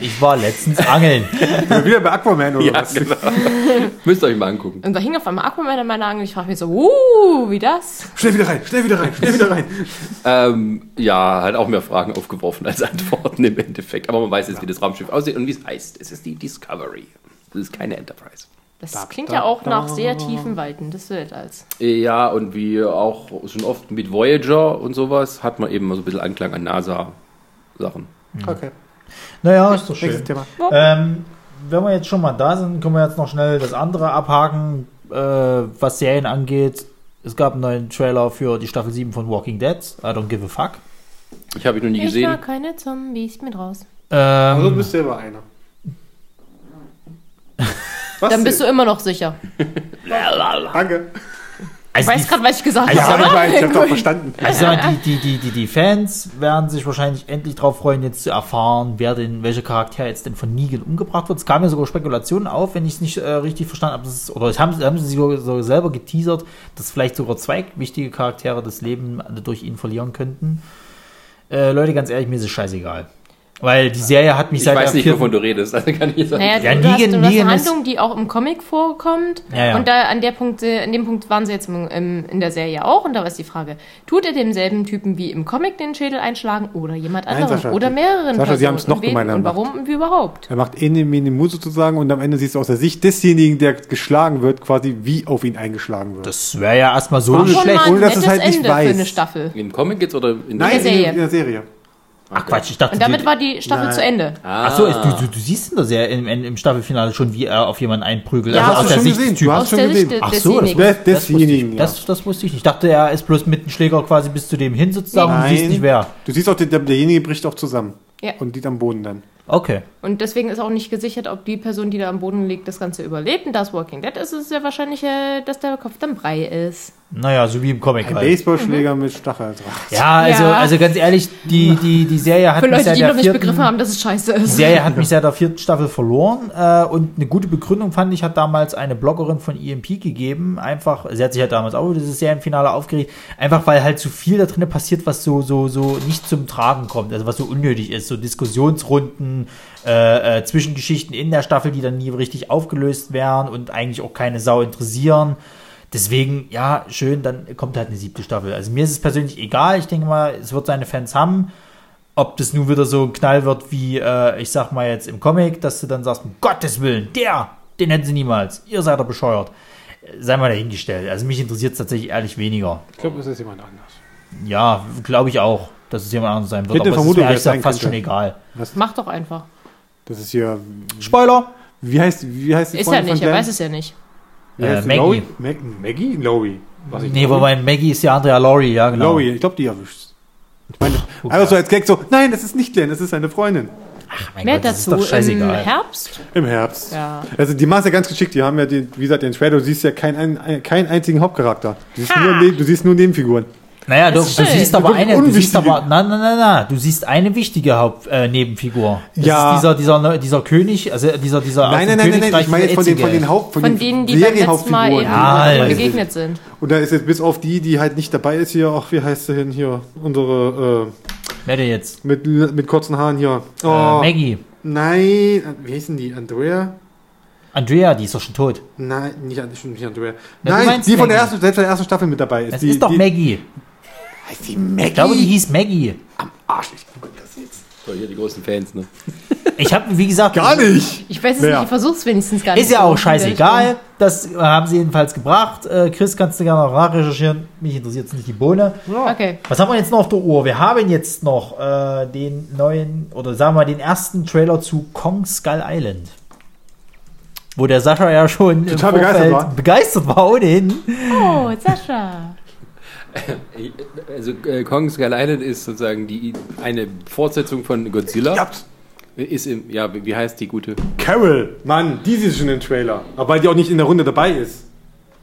[SPEAKER 3] Ich war letztens angeln.
[SPEAKER 2] Sind wir wieder bei Aquaman oder was?
[SPEAKER 1] Müsst ihr euch mal angucken.
[SPEAKER 4] Und da hing auf einmal Aquaman an meiner Angel. Ich frage mich so, uh, wie das?
[SPEAKER 2] Schnell wieder rein, schnell wieder rein, schnell wieder rein.
[SPEAKER 1] Ähm, ja, hat auch mehr Fragen aufgeworfen als Antworten im Endeffekt. Aber man weiß jetzt, wie das Raumschiff aussieht und wie es heißt. Es ist die Discovery. Es ist keine Enterprise.
[SPEAKER 4] Das
[SPEAKER 2] Da,
[SPEAKER 4] klingt
[SPEAKER 2] da,
[SPEAKER 4] ja auch
[SPEAKER 2] da.
[SPEAKER 4] nach sehr tiefen Weiten des Weltalls.
[SPEAKER 1] Ja, und wie auch schon oft mit Voyager und sowas hat man eben mal so ein bisschen Anklang an NASA-Sachen.
[SPEAKER 2] Okay,
[SPEAKER 3] Naja, ist doch schön.
[SPEAKER 2] nächstes Thema.
[SPEAKER 3] Ähm, wenn wir jetzt schon mal da sind, können wir jetzt noch schnell das andere abhaken, äh, was Serien angeht. Es gab einen neuen Trailer für die Staffel 7 von Walking Dead. I don't give a fuck.
[SPEAKER 1] Ich habe ihn noch nie
[SPEAKER 4] Ich
[SPEAKER 1] gesehen.
[SPEAKER 4] mag keine Zombies mit raus.
[SPEAKER 3] Ähm,
[SPEAKER 2] Also du bist selber einer. Was
[SPEAKER 4] Dann bist du
[SPEAKER 2] denn?
[SPEAKER 4] immer noch sicher.
[SPEAKER 2] Danke.
[SPEAKER 4] Ich
[SPEAKER 3] also
[SPEAKER 4] weiß
[SPEAKER 3] die-
[SPEAKER 4] gerade, was ich gesagt
[SPEAKER 3] Also
[SPEAKER 4] habe.
[SPEAKER 2] Ja, ich weiß, ich hab's auch
[SPEAKER 4] Gut.
[SPEAKER 2] verstanden.
[SPEAKER 3] Also sagen wir mal, die, die, die, die, die Fans werden sich wahrscheinlich endlich darauf freuen, jetzt zu erfahren, wer denn, welcher Charakter jetzt denn von Negan umgebracht wird. Es kamen ja sogar Spekulationen auf, wenn ich es nicht äh, richtig verstanden habe. das ist- Oder es haben, haben sie sogar, sogar selber geteasert, dass vielleicht sogar zwei wichtige Charaktere das Leben durch ihn verlieren könnten. Äh, Leute, ganz ehrlich, mir ist es scheißegal. Weil die Serie hat mich
[SPEAKER 1] Ich
[SPEAKER 3] seit
[SPEAKER 1] weiß
[SPEAKER 3] der
[SPEAKER 1] nicht,
[SPEAKER 3] vierten-
[SPEAKER 1] wovon du redest. Also kann ich sagen.
[SPEAKER 4] Naja,
[SPEAKER 3] Ja,
[SPEAKER 4] du, du hast,
[SPEAKER 3] Negan-
[SPEAKER 4] du hast
[SPEAKER 3] Negan
[SPEAKER 4] eine
[SPEAKER 3] ist-
[SPEAKER 4] Handlung, die auch im Comic vorkommt.
[SPEAKER 3] Ja, ja.
[SPEAKER 4] Und da an der Punkt, äh, an dem Punkt waren sie jetzt im, im, in der Serie auch. Und da war es die Frage, tut er demselben Typen wie im Comic den Schädel einschlagen oder jemand
[SPEAKER 2] Nein,
[SPEAKER 4] anderem
[SPEAKER 2] Sascha,
[SPEAKER 4] oder
[SPEAKER 2] die-
[SPEAKER 4] mehreren
[SPEAKER 2] Sascha, sie
[SPEAKER 4] Personen?
[SPEAKER 2] haben's noch
[SPEAKER 4] Und wen-
[SPEAKER 2] gemeiner
[SPEAKER 4] Und
[SPEAKER 2] gemacht.
[SPEAKER 4] warum und wie überhaupt?
[SPEAKER 2] Er macht in dem Mut sozusagen und am Ende siehst du aus der Sicht desjenigen, der geschlagen wird, quasi wie auf ihn eingeschlagen wird.
[SPEAKER 3] Das wäre ja erstmal so
[SPEAKER 2] War
[SPEAKER 3] nicht
[SPEAKER 2] schon
[SPEAKER 3] schlecht.
[SPEAKER 2] mal- ohne dass es halt nicht
[SPEAKER 4] Ende
[SPEAKER 2] weiß.
[SPEAKER 4] für eine Staffel.
[SPEAKER 1] Im Comic jetzt oder in
[SPEAKER 4] der Serie.
[SPEAKER 2] In der Serie.
[SPEAKER 3] Ach Quatsch, ich dachte.
[SPEAKER 4] Und damit
[SPEAKER 3] die-
[SPEAKER 4] war die Staffel
[SPEAKER 2] Nein.
[SPEAKER 4] zu Ende.
[SPEAKER 1] Ah.
[SPEAKER 3] Ach so, ist- du, du, du siehst ihn doch sehr im, im Staffelfinale schon, wie er auf jemanden einprügelt. Also
[SPEAKER 4] Ja, hast du
[SPEAKER 2] schon gesehen.
[SPEAKER 3] des Typen.
[SPEAKER 2] Du hast
[SPEAKER 4] Aus
[SPEAKER 2] schon
[SPEAKER 4] der
[SPEAKER 2] gesehen.
[SPEAKER 4] Sicht de-
[SPEAKER 3] Ach so, das-
[SPEAKER 4] desjenigen.
[SPEAKER 2] Des, desjenigen, ja.
[SPEAKER 3] Das, das wusste ich nicht. Ich dachte, er ist bloß mit dem Schläger quasi bis zu dem hin sozusagen und
[SPEAKER 2] Nein.
[SPEAKER 3] siehst nicht wer.
[SPEAKER 2] Du siehst auch, der, derjenige bricht auch zusammen.
[SPEAKER 4] Ja.
[SPEAKER 2] Und liegt am Boden dann.
[SPEAKER 3] Okay.
[SPEAKER 4] Und deswegen ist auch nicht gesichert, ob die Person, die da am Boden liegt, das Ganze überlebt. Und das Walking Dead ist es sehr wahrscheinlich, äh, dass der Kopf dann brei ist.
[SPEAKER 3] Naja, so wie im Comic
[SPEAKER 2] Ein
[SPEAKER 3] halt.
[SPEAKER 2] Baseballschläger mit Stacheldraht.
[SPEAKER 3] Ja, also,
[SPEAKER 4] Ja.
[SPEAKER 3] also ganz ehrlich, die, die, die Serie hat
[SPEAKER 4] Für
[SPEAKER 3] mich
[SPEAKER 4] Leute,
[SPEAKER 3] seit
[SPEAKER 4] die
[SPEAKER 3] der
[SPEAKER 4] noch nicht
[SPEAKER 3] vierten,
[SPEAKER 4] begriffen haben, dass es scheiße
[SPEAKER 3] die
[SPEAKER 4] ist.
[SPEAKER 3] Serie hat mich seit der vierten Staffel verloren äh, und eine gute Begründung fand ich, hat damals eine Bloggerin von EMP gegeben, einfach, sie hat sich ja damals auch über dieses Serienfinale aufgeregt, einfach weil halt zu viel da drin passiert, was so, so, so nicht zum Tragen kommt, also was so unnötig ist, so Diskussionsrunden, äh, äh, Zwischengeschichten in der Staffel, die dann nie richtig aufgelöst werden und eigentlich auch keine Sau interessieren. Deswegen, ja, schön, dann kommt halt eine siebte Staffel. Also mir ist es persönlich egal, ich denke mal, es wird seine Fans haben ob das nun wieder so ein Knall wird wie, äh, ich sag mal jetzt im Comic, dass du dann sagst, um Gottes Willen, der, den hätten sie niemals, ihr seid doch bescheuert. Äh, Sei mal dahingestellt. Also mich interessiert es tatsächlich ehrlich weniger.
[SPEAKER 2] Ich glaube, es ist jemand anders.
[SPEAKER 3] Ja, glaube ich auch, dass es jemand anderes sein wird.
[SPEAKER 2] Ich hätte
[SPEAKER 3] es ist mir
[SPEAKER 2] Vermutung,
[SPEAKER 3] ehrlich
[SPEAKER 2] wer es sein
[SPEAKER 3] gesagt fast schon
[SPEAKER 2] könnte.
[SPEAKER 3] egal.
[SPEAKER 2] Das,
[SPEAKER 4] Mach doch einfach.
[SPEAKER 2] das ist hier.
[SPEAKER 3] Spoiler!
[SPEAKER 2] Wie heißt, wie heißt die
[SPEAKER 4] Ist ja
[SPEAKER 2] Freundin
[SPEAKER 4] nicht,
[SPEAKER 2] von
[SPEAKER 4] er
[SPEAKER 2] Glenn?
[SPEAKER 4] weiß es ja nicht.
[SPEAKER 2] Wie
[SPEAKER 3] Äh,
[SPEAKER 2] heißt die?
[SPEAKER 3] Maggie.
[SPEAKER 2] Lowie? Mag Maggie? Lowie. Was ich
[SPEAKER 3] Nee, wobei Maggie ist ja Andrea Laurie, ja genau.
[SPEAKER 2] Lowie, ich glaube, die erwischt's. Ich meine,
[SPEAKER 3] Puh,
[SPEAKER 2] einfach so als Gag so, nein, es ist nicht Glenn, es ist seine Freundin.
[SPEAKER 3] Ach, mein
[SPEAKER 4] Mehr
[SPEAKER 3] Gott, das ist
[SPEAKER 4] dazu
[SPEAKER 3] doch
[SPEAKER 4] im
[SPEAKER 3] scheißegal.
[SPEAKER 4] Herbst.
[SPEAKER 2] Im Herbst.
[SPEAKER 4] Ja.
[SPEAKER 2] Also die machen es ja ganz geschickt, die haben ja, den, wie gesagt, den Shredder, du siehst ja keinen ein, keinen einzigen Hauptcharakter. Du siehst, nur, Neb- du siehst nur Nebenfiguren.
[SPEAKER 3] Naja, du, du
[SPEAKER 4] Das ist schön.
[SPEAKER 3] siehst aber
[SPEAKER 2] Wirklich
[SPEAKER 3] eine, du siehst
[SPEAKER 2] unwichtige-
[SPEAKER 3] aber, na, na, na, na, du siehst eine wichtige Haupt, äh, Nebenfigur. Das
[SPEAKER 2] Ja.
[SPEAKER 3] Ist dieser, dieser, dieser König, also dieser, dieser, aus
[SPEAKER 2] Nein, nein,
[SPEAKER 3] dem
[SPEAKER 2] nein, nein, nein,
[SPEAKER 3] Königreich
[SPEAKER 2] ich meine jetzt von den, von den
[SPEAKER 3] Etzigel.
[SPEAKER 2] Haupt,
[SPEAKER 4] Von denen, die beim letzten Mal eben
[SPEAKER 3] Ja,
[SPEAKER 4] ja,
[SPEAKER 3] ja.
[SPEAKER 4] begegnet sind.
[SPEAKER 2] Und da ist jetzt bis auf die, die halt nicht dabei ist hier, ach, wie heißt sie denn hier? Unsere,
[SPEAKER 3] Wer denn jetzt?
[SPEAKER 2] äh, mit, mit kurzen Haaren hier. Oh,
[SPEAKER 3] Äh, Maggie.
[SPEAKER 2] nein, äh, wie hießen die? Andrea?
[SPEAKER 3] Andrea, die ist doch schon tot.
[SPEAKER 2] Nein, nicht, an- stimmt, nicht Andrea.
[SPEAKER 3] Ja, du
[SPEAKER 2] Nein,
[SPEAKER 3] meinst
[SPEAKER 2] die von der
[SPEAKER 3] Maggie.
[SPEAKER 2] ersten, selbst von der ersten Staffel mit dabei ist.
[SPEAKER 3] Es
[SPEAKER 2] die,
[SPEAKER 3] ist doch
[SPEAKER 2] die,
[SPEAKER 3] Maggie.
[SPEAKER 2] Heißt die Maggie?
[SPEAKER 3] Ich glaube, die hieß Maggie.
[SPEAKER 2] Arsch, ich gucke das jetzt.
[SPEAKER 1] So, hier die großen Fans, ne?
[SPEAKER 3] Ich habe, wie gesagt,
[SPEAKER 2] Gar nicht!
[SPEAKER 4] Ich weiß es
[SPEAKER 2] Wer?
[SPEAKER 4] nicht, ich versuch's wenigstens gar nicht.
[SPEAKER 3] ist ja
[SPEAKER 4] so.
[SPEAKER 3] auch scheißegal. Das äh, haben sie jedenfalls gebracht. Äh, Chris, kannst du gerne noch nachrecherchieren. Mich interessiert jetzt nicht die Bohne.
[SPEAKER 4] Okay.
[SPEAKER 3] Was haben wir jetzt noch auf der Uhr? Wir haben jetzt noch äh, den neuen, oder sagen wir mal, den ersten Trailer zu Kong Skull Island. Wo der Sascha ja schon
[SPEAKER 2] Total begeistert war.
[SPEAKER 3] begeistert war ohnehin.
[SPEAKER 4] Oh, Sascha.
[SPEAKER 1] Also äh, Kong Skull Island ist sozusagen die eine Fortsetzung von Godzilla.
[SPEAKER 2] Ja,
[SPEAKER 1] Ist im, ja, wie wie heißt die gute?
[SPEAKER 2] Carol! Mann, die siehst du schon im Trailer. Aber weil die auch nicht in der Runde dabei ist.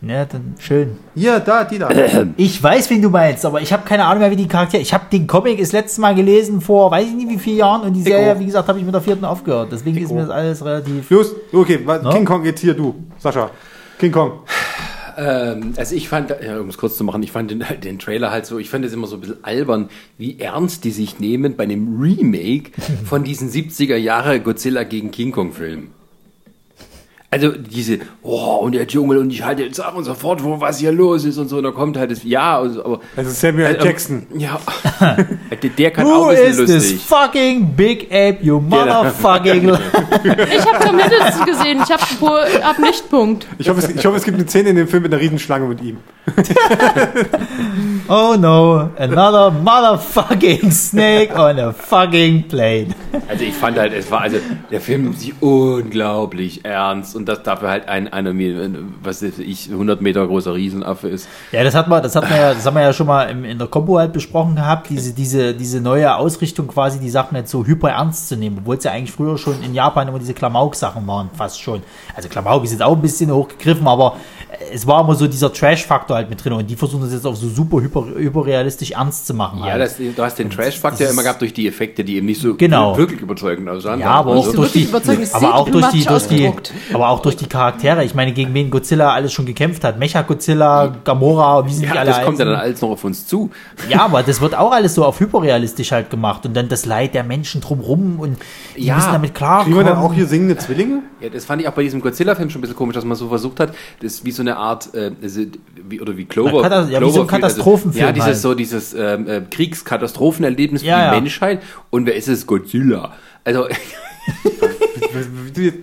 [SPEAKER 3] Ja, dann schön.
[SPEAKER 2] Hier, da, die da.
[SPEAKER 3] Ich weiß, wen du meinst, aber ich habe keine Ahnung mehr, wie die Charaktere. Ich habe den Comic das letzte Mal gelesen vor, weiß ich nicht wie vielen Jahren und die Serie, wie gesagt, habe ich mit der vierten aufgehört. Deswegen ist mir das alles relativ.
[SPEAKER 2] Los, okay, wa-
[SPEAKER 3] No?
[SPEAKER 2] King Kong jetzt hier, du, Sascha. King Kong.
[SPEAKER 1] Ähm, also ich fand, ja, um es kurz zu machen, ich fand den, den Trailer halt so, ich fand es immer so ein bisschen albern, wie ernst die sich nehmen bei einem Remake von diesen 70er Jahre Godzilla gegen King Kong Filmen. Also diese, oh, und der Dschungel und ich halte jetzt ab und sofort, wo was hier los ist und so, und da kommt halt das, ja, und so, aber...
[SPEAKER 2] Also
[SPEAKER 3] Äh,
[SPEAKER 2] Samuel
[SPEAKER 1] ähm,
[SPEAKER 2] Jackson.
[SPEAKER 1] Ja, Also der, der kann auch
[SPEAKER 3] Who
[SPEAKER 1] ein
[SPEAKER 3] is
[SPEAKER 1] bisschen
[SPEAKER 3] this
[SPEAKER 1] lustig.
[SPEAKER 3] fucking big ape, you motherfucking.
[SPEAKER 4] Ich habe nur Mittels gesehen, ich habe hab Lichtpunkt.
[SPEAKER 2] Ich hoffe, es, ich hoffe, es gibt eine Szene in dem Film mit einer Riesenschlange mit ihm.
[SPEAKER 3] oh no, another motherfucking snake on a fucking plane.
[SPEAKER 1] Also ich fand halt, es war also der Film nimmt sich unglaublich ernst und dass dafür halt ein Anime, was weiß ich 100 Meter großer Riesenaffe ist.
[SPEAKER 3] Ja, das hat man, das hat man ja, das haben wir ja schon mal im, in der Combo halt besprochen gehabt, diese, diese, diese neue Ausrichtung quasi, die Sachen jetzt so hyper ernst zu nehmen, obwohl es ja eigentlich früher schon in Japan immer diese Klamauk-Sachen waren, fast schon. Also Klamauk ist jetzt auch ein bisschen hochgegriffen, aber äh, es war immer so dieser Trash-Faktor halt mit drin und die versuchen das jetzt auch so super hyper, hyperrealistisch ernst zu machen.
[SPEAKER 1] Ja,
[SPEAKER 3] halt.
[SPEAKER 1] das, du hast den Trash-Faktor
[SPEAKER 3] ist-
[SPEAKER 1] immer gehabt durch die Effekte, die eben nicht so
[SPEAKER 3] Genau.
[SPEAKER 1] wirklich überzeugend aussahen.
[SPEAKER 3] Ja, aber auch
[SPEAKER 1] also,
[SPEAKER 3] durch
[SPEAKER 4] wirklich
[SPEAKER 3] die,
[SPEAKER 4] überzeugend, es
[SPEAKER 3] aber
[SPEAKER 4] sieht
[SPEAKER 3] auch durch die,
[SPEAKER 4] matsch
[SPEAKER 3] durch die,
[SPEAKER 4] ausgedruckt.
[SPEAKER 3] aber auch durch die Charaktere. Ich meine, gegen wen Godzilla alles schon gekämpft hat. Mecha Godzilla, Gamora, wie sind die
[SPEAKER 1] ja,
[SPEAKER 3] alle
[SPEAKER 1] das kommt ja
[SPEAKER 3] heißen.
[SPEAKER 1] dann alles noch auf uns zu.
[SPEAKER 3] Ja, aber das wird auch alles so auf hyperrealistisch halt gemacht und dann das Leid der Menschen drumrum und die
[SPEAKER 1] Ja.
[SPEAKER 3] müssen damit
[SPEAKER 2] Kriegen wir
[SPEAKER 3] klarkommen.
[SPEAKER 2] dann auch hier singende Zwillinge?
[SPEAKER 1] Ja, das fand ich auch bei diesem Godzilla-Film schon ein bisschen komisch, dass man so versucht hat, das wie so eine Art, äh, also, wie, oder wie Clover.
[SPEAKER 3] Na, Katas- ja, wie so
[SPEAKER 1] Cloverfield,
[SPEAKER 3] ein Katastrophenfilm
[SPEAKER 1] Also, ja,
[SPEAKER 3] halt.
[SPEAKER 1] dieses, so dieses ähm, äh, Kriegskatastrophenerlebnis für
[SPEAKER 3] Ja,
[SPEAKER 1] die
[SPEAKER 3] ja.
[SPEAKER 1] Menschheit. Und wer ist es? Godzilla. Also,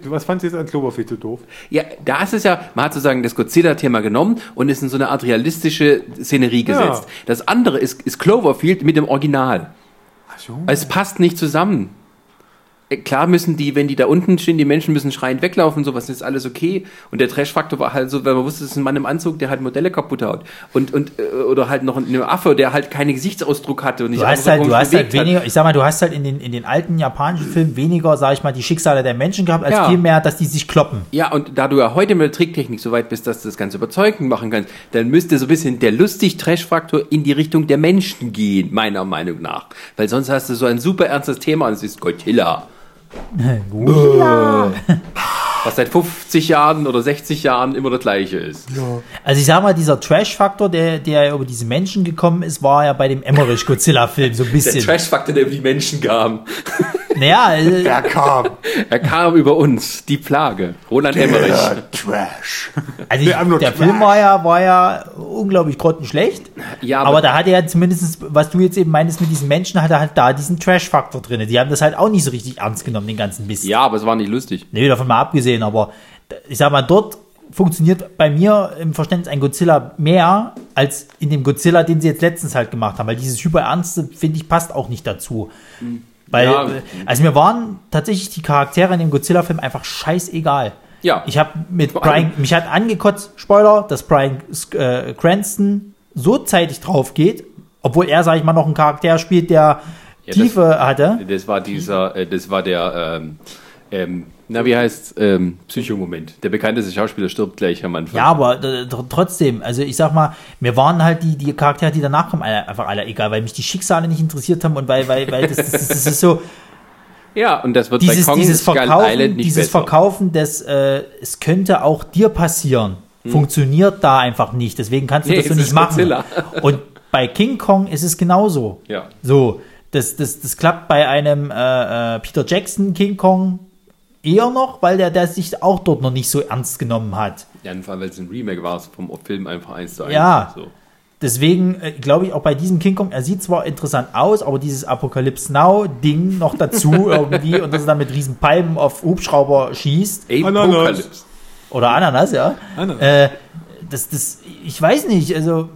[SPEAKER 2] Was fandst du jetzt an Cloverfield so doof?
[SPEAKER 1] Ja, da ist es ja, man hat sozusagen das Godzilla-Thema genommen und ist in so eine Art realistische Szenerie
[SPEAKER 2] Ja.
[SPEAKER 1] gesetzt. Das andere ist, ist Cloverfield mit dem Original. Es passt nicht zusammen. Äh, Klar müssen die, wenn die da unten stehen, die Menschen müssen schreiend weglaufen und sowas, ist alles okay. Und der Trash-Faktor war halt so, weil man wusste, es ist ein Mann im Anzug, der halt Modelle kaputt haut. Und, und, äh, oder halt noch ein ein Affe, der halt keinen Gesichtsausdruck hatte und nicht
[SPEAKER 3] Du hast
[SPEAKER 1] einfach
[SPEAKER 3] halt, du
[SPEAKER 1] komisch
[SPEAKER 3] hast halt
[SPEAKER 1] bewegt hat.
[SPEAKER 3] weniger, ich sag mal, du hast halt in den, in den alten japanischen Filmen weniger, sag ich mal, die Schicksale der Menschen gehabt, als
[SPEAKER 1] Ja.
[SPEAKER 3] viel mehr, dass die sich kloppen.
[SPEAKER 1] Ja, und da du ja heute mit der Tricktechnik so weit bist, dass du das Ganze überzeugend machen kannst, dann müsste so ein bisschen der Lustig-Trash-Faktor in die Richtung der Menschen gehen, meiner Meinung nach. Weil sonst hast du so ein super ernstes Thema und es ist Godzilla. Was seit 50 Jahren oder 60 Jahren immer das gleiche ist.
[SPEAKER 3] Also ich sag mal, dieser Trash-Faktor, der, der ja über diese Menschen gekommen ist, war ja bei dem Emmerich-Godzilla-Film so ein
[SPEAKER 1] Der
[SPEAKER 3] bisschen.
[SPEAKER 1] Trash-Faktor, der über die Menschen kam.
[SPEAKER 3] Naja, äh,
[SPEAKER 5] Er kam.
[SPEAKER 1] Er kam über uns, die Plage. Roland Emmerich.
[SPEAKER 5] Der Trash.
[SPEAKER 3] also ich,
[SPEAKER 2] I'm not
[SPEAKER 3] der Film war ja, war ja unglaublich grottenschlecht.
[SPEAKER 1] Ja,
[SPEAKER 3] aber, da hatte ja zumindest, was du jetzt eben meintest mit diesen Menschen, hatte halt da diesen Trash-Faktor drin. Die haben das halt auch nicht so richtig ernst genommen, den ganzen Mist.
[SPEAKER 1] ja, aber es war nicht lustig.
[SPEAKER 3] Nee, davon mal abgesehen, aber d- ich sag mal, dort funktioniert bei mir im Verständnis ein Godzilla mehr als in dem Godzilla, den sie jetzt letztens halt gemacht haben, weil dieses Hyperernste, finde ich, passt auch nicht dazu. Weil,
[SPEAKER 1] Mhm. Ja.
[SPEAKER 3] äh, also mir waren tatsächlich die Charaktere in dem Godzilla-Film einfach scheißegal.
[SPEAKER 1] Ja.
[SPEAKER 3] Ich habe mit
[SPEAKER 1] Vor allem-
[SPEAKER 3] Brian, mich hat angekotzt, Spoiler, dass Brian äh, Cranston so zeitig drauf geht, obwohl er, sag ich mal, noch einen Charakter spielt, der
[SPEAKER 1] Ja, das-
[SPEAKER 3] Tiefe hatte.
[SPEAKER 1] Das war dieser, äh, das war der, ähm, ähm, na, wie heißt ähm, Psychomoment? Der bekannteste Schauspieler stirbt gleich am Anfang.
[SPEAKER 3] Ja, aber äh, tr- trotzdem, also ich sag mal, mir waren halt die, die Charaktere, die danach kommen, alle, einfach alle egal, weil mich die Schicksale nicht interessiert haben und weil, weil, weil das, das, das, das ist so,
[SPEAKER 1] Ja, und das wird
[SPEAKER 3] dieses,
[SPEAKER 1] bei Kong
[SPEAKER 3] dieses
[SPEAKER 1] Skull
[SPEAKER 3] Verkaufen,
[SPEAKER 1] Island nicht
[SPEAKER 3] dieses
[SPEAKER 1] besser.
[SPEAKER 3] Verkaufen des, äh, es könnte auch dir passieren, funktioniert da einfach nicht. Deswegen kannst du
[SPEAKER 1] Hm. Nee,
[SPEAKER 3] das so
[SPEAKER 1] es
[SPEAKER 3] nicht
[SPEAKER 1] ist
[SPEAKER 3] machen.
[SPEAKER 1] Godzilla.
[SPEAKER 3] Und bei King Kong ist es genauso.
[SPEAKER 1] Ja.
[SPEAKER 3] So, das, das, das klappt bei einem äh, äh, Peter Jackson King Kong eher noch, weil der, der sich auch dort noch nicht so ernst genommen hat.
[SPEAKER 1] Ja, vor allem, weil es ein Remake war, es vom Film einfach eins zu eins.
[SPEAKER 3] Ja.
[SPEAKER 1] So.
[SPEAKER 3] Deswegen äh, glaube ich auch bei diesem King Kong, er sieht zwar interessant aus, aber dieses Apocalypse Now-Ding noch dazu irgendwie und dass er dann mit riesen Palmen auf Hubschrauber schießt
[SPEAKER 2] Ananas.
[SPEAKER 1] Apokalypse.
[SPEAKER 3] oder Ananas, ja.
[SPEAKER 2] Ananas.
[SPEAKER 3] Äh, das, das, ich weiß nicht, also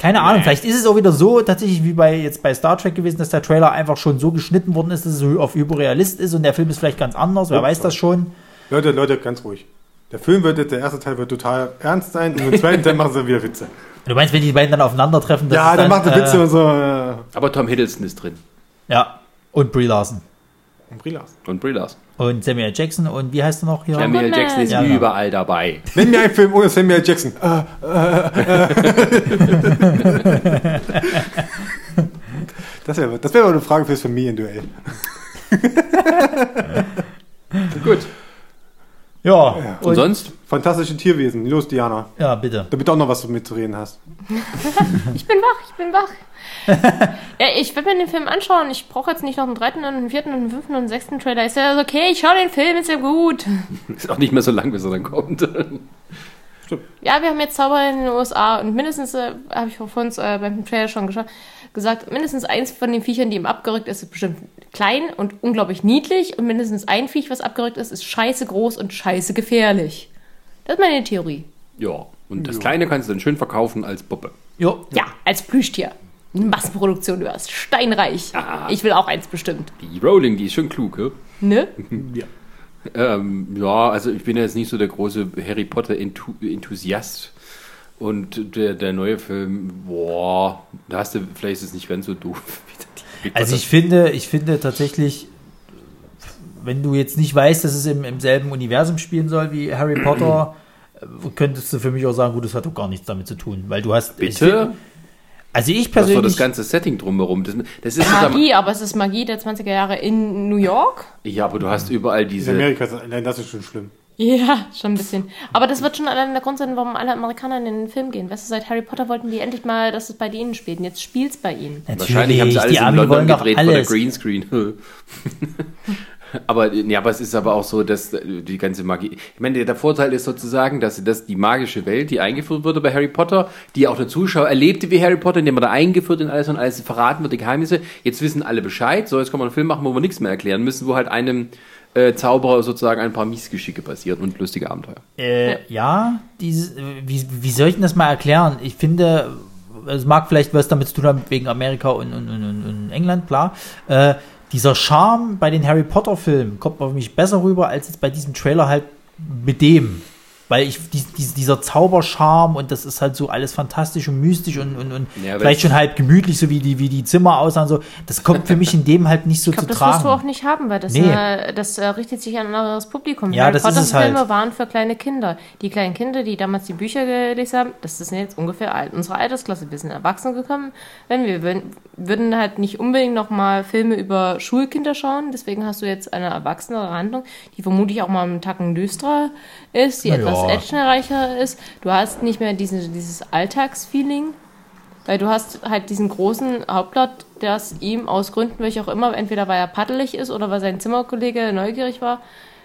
[SPEAKER 3] keine Ahnung, vielleicht ist es auch wieder so tatsächlich wie bei jetzt bei Star Trek gewesen, dass der Trailer einfach schon so geschnitten worden ist, dass es so auf Hyperrealist ist und der Film ist vielleicht ganz anders, wer weiß das schon.
[SPEAKER 2] Leute, Leute, ganz ruhig. Der Film wird jetzt, der erste Teil wird total ernst sein und im zweiten Teil machen sie dann wieder Witze.
[SPEAKER 3] Du meinst, wenn die beiden dann aufeinandertreffen, dass
[SPEAKER 2] ja,
[SPEAKER 3] es
[SPEAKER 2] dann macht er
[SPEAKER 3] äh,
[SPEAKER 2] Witze und so. Äh,
[SPEAKER 1] Aber Tom Hiddleston ist drin.
[SPEAKER 3] Ja, und Brie Larson
[SPEAKER 2] und Brilas.
[SPEAKER 1] Und Brie Larson.
[SPEAKER 3] und Samuel Jackson und wie heißt er noch hier?
[SPEAKER 1] Samuel
[SPEAKER 4] nein.
[SPEAKER 1] Jackson ist
[SPEAKER 3] Ja, genau. ja.
[SPEAKER 1] überall dabei.
[SPEAKER 2] Nenn mir einen Film ohne Samuel L. Jackson. Äh, das wäre das wär mal eine Frage fürs Familienduell.
[SPEAKER 1] Gut.
[SPEAKER 3] Ja,
[SPEAKER 1] Und, sonst?
[SPEAKER 2] Fantastische Tierwesen. Los, Diana.
[SPEAKER 3] Ja, bitte.
[SPEAKER 2] Damit du auch noch was mitzureden hast.
[SPEAKER 4] Ich bin wach, ich bin wach. ja, ich werde mir den Film anschauen. Ich brauche jetzt nicht noch einen dritten und einen vierten und einen fünften und einen sechsten Trailer. Ist ja alles okay, ich schaue den Film, ist ja gut.
[SPEAKER 1] Ist auch nicht mehr so lang, bis er dann kommt.
[SPEAKER 4] Ja, wir haben jetzt Zauber in den USA und mindestens, äh, habe ich vor uns äh, beim Trailer schon gescha- gesagt, mindestens eins von den Viechern, die ihm abgerückt ist, ist bestimmt klein und unglaublich niedlich und mindestens ein Viech, was abgerückt ist, ist scheiße groß und scheiße gefährlich. Das ist meine Theorie.
[SPEAKER 1] ja. Und das Kleine kannst du dann schön verkaufen als Puppe.
[SPEAKER 3] Jo.
[SPEAKER 4] Ja, als Plüschtier. Eine Massenproduktion, du warst steinreich. Ich will auch eins bestimmt.
[SPEAKER 1] Die Rowling, die ist schon klug, hä?
[SPEAKER 4] Ne?
[SPEAKER 1] Ähm, ja, also ich bin jetzt nicht so der große Harry Potter Enthu Enthusiast. Und der, der neue Film, boah, da hast du, vielleicht ist es nicht ganz so doof. wie der Harry
[SPEAKER 3] Also
[SPEAKER 1] Potter.
[SPEAKER 3] ich finde, ich finde tatsächlich, wenn du jetzt nicht weißt, dass es im, im selben Universum spielen soll wie Harry Potter, äh, könntest du für mich auch sagen, gut, das hat doch gar nichts damit zu tun, weil du hast. Ich
[SPEAKER 1] Bitte?
[SPEAKER 3] find, also ich
[SPEAKER 1] Das war das
[SPEAKER 3] persönlich.
[SPEAKER 1] ganze Setting drumherum. Das, das ist
[SPEAKER 4] Magie, aber es ist Magie der 20er Jahre in New York.
[SPEAKER 1] Ja, aber du hast überall
[SPEAKER 2] In
[SPEAKER 3] Genau.
[SPEAKER 1] diese.
[SPEAKER 2] Amerika ist allein das ist schon schlimm.
[SPEAKER 4] Ja, schon ein bisschen. Aber das wird schon allein der Grund sein, warum alle Amerikaner in den Film gehen. Weißt du, seit Harry Potter wollten die endlich mal, dass es bei denen spielt. Und jetzt spielt's bei ihnen.
[SPEAKER 1] Wahrscheinlich haben sie alles
[SPEAKER 3] die
[SPEAKER 1] in
[SPEAKER 3] Ami
[SPEAKER 1] London
[SPEAKER 3] wollen doch
[SPEAKER 1] gedreht vor der
[SPEAKER 3] alles.
[SPEAKER 1] Greenscreen. aber ja, aber es ist aber auch so, dass äh, die ganze Magie. Ich meine, der- der Vorteil ist sozusagen, dass, dass die magische Welt, die eingeführt wurde bei Harry Potter, die auch der Zuschauer erlebte wie Harry Potter, indem man da eingeführt in alles und alles verraten wird, die Geheimnisse. Jetzt wissen alle Bescheid. So, jetzt kann man einen Film machen, wo wir nichts mehr erklären müssen, wo halt einem äh, Zauberer sozusagen ein paar Missgeschicke passieren und lustige Abenteuer.
[SPEAKER 3] Äh, ja, dieses, äh, wie, wie soll ich denn das mal erklären? Ich finde, es mag vielleicht was damit zu tun haben, wegen Amerika und, und, und, und England, klar. Äh, dieser Charme bei den Harry Potter-Filmen kommt auf mich besser rüber, als jetzt bei diesem Trailer halt mit dem. Weil ich, dies- dies- dieser Zauberscharme und das ist halt so alles fantastisch und mystisch und, und, und
[SPEAKER 1] Ja, aber das-
[SPEAKER 3] vielleicht schon halb gemütlich, so wie die, wie die Zimmer aussahen, so. Das kommt für mich in dem halt nicht so
[SPEAKER 4] Ich glaube,
[SPEAKER 3] zu
[SPEAKER 4] das
[SPEAKER 3] tragen.
[SPEAKER 4] wirst du auch nicht haben, weil das,
[SPEAKER 3] Nee.
[SPEAKER 4] äh, das äh, richtet sich an ein anderes Publikum.
[SPEAKER 3] Ja, das ist es halt.
[SPEAKER 4] Filme waren für kleine Kinder. Die kleinen Kinder, die damals die Bücher gelesen haben, das ist jetzt ungefähr alt, unsere Altersklasse. Wir sind erwachsen gekommen. Wenn wir würden, würden halt nicht unbedingt nochmal Filme über Schulkinder schauen. Deswegen hast du jetzt eine erwachsenere Handlung, die vermutlich auch mal einen Tacken düsterer ist, die
[SPEAKER 3] Na ja.
[SPEAKER 4] etwas actionreicher ist. Du hast nicht mehr diesen, dieses Alltagsfeeling. Weil du hast halt diesen großen Hauptplot, dass ihm aus Gründen, welche auch immer, entweder weil er paddelig ist oder weil sein Zimmerkollege neugierig war,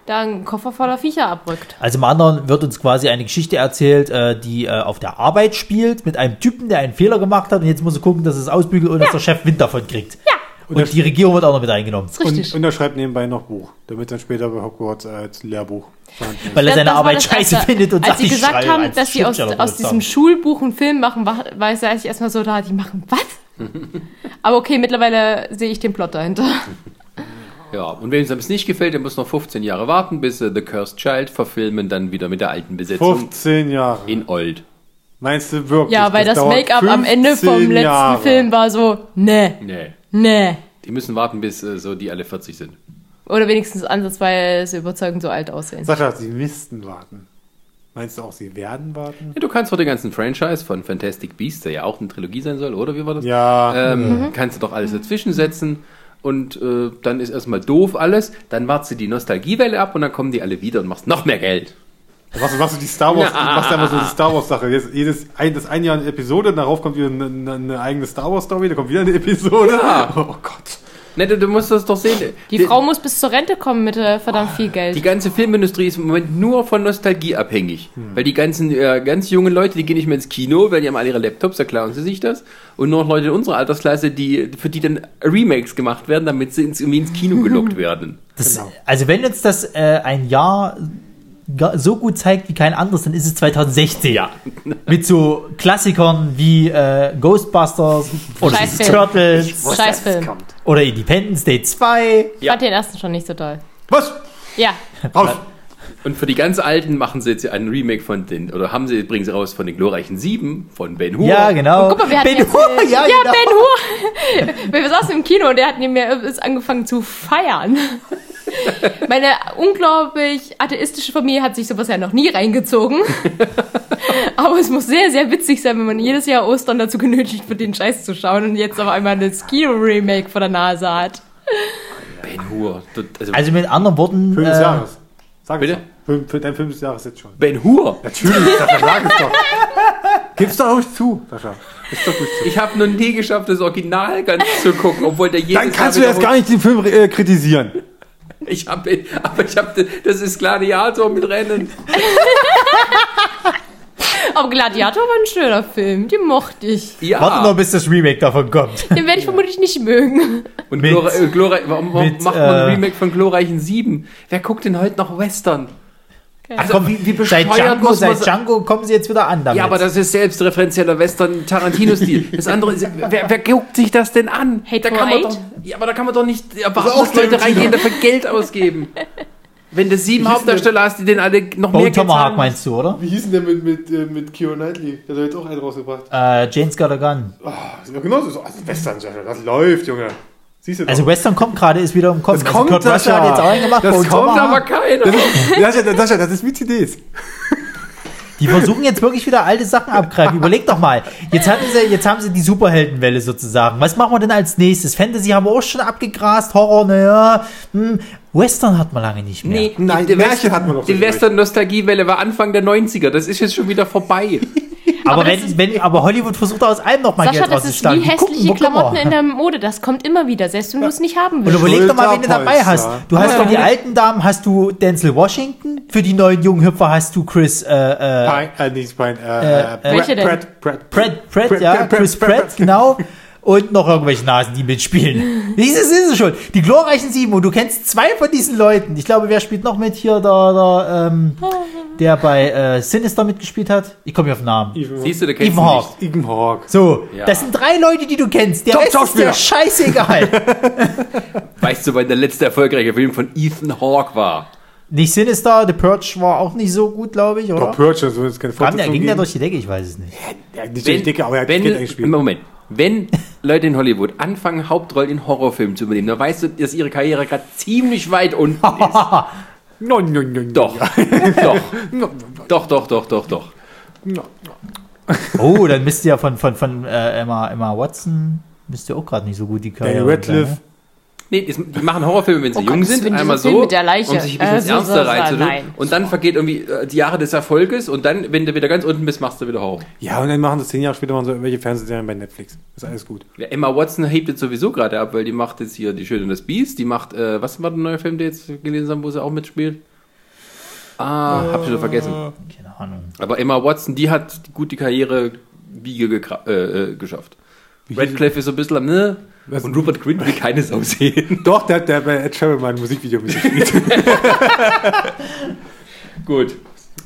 [SPEAKER 4] da einen Koffer voller Viecher abrückt.
[SPEAKER 3] Also im anderen wird uns quasi eine Geschichte erzählt, äh, die äh, auf der Arbeit spielt, mit einem Typen, der einen Fehler gemacht hat und jetzt muss er gucken, dass er es ausbügelt und dass der Chef Wind davon kriegt. Ja. Und, die Regierung wird auch noch mit eingenommen.
[SPEAKER 4] Das ist richtig.
[SPEAKER 2] Und, und er schreibt nebenbei noch Buch, damit dann später bei Hogwarts äh, als Lehrbuch vorhanden ist.
[SPEAKER 3] Weil er seine
[SPEAKER 4] Das war
[SPEAKER 3] Arbeit
[SPEAKER 4] das
[SPEAKER 3] scheiße
[SPEAKER 4] Erste.
[SPEAKER 3] findet und
[SPEAKER 4] Als
[SPEAKER 3] sagt,
[SPEAKER 4] sie
[SPEAKER 3] ich
[SPEAKER 4] gesagt
[SPEAKER 3] schreibe
[SPEAKER 4] haben,
[SPEAKER 3] als
[SPEAKER 4] dass sie aus,
[SPEAKER 3] Schriftsteller
[SPEAKER 4] aus diesem
[SPEAKER 3] zusammen.
[SPEAKER 4] Schulbuch einen Film machen, war, war ich, saß ich erstmal so da, die machen was? Aber okay, mittlerweile sehe ich den Plot dahinter.
[SPEAKER 1] Ja, und wem es nicht gefällt, der muss noch 15 Jahre warten, bis sie The Cursed Child verfilmen, dann wieder mit der alten Besetzung
[SPEAKER 2] 15 Jahre.
[SPEAKER 1] in Old.
[SPEAKER 2] Meinst du wirklich?
[SPEAKER 4] Ja, weil das,
[SPEAKER 2] dauert
[SPEAKER 4] Make-up am Ende vom
[SPEAKER 2] 15
[SPEAKER 4] letzten
[SPEAKER 2] Jahre.
[SPEAKER 4] Film war so, ne,
[SPEAKER 1] Nee.
[SPEAKER 4] ne.
[SPEAKER 1] Die müssen warten, bis äh, so die alle 40 sind.
[SPEAKER 4] Oder wenigstens ansatzweise überzeugend so alt aussehen.
[SPEAKER 2] Sascha, sie müssten warten. Meinst du auch, sie werden warten?
[SPEAKER 1] Ja, du kannst doch den ganzen Franchise von Fantastic Beasts, der ja auch eine Trilogie sein soll, oder wie war das?
[SPEAKER 2] Ja.
[SPEAKER 1] Ähm, Kannst du doch alles dazwischen setzen und äh, dann ist erstmal doof alles, dann wartest du die Nostalgiewelle ab und dann kommen die alle wieder und machst noch mehr Geld.
[SPEAKER 2] Machst du, machst du die Star Wars,
[SPEAKER 1] Ja.
[SPEAKER 2] machst du einfach so eine Star Wars Sache. Jetzt jedes ein, das ein Jahr eine Episode, darauf kommt wieder eine, eine, eine eigene Star Wars Story, da kommt wieder eine Episode.
[SPEAKER 1] Ja.
[SPEAKER 2] Oh Gott.
[SPEAKER 1] Ne, du, du musst das doch sehen.
[SPEAKER 4] Die Frau muss bis zur Rente kommen mit äh, verdammt viel
[SPEAKER 1] Die
[SPEAKER 4] Geld.
[SPEAKER 1] ganze Filmindustrie ist im Moment nur von Nostalgie abhängig. Weil die ganzen, äh, ganz jungen Leute, die gehen nicht mehr ins Kino, weil die haben alle ihre Laptops, da klauen sie sich das. Und nur noch Leute in unserer Altersklasse, die, für die dann Remakes gemacht werden, damit sie ins, irgendwie ins Kino gelockt werden.
[SPEAKER 3] Das,
[SPEAKER 2] Genau.
[SPEAKER 3] Also wenn uns das äh, ein Jahr ga- so gut zeigt wie kein anderes, dann ist es 2016. Ja. Mit so Klassikern wie äh, Ghostbusters oder
[SPEAKER 4] Scheiß Film.
[SPEAKER 3] Turtles
[SPEAKER 4] Scheißfilm.
[SPEAKER 3] oder Independence Day 2.
[SPEAKER 4] Ich fand den ersten schon nicht so toll.
[SPEAKER 2] Was?
[SPEAKER 4] Ja,
[SPEAKER 2] Raus!
[SPEAKER 1] Und für die ganz Alten machen sie jetzt einen Remake von den, oder haben sie, bringen sie raus von den glorreichen Sieben, von Ben Hur.
[SPEAKER 3] Ja,
[SPEAKER 4] Oh. Und
[SPEAKER 3] genau.
[SPEAKER 4] guck mal, wir hatten
[SPEAKER 3] Ben
[SPEAKER 4] jetzt,
[SPEAKER 3] Hur, ja,
[SPEAKER 4] ja
[SPEAKER 3] genau.
[SPEAKER 4] Ben Hur. Wir saßen im Kino und der hat neben mir ist angefangen zu feiern. Meine unglaublich atheistische Familie hat sich so bisher noch nie reingezogen. Aber es muss sehr, sehr witzig sein, wenn man jedes Jahr Ostern dazu genötigt wird, den Scheiß zu schauen und jetzt auf einmal das Kino-Remake vor der Nase hat.
[SPEAKER 1] Ben Hur. Du- Also,
[SPEAKER 3] Also mit anderen Worten,
[SPEAKER 2] Film des
[SPEAKER 3] äh,
[SPEAKER 2] Jahres. Sag
[SPEAKER 1] bitte?
[SPEAKER 2] es doch. Film, für dein Film des Jahres jetzt schon.
[SPEAKER 1] Ben Hur.
[SPEAKER 2] Natürlich, Sascha, sag es doch. Gib's doch ruhig zu, Sascha. Gib's doch ruhig zu.
[SPEAKER 1] Ich habe noch nie geschafft, das Original ganz zu gucken, obwohl der jedes
[SPEAKER 2] Dann kannst du
[SPEAKER 1] Jahr
[SPEAKER 2] jetzt gar nicht den Film äh, kritisieren.
[SPEAKER 1] Ich hab, aber ich hab, das ist Gladiator mit Rennen.
[SPEAKER 4] Aber Gladiator war ein schöner Film, den mochte ich.
[SPEAKER 1] Ja.
[SPEAKER 3] warte noch, bis das Remake davon
[SPEAKER 1] Also
[SPEAKER 3] kommt.
[SPEAKER 4] Den werde ich vermutlich nicht mögen.
[SPEAKER 1] Und
[SPEAKER 3] Mit-
[SPEAKER 1] Glora, äh, Glora, warum, warum
[SPEAKER 3] mit,
[SPEAKER 1] macht man ein
[SPEAKER 3] äh,
[SPEAKER 1] Remake von Glorreichen 7? Wer guckt denn heute noch Western? Also,
[SPEAKER 3] Ach komm,
[SPEAKER 1] wie- wie
[SPEAKER 3] seit
[SPEAKER 1] bescheuert
[SPEAKER 3] Django,
[SPEAKER 1] muss man
[SPEAKER 3] seit
[SPEAKER 1] sein-
[SPEAKER 3] Django kommen sie jetzt wieder an damit.
[SPEAKER 1] Ja, aber das ist selbstreferenzieller Western-Tarantino-Stil. Das andere ist, wer, wer guckt sich das denn an?
[SPEAKER 4] Hate
[SPEAKER 1] da kann man
[SPEAKER 4] 408?
[SPEAKER 1] doch, ja, aber da kann man doch nicht erwarten,
[SPEAKER 2] auch
[SPEAKER 1] dass Leute
[SPEAKER 2] Tarantino.
[SPEAKER 1] reingehen, dafür Geld ausgeben. Wenn du sieben Hauptdarsteller hast, die den alle noch mehr
[SPEAKER 3] Bone
[SPEAKER 1] Geld
[SPEAKER 3] Tomahawk
[SPEAKER 1] zahlen-
[SPEAKER 3] meinst du, oder?
[SPEAKER 2] Wie hieß denn der mit, mit, äh, mit Keira Knightley? Der hat jetzt auch einen rausgebracht.
[SPEAKER 3] Äh, Jane's Got a Gun.
[SPEAKER 2] Ah, sind doch genauso so. Also Western, Sascha, das läuft, Junge. Siehst du doch.
[SPEAKER 3] Also Western kommt gerade, ist wieder im Kommen.
[SPEAKER 2] Das
[SPEAKER 3] also
[SPEAKER 2] kommt,
[SPEAKER 3] Kurt Russell
[SPEAKER 2] Sascha.
[SPEAKER 3] hat jetzt auch einen gemacht.
[SPEAKER 2] Das
[SPEAKER 3] Bone
[SPEAKER 2] kommt
[SPEAKER 1] Kommt
[SPEAKER 3] Tomahawk.
[SPEAKER 1] aber keiner.
[SPEAKER 2] Sascha, das- Sascha, das ist wie CDs.
[SPEAKER 3] Die versuchen jetzt wirklich wieder alte Sachen abgreifen. Überleg doch mal. Jetzt, hatten sie, jetzt haben sie die Superheldenwelle sozusagen. Was machen wir denn als nächstes? Fantasy haben wir auch schon abgegrast. Horror, naja. Hm. Western hat man lange nicht mehr.
[SPEAKER 1] Nee,
[SPEAKER 2] Nein,
[SPEAKER 1] die, die West-
[SPEAKER 2] Märchen hat man noch
[SPEAKER 1] Die
[SPEAKER 2] nicht mehr.
[SPEAKER 1] Western-Nostalgiewelle war Anfang der 90er. Das ist jetzt schon wieder vorbei.
[SPEAKER 3] aber,
[SPEAKER 4] aber das
[SPEAKER 3] wenn, wenn, aber Hollywood versucht aus allem noch mal
[SPEAKER 4] Sascha,
[SPEAKER 3] Geld
[SPEAKER 4] das ist wie
[SPEAKER 3] rauszuschlagen. Die gucken,
[SPEAKER 4] hässliche
[SPEAKER 3] wo kommen wir?
[SPEAKER 4] Klamotten in der Mode. Das kommt immer wieder, selbst wenn du es nicht haben
[SPEAKER 3] Und
[SPEAKER 4] willst.
[SPEAKER 3] überleg doch mal, wen du dabei hast.
[SPEAKER 2] Schulterpolster.
[SPEAKER 3] Du hast
[SPEAKER 4] Ja.
[SPEAKER 3] von die alten Damen, hast du Denzel Washington. Für die neuen jungen Hüpfer hast du Chris, äh, äh,
[SPEAKER 2] Pine, äh, nicht Pine, äh, äh,
[SPEAKER 4] welche denn?
[SPEAKER 2] Brad, Brad,
[SPEAKER 3] Pratt, Pratt, ja, Chris Pratt, genau. und noch irgendwelche Nasen, die mitspielen. Dieses ist es schon. Die glorreichen sieben. Und du kennst zwei von diesen Leuten. Ich glaube, wer spielt noch mit hier? Der, der, ähm, der bei äh, Sinister mitgespielt hat. Ich komme hier auf den Namen.
[SPEAKER 1] Siehst du, der
[SPEAKER 3] Ethan
[SPEAKER 1] kennst du
[SPEAKER 3] Hawke.
[SPEAKER 1] nicht.
[SPEAKER 2] Ivan Hawk.
[SPEAKER 3] So,
[SPEAKER 1] Ja.
[SPEAKER 3] das sind drei Leute, die du kennst. Der
[SPEAKER 2] Top
[SPEAKER 3] Rest ist
[SPEAKER 2] Schauspieler.
[SPEAKER 3] dir scheißegal.
[SPEAKER 1] Weißt du, wann der letzte erfolgreiche Film von Ethan Hawke war?
[SPEAKER 3] nicht Sinister, The Purge war auch nicht so gut, glaube ich,
[SPEAKER 2] Doch,
[SPEAKER 3] oder?
[SPEAKER 2] Purchase, so jetzt keine
[SPEAKER 3] Kam der,
[SPEAKER 2] Fortsetzung
[SPEAKER 3] ging der
[SPEAKER 2] geben.
[SPEAKER 3] durch die Decke? Ich weiß es nicht.
[SPEAKER 2] Ja, nicht durch die Dicke, aber er hat
[SPEAKER 1] wenn,
[SPEAKER 2] Kind eingespielt.
[SPEAKER 1] Moment. Wenn Leute in Hollywood anfangen, Hauptrollen in Horrorfilmen zu übernehmen, dann weißt du, dass ihre Karriere gerade ziemlich weit unten ist.
[SPEAKER 2] No, no, no, no,
[SPEAKER 1] Doch. doch.
[SPEAKER 2] No, no, no,
[SPEAKER 1] Doch, doch, doch, doch, doch.
[SPEAKER 2] no.
[SPEAKER 3] Oh, dann müsst ihr ja von, von, von äh, Emma, Emma Watson, müsst ihr auch gerade nicht so gut die Karriere.
[SPEAKER 2] Daniel Radcliffe.
[SPEAKER 1] Nee, das, die machen Horrorfilme, wenn sie
[SPEAKER 4] Oh Gott,
[SPEAKER 1] jung
[SPEAKER 4] das
[SPEAKER 1] sind,
[SPEAKER 4] finde ich
[SPEAKER 1] einmal
[SPEAKER 4] so viel
[SPEAKER 1] so,
[SPEAKER 4] mit der Leiche.
[SPEAKER 1] um sich ein bisschen
[SPEAKER 4] Äh, so, so,
[SPEAKER 1] ernster
[SPEAKER 4] so,
[SPEAKER 1] reinzutun.
[SPEAKER 4] nein.
[SPEAKER 1] Und dann vergeht irgendwie äh, die Jahre des Erfolges und dann, wenn du wieder ganz unten bist, machst du wieder Horror.
[SPEAKER 2] Ja, und dann machen sie zehn Jahre später machen sie irgendwelche Fernsehserien bei Netflix. Ist alles gut.
[SPEAKER 1] Ja, Emma Watson hebt jetzt sowieso gerade ab, weil die macht jetzt hier Die Schöne und das Biest. Die macht, äh, was war der neue Film, der jetzt gelesen haben, wo sie auch mitspielt? Ah, hab ich schon vergessen.
[SPEAKER 3] Ne? Keine Ahnung.
[SPEAKER 1] Aber Emma Watson, die hat gut die Karriere Wiege gekra- äh, äh, geschafft. Radcliffe ist so ein bisschen am, ne?
[SPEAKER 2] Was-
[SPEAKER 1] Und Rupert Grint will keines aussehen.
[SPEAKER 2] Doch, der hat der hat bei Ed Sheeran mal ein Musikvideo mitgespielt.
[SPEAKER 1] Gut.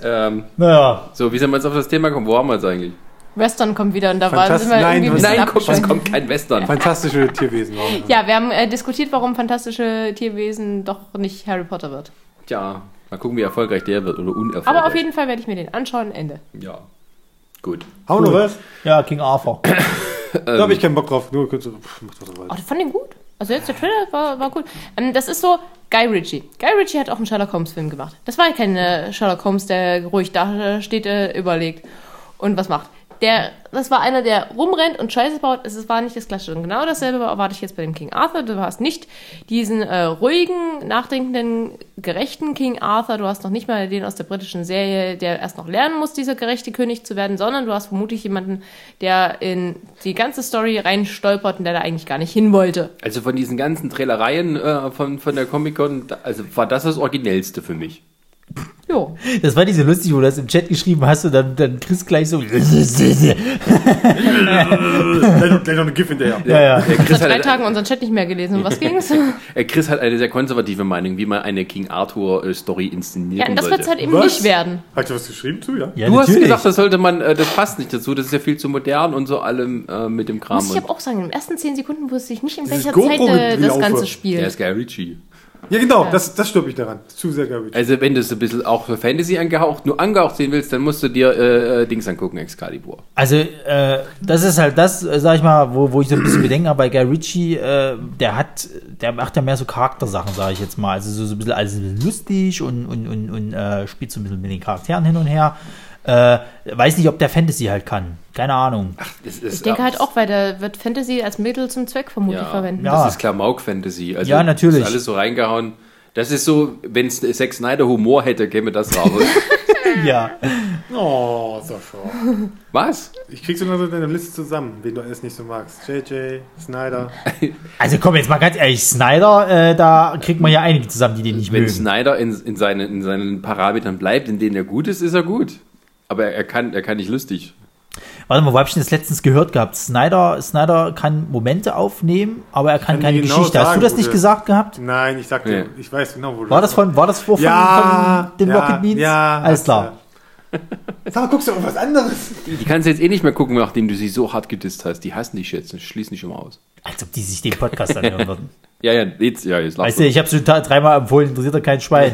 [SPEAKER 1] Ähm,
[SPEAKER 3] Naja,
[SPEAKER 1] so, wie sind wir jetzt auf das Thema gekommen? Wo haben wir jetzt eigentlich?
[SPEAKER 4] Western kommt wieder und da waren
[SPEAKER 2] Fantastisch.
[SPEAKER 4] sind wir
[SPEAKER 2] Nein,
[SPEAKER 4] irgendwie ein bisschen
[SPEAKER 1] Nein, kommt, es
[SPEAKER 4] abgeschweift.
[SPEAKER 1] kommt kein Western.
[SPEAKER 2] Fantastische Tierwesen. Warum?
[SPEAKER 4] Ja, wir haben äh, diskutiert, warum fantastische Tierwesen doch nicht Harry Potter wird.
[SPEAKER 1] Tja, mal gucken, wie erfolgreich der wird oder unerfolgreich.
[SPEAKER 4] Aber auf jeden Fall werde ich mir den anschauen. Ende.
[SPEAKER 1] Ja. Gut.
[SPEAKER 2] Haben wir noch was?
[SPEAKER 3] ja, King Arthur.
[SPEAKER 2] Da habe ich keinen Bock drauf. Nur kurz. so, Pff, macht doch
[SPEAKER 4] Oh,
[SPEAKER 2] weiter.
[SPEAKER 4] das fand den gut. Also jetzt der Trailer war, war gut. Ähm, das ist so Guy Ritchie. Guy Ritchie hat auch einen Sherlock Holmes Film gemacht. Das war ja kein äh, Sherlock Holmes, der ruhig da steht, äh, überlegt und was macht. Der, das war einer, der rumrennt und Scheiße baut. Es ist- war nicht das Klassische. Und genau dasselbe erwarte ich jetzt bei dem King Arthur. Du hast nicht diesen äh, ruhigen, nachdenkenden, gerechten King Arthur. Du hast noch nicht mal den aus der britischen Serie, der erst noch lernen muss, dieser gerechte König zu werden, sondern du hast vermutlich jemanden, der in die ganze Story reinstolpert und der da eigentlich gar nicht hin wollte.
[SPEAKER 1] Also von diesen ganzen Trailereien äh, von, von der Comic-Con, da- also war das das Originellste für mich.
[SPEAKER 4] Jo.
[SPEAKER 3] Das war nicht so lustig, wo du das im Chat geschrieben hast und dann, dann kriegst du gleich so. ja,
[SPEAKER 2] Gleich noch eine GIF hinterher.
[SPEAKER 3] ja.
[SPEAKER 1] Äh, Chris,
[SPEAKER 4] Seit
[SPEAKER 1] hat
[SPEAKER 4] drei
[SPEAKER 1] eine,
[SPEAKER 4] Tagen unseren Chat nicht mehr gelesen. Um was ging's?
[SPEAKER 1] äh, Chris hat eine sehr konservative Meinung, wie man eine King Arthur-Story
[SPEAKER 4] Ja,
[SPEAKER 1] inszenieren
[SPEAKER 4] und das
[SPEAKER 1] sollte.
[SPEAKER 4] wird's halt eben
[SPEAKER 2] Was?
[SPEAKER 4] nicht werden.
[SPEAKER 2] Hast du was geschrieben zu, ja?
[SPEAKER 3] ja
[SPEAKER 1] du hast
[SPEAKER 3] natürlich.
[SPEAKER 1] gesagt, das sollte man, äh, das passt nicht dazu, das ist ja viel zu modern und so allem äh, mit dem Kram.
[SPEAKER 4] Muss ich
[SPEAKER 1] und,
[SPEAKER 4] aber auch sagen, in den ersten zehn Sekunden wusste ich nicht, in
[SPEAKER 2] Dieses
[SPEAKER 4] welcher Zeit äh, das
[SPEAKER 2] GoPro-Gelaufe.
[SPEAKER 4] Ganze spielt.
[SPEAKER 1] der ist Guy Ritchie.
[SPEAKER 2] Ja, genau. Das, das stört mich daran. Zu sehr garbage.
[SPEAKER 1] Also wenn du es ein bisschen auch für Fantasy angehaucht, nur angehaucht sehen willst, dann musst du dir äh, äh, Dings angucken, Excalibur.
[SPEAKER 3] Also, äh, das ist halt das, äh, sag ich mal, wo, wo ich so ein bisschen Bedenken habe bei Guy Ritchie. Äh, der hat, der macht ja mehr so Charaktersachen, sage ich jetzt mal. Also, so, so ein bisschen alles ein bisschen lustig und, und, und, und äh, spielt so ein bisschen mit den Charakteren hin und her. Äh, weiß nicht, ob der Fantasy halt kann. Keine Ahnung.
[SPEAKER 1] Das ist,
[SPEAKER 4] Ich denke halt auch, weil der wird Fantasy als Mittel zum Zweck vermutlich
[SPEAKER 1] ja,
[SPEAKER 4] verwenden.
[SPEAKER 3] Ja.
[SPEAKER 1] Das ist Klamauk-Fantasy. Also
[SPEAKER 3] Ja, natürlich.
[SPEAKER 1] Ist alles so reingehauen. Das ist so, wenn Zack Snyder Humor hätte, käme das raus.
[SPEAKER 3] Ja.
[SPEAKER 2] Oh, Sascha.
[SPEAKER 1] Was?
[SPEAKER 2] Ich krieg's immer so deine Liste zusammen, wen du alles nicht so magst. JJ, Snyder.
[SPEAKER 3] Also, komm, jetzt mal ganz ehrlich, Snyder, äh, da kriegt man ja einige zusammen, die den nicht
[SPEAKER 1] Wenn
[SPEAKER 3] mögen.
[SPEAKER 1] Snyder in, in, seinen, in seinen Parametern bleibt, in denen er gut ist, ist er gut. Aber er, er, kann, er kann nicht lustig.
[SPEAKER 3] Warte mal, wo hab ich denn das letztens gehört gehabt? Snyder, Snyder kann Momente aufnehmen, aber er kann,
[SPEAKER 2] Kann
[SPEAKER 3] keine
[SPEAKER 2] dir genau
[SPEAKER 3] Geschichte. Hast du
[SPEAKER 2] sagen,
[SPEAKER 3] das
[SPEAKER 2] wo
[SPEAKER 3] nicht
[SPEAKER 2] der-
[SPEAKER 3] gesagt gehabt?
[SPEAKER 2] Nein, ich sag
[SPEAKER 1] Nee.
[SPEAKER 2] dir, ich weiß genau, wo du
[SPEAKER 3] War das von, war das vor von,
[SPEAKER 2] ja,
[SPEAKER 3] von den
[SPEAKER 2] ja,
[SPEAKER 3] Rocket Beans?
[SPEAKER 2] Ja,
[SPEAKER 3] Alles klar.
[SPEAKER 2] Ja. Sag mal, guckst du auf was anderes?
[SPEAKER 1] Die kannst du jetzt eh nicht mehr gucken, nachdem du sie so hart gedisst hast. Die hassen dich jetzt. Schließ nicht immer aus.
[SPEAKER 3] Als ob die sich den Podcast anhören würden.
[SPEAKER 1] Ja, ja, jetzt, ja, jetzt lachst
[SPEAKER 3] Weißt du, ich habe schon ta- dreimal empfohlen, interessiert doch kein Schwein.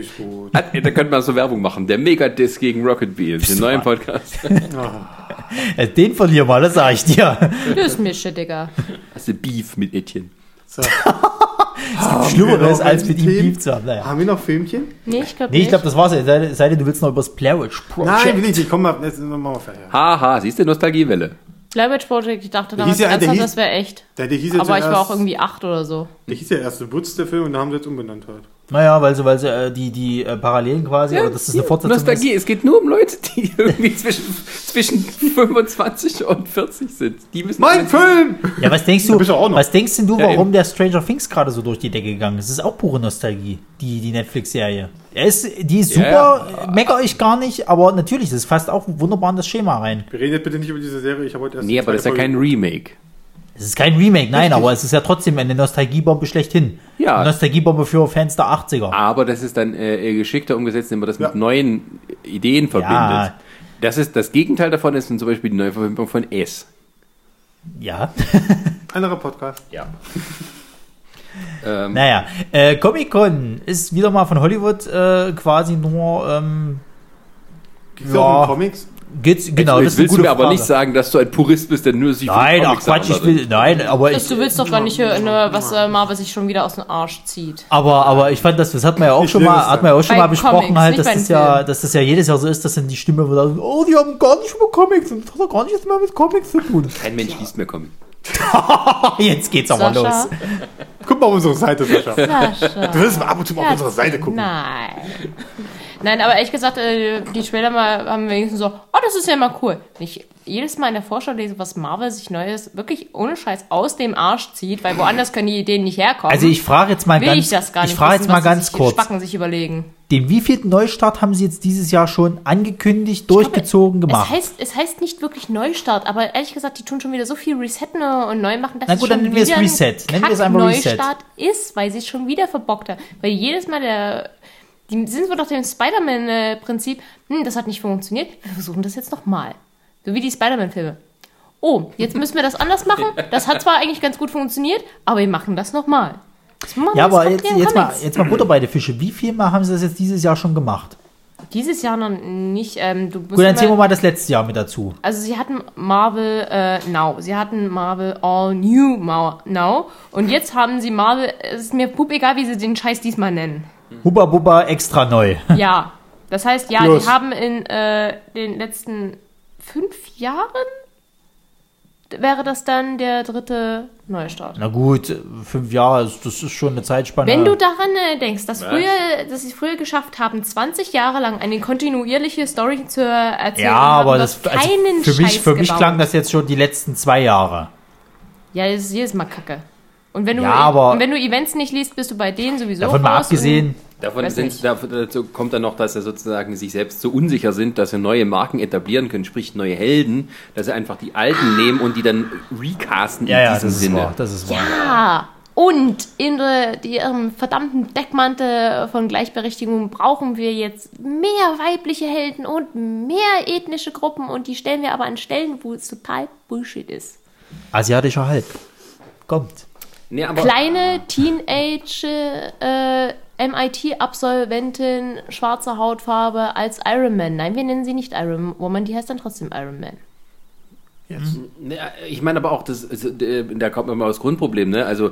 [SPEAKER 2] Ist gut.
[SPEAKER 1] Ah, Da könnte man so Werbung machen. Der Megadisc gegen Rocket Beans, den neuen Podcast.
[SPEAKER 3] Äh, den verlier mal, das sag ich dir.
[SPEAKER 4] Das ist Mische, Digga.
[SPEAKER 1] Hast du Beef mit Etienne?
[SPEAKER 2] So.
[SPEAKER 3] Schlimmeres
[SPEAKER 2] Haben wir noch
[SPEAKER 3] als mit ihm
[SPEAKER 2] Themen?
[SPEAKER 3] Beef zu haben. Naja.
[SPEAKER 2] Haben wir noch Filmchen?
[SPEAKER 4] Nee, ich glaube
[SPEAKER 3] Nee, ich
[SPEAKER 4] nicht.
[SPEAKER 3] glaube, das war's. Es sei denn- es sei denn, du willst noch über das Blair Witch Project.
[SPEAKER 2] Nein, will ich nicht. Komm mal, jetzt machen wir fertig.
[SPEAKER 1] Haha, siehst du, Nostalgiewelle.
[SPEAKER 4] Blabbage Project, ich dachte damals
[SPEAKER 2] hieß ja- der
[SPEAKER 4] ernsthaft,
[SPEAKER 2] hieß-
[SPEAKER 4] das wäre echt.
[SPEAKER 2] Der, der hieß ja
[SPEAKER 4] Aber ich war
[SPEAKER 2] zuerst-
[SPEAKER 4] auch irgendwie acht oder so.
[SPEAKER 2] Der hieß ja erst The Woods, der Film, und da haben sie jetzt umbenannt halt.
[SPEAKER 3] Naja, weil so, weil so, äh, die, die äh, Parallelen quasi, oder das ist eine Fortsetzung. Ist.
[SPEAKER 1] Nostalgie, es geht nur um Leute, die irgendwie zwischen, zwischen 25 und 40 sind. Die müssen
[SPEAKER 2] Mein Film!
[SPEAKER 3] Ja, was denkst du,
[SPEAKER 2] Da bist du auch noch.
[SPEAKER 3] was denkst denn du,
[SPEAKER 1] Ja,
[SPEAKER 3] warum
[SPEAKER 1] eben.
[SPEAKER 3] der Stranger Things gerade so durch die Decke gegangen ist? Das ist auch pure Nostalgie, die, die Netflix-Serie. Er ist, die ist super,
[SPEAKER 1] Ja,
[SPEAKER 3] äh, meckere ich gar nicht, aber natürlich, das fasst auch wunderbar in das Schema rein.
[SPEAKER 2] Wir reden jetzt bitte nicht über diese Serie, ich habe heute erst.
[SPEAKER 1] Nee, aber das ist ja kein Remake.
[SPEAKER 3] Es ist kein Remake, nein, aber es ist ja trotzdem eine Nostalgiebombe schlechthin.
[SPEAKER 1] Ja.
[SPEAKER 3] Eine Nostalgiebombe für Fans der 80er.
[SPEAKER 1] Aber das ist dann äh, eher geschickter umgesetzt, indem man das
[SPEAKER 2] Ja.
[SPEAKER 1] mit neuen Ideen verbindet. Das ist das Gegenteil davon ist dann zum Beispiel die Neuverfilmung von S.
[SPEAKER 3] Ja.
[SPEAKER 2] Anderer Podcast.
[SPEAKER 1] Ja. ähm,
[SPEAKER 3] Naja, äh, Comic-Con ist wieder mal von Hollywood äh, quasi nur ähm,
[SPEAKER 2] Gibt's
[SPEAKER 3] Ja.
[SPEAKER 2] auch in Comics?
[SPEAKER 3] geht's, genau, das
[SPEAKER 1] jetzt willst
[SPEAKER 3] ist eine
[SPEAKER 1] du
[SPEAKER 3] gute
[SPEAKER 1] mir aber
[SPEAKER 3] Frage.
[SPEAKER 1] nicht sagen, dass du ein Purist bist, der nur sich von
[SPEAKER 3] Nein, ach
[SPEAKER 1] Comics
[SPEAKER 3] Quatsch, ich
[SPEAKER 1] ablasst.
[SPEAKER 3] will, nein, aber ich,
[SPEAKER 4] Du willst doch gar nicht hören, ne, was äh, Marvel sich schon wieder aus dem Arsch zieht.
[SPEAKER 3] aber, aber ich fand das, das hat man ja auch
[SPEAKER 2] Ich
[SPEAKER 3] schon
[SPEAKER 2] will
[SPEAKER 3] mal,
[SPEAKER 2] das
[SPEAKER 3] hat man ja auch schon
[SPEAKER 4] Bei
[SPEAKER 3] mal besprochen
[SPEAKER 4] Comics,
[SPEAKER 3] halt,
[SPEAKER 4] nicht
[SPEAKER 3] dass
[SPEAKER 4] bei
[SPEAKER 3] das
[SPEAKER 4] den
[SPEAKER 3] ja,
[SPEAKER 4] Filmen.
[SPEAKER 3] dass das ja jedes Jahr so ist, dass dann die Stimme wieder, so, oh, die haben gar nicht mehr Comics und das hat doch gar nichts mehr mit Comics zu tun.
[SPEAKER 1] Kein Mensch liest mehr Comics.
[SPEAKER 3] Jetzt geht's aber los.
[SPEAKER 4] Sascha?
[SPEAKER 2] Guck mal auf unsere Seite, Sascha. Du
[SPEAKER 4] Sascha.
[SPEAKER 2] wirst mal ab und zu mal auf
[SPEAKER 4] Ja,
[SPEAKER 2] unsere Seite gucken.
[SPEAKER 4] Nein. Nein, aber ehrlich gesagt, äh, die Trailer mal haben wenigstens so, oh, das ist ja mal cool. Wenn ich jedes Mal in der Vorschau lese, was Marvel sich Neues wirklich ohne Scheiß aus dem Arsch zieht, weil woanders können die Ideen nicht herkommen.
[SPEAKER 3] Also ich frage jetzt mal
[SPEAKER 4] will
[SPEAKER 3] ganz,
[SPEAKER 4] ich das gar nicht.
[SPEAKER 3] frage jetzt
[SPEAKER 4] wissen,
[SPEAKER 3] mal
[SPEAKER 4] was die
[SPEAKER 3] ganz
[SPEAKER 4] sich
[SPEAKER 3] kurz.
[SPEAKER 4] Spacken sich überlegen.
[SPEAKER 3] Den wievielten Neustart haben sie jetzt dieses Jahr schon angekündigt, durchgezogen,
[SPEAKER 4] Es
[SPEAKER 3] gemacht?
[SPEAKER 4] heißt, es heißt nicht wirklich Neustart, aber ehrlich gesagt, die tun schon wieder so viel Resetten und neu machen, dass
[SPEAKER 3] Na gut,
[SPEAKER 4] es schon
[SPEAKER 3] dann nennen wir es
[SPEAKER 4] wieder ein
[SPEAKER 3] Reset. Nennen wir es
[SPEAKER 4] Kack-
[SPEAKER 3] einfach Reset.
[SPEAKER 4] Neustart ist, weil sie es schon wieder verbockt haben. Weil jedes Mal der. Die sind wir doch dem Spider-Man-Prinzip, hm, das hat nicht funktioniert, wir versuchen das jetzt nochmal. So wie die Spider-Man-Filme. Oh, jetzt müssen wir das anders machen. Das hat zwar eigentlich ganz gut funktioniert, aber wir machen das nochmal.
[SPEAKER 3] ja, aber jetzt, jetzt, mal, jetzt mal Butter bei der Fische. Wie viel Mal haben sie das jetzt dieses Jahr schon gemacht?
[SPEAKER 4] Dieses Jahr noch nicht. Ähm, du
[SPEAKER 3] Gut, dann ziehen wir mal das letzte Jahr mit dazu.
[SPEAKER 4] Also sie hatten Marvel äh, Now, sie hatten Marvel All New Ma- Now und jetzt haben sie Marvel, es ist mir pup egal, wie sie den Scheiß diesmal nennen.
[SPEAKER 3] Hubba Bubba extra neu.
[SPEAKER 4] Ja, das heißt, ja,
[SPEAKER 2] Los.
[SPEAKER 4] die haben in äh, den letzten fünf Jahren, wäre das dann der dritte Neustart.
[SPEAKER 3] Na gut, fünf Jahre, das ist schon eine Zeitspanne.
[SPEAKER 4] Wenn du daran äh, denkst, dass, früher, dass sie es früher geschafft haben, 20 Jahre lang eine kontinuierliche Story zu erzählen,
[SPEAKER 3] ja,
[SPEAKER 4] haben
[SPEAKER 3] aber
[SPEAKER 4] dort
[SPEAKER 3] das also
[SPEAKER 4] keinen
[SPEAKER 3] für mich,
[SPEAKER 4] Scheiß
[SPEAKER 3] für mich
[SPEAKER 4] gebaut.
[SPEAKER 3] klang das jetzt schon die letzten zwei Jahre.
[SPEAKER 4] Ja, das ist jedes Mal Kacke. Und wenn, du,
[SPEAKER 3] Ja, aber-
[SPEAKER 4] und wenn du Events nicht liest, bist du bei denen sowieso
[SPEAKER 3] Davon mal
[SPEAKER 4] raus
[SPEAKER 3] abgesehen,
[SPEAKER 1] Davon
[SPEAKER 4] Weiß
[SPEAKER 1] sind,
[SPEAKER 4] nicht.
[SPEAKER 1] davon, dazu kommt dann noch, dass sie sozusagen sich selbst so unsicher sind, dass sie neue Marken etablieren können, sprich neue Helden, dass sie einfach die alten nehmen und die dann recasten
[SPEAKER 3] ja, ja,
[SPEAKER 1] in
[SPEAKER 3] das
[SPEAKER 1] diesem
[SPEAKER 3] ist wahr,
[SPEAKER 1] Sinne.
[SPEAKER 3] das ist wahr.
[SPEAKER 4] Und, ah, und in der- die, ihrem verdammten Deckmantel von Gleichberechtigung brauchen wir jetzt mehr weibliche Helden und mehr ethnische Gruppen und die stellen wir aber an Stellen, wo es total Bullshit ist.
[SPEAKER 3] Asiatischer Hulk. Kommt.
[SPEAKER 1] Nee, aber
[SPEAKER 4] Kleine Teenage äh, MIT-Absolventin, schwarze Hautfarbe als Iron Man. Nein, wir nennen sie nicht Iron Woman, die heißt dann trotzdem Iron Man.
[SPEAKER 1] nee, ich meine aber auch, das, ist, äh, da kommt man mal das Grundproblem, ne? Also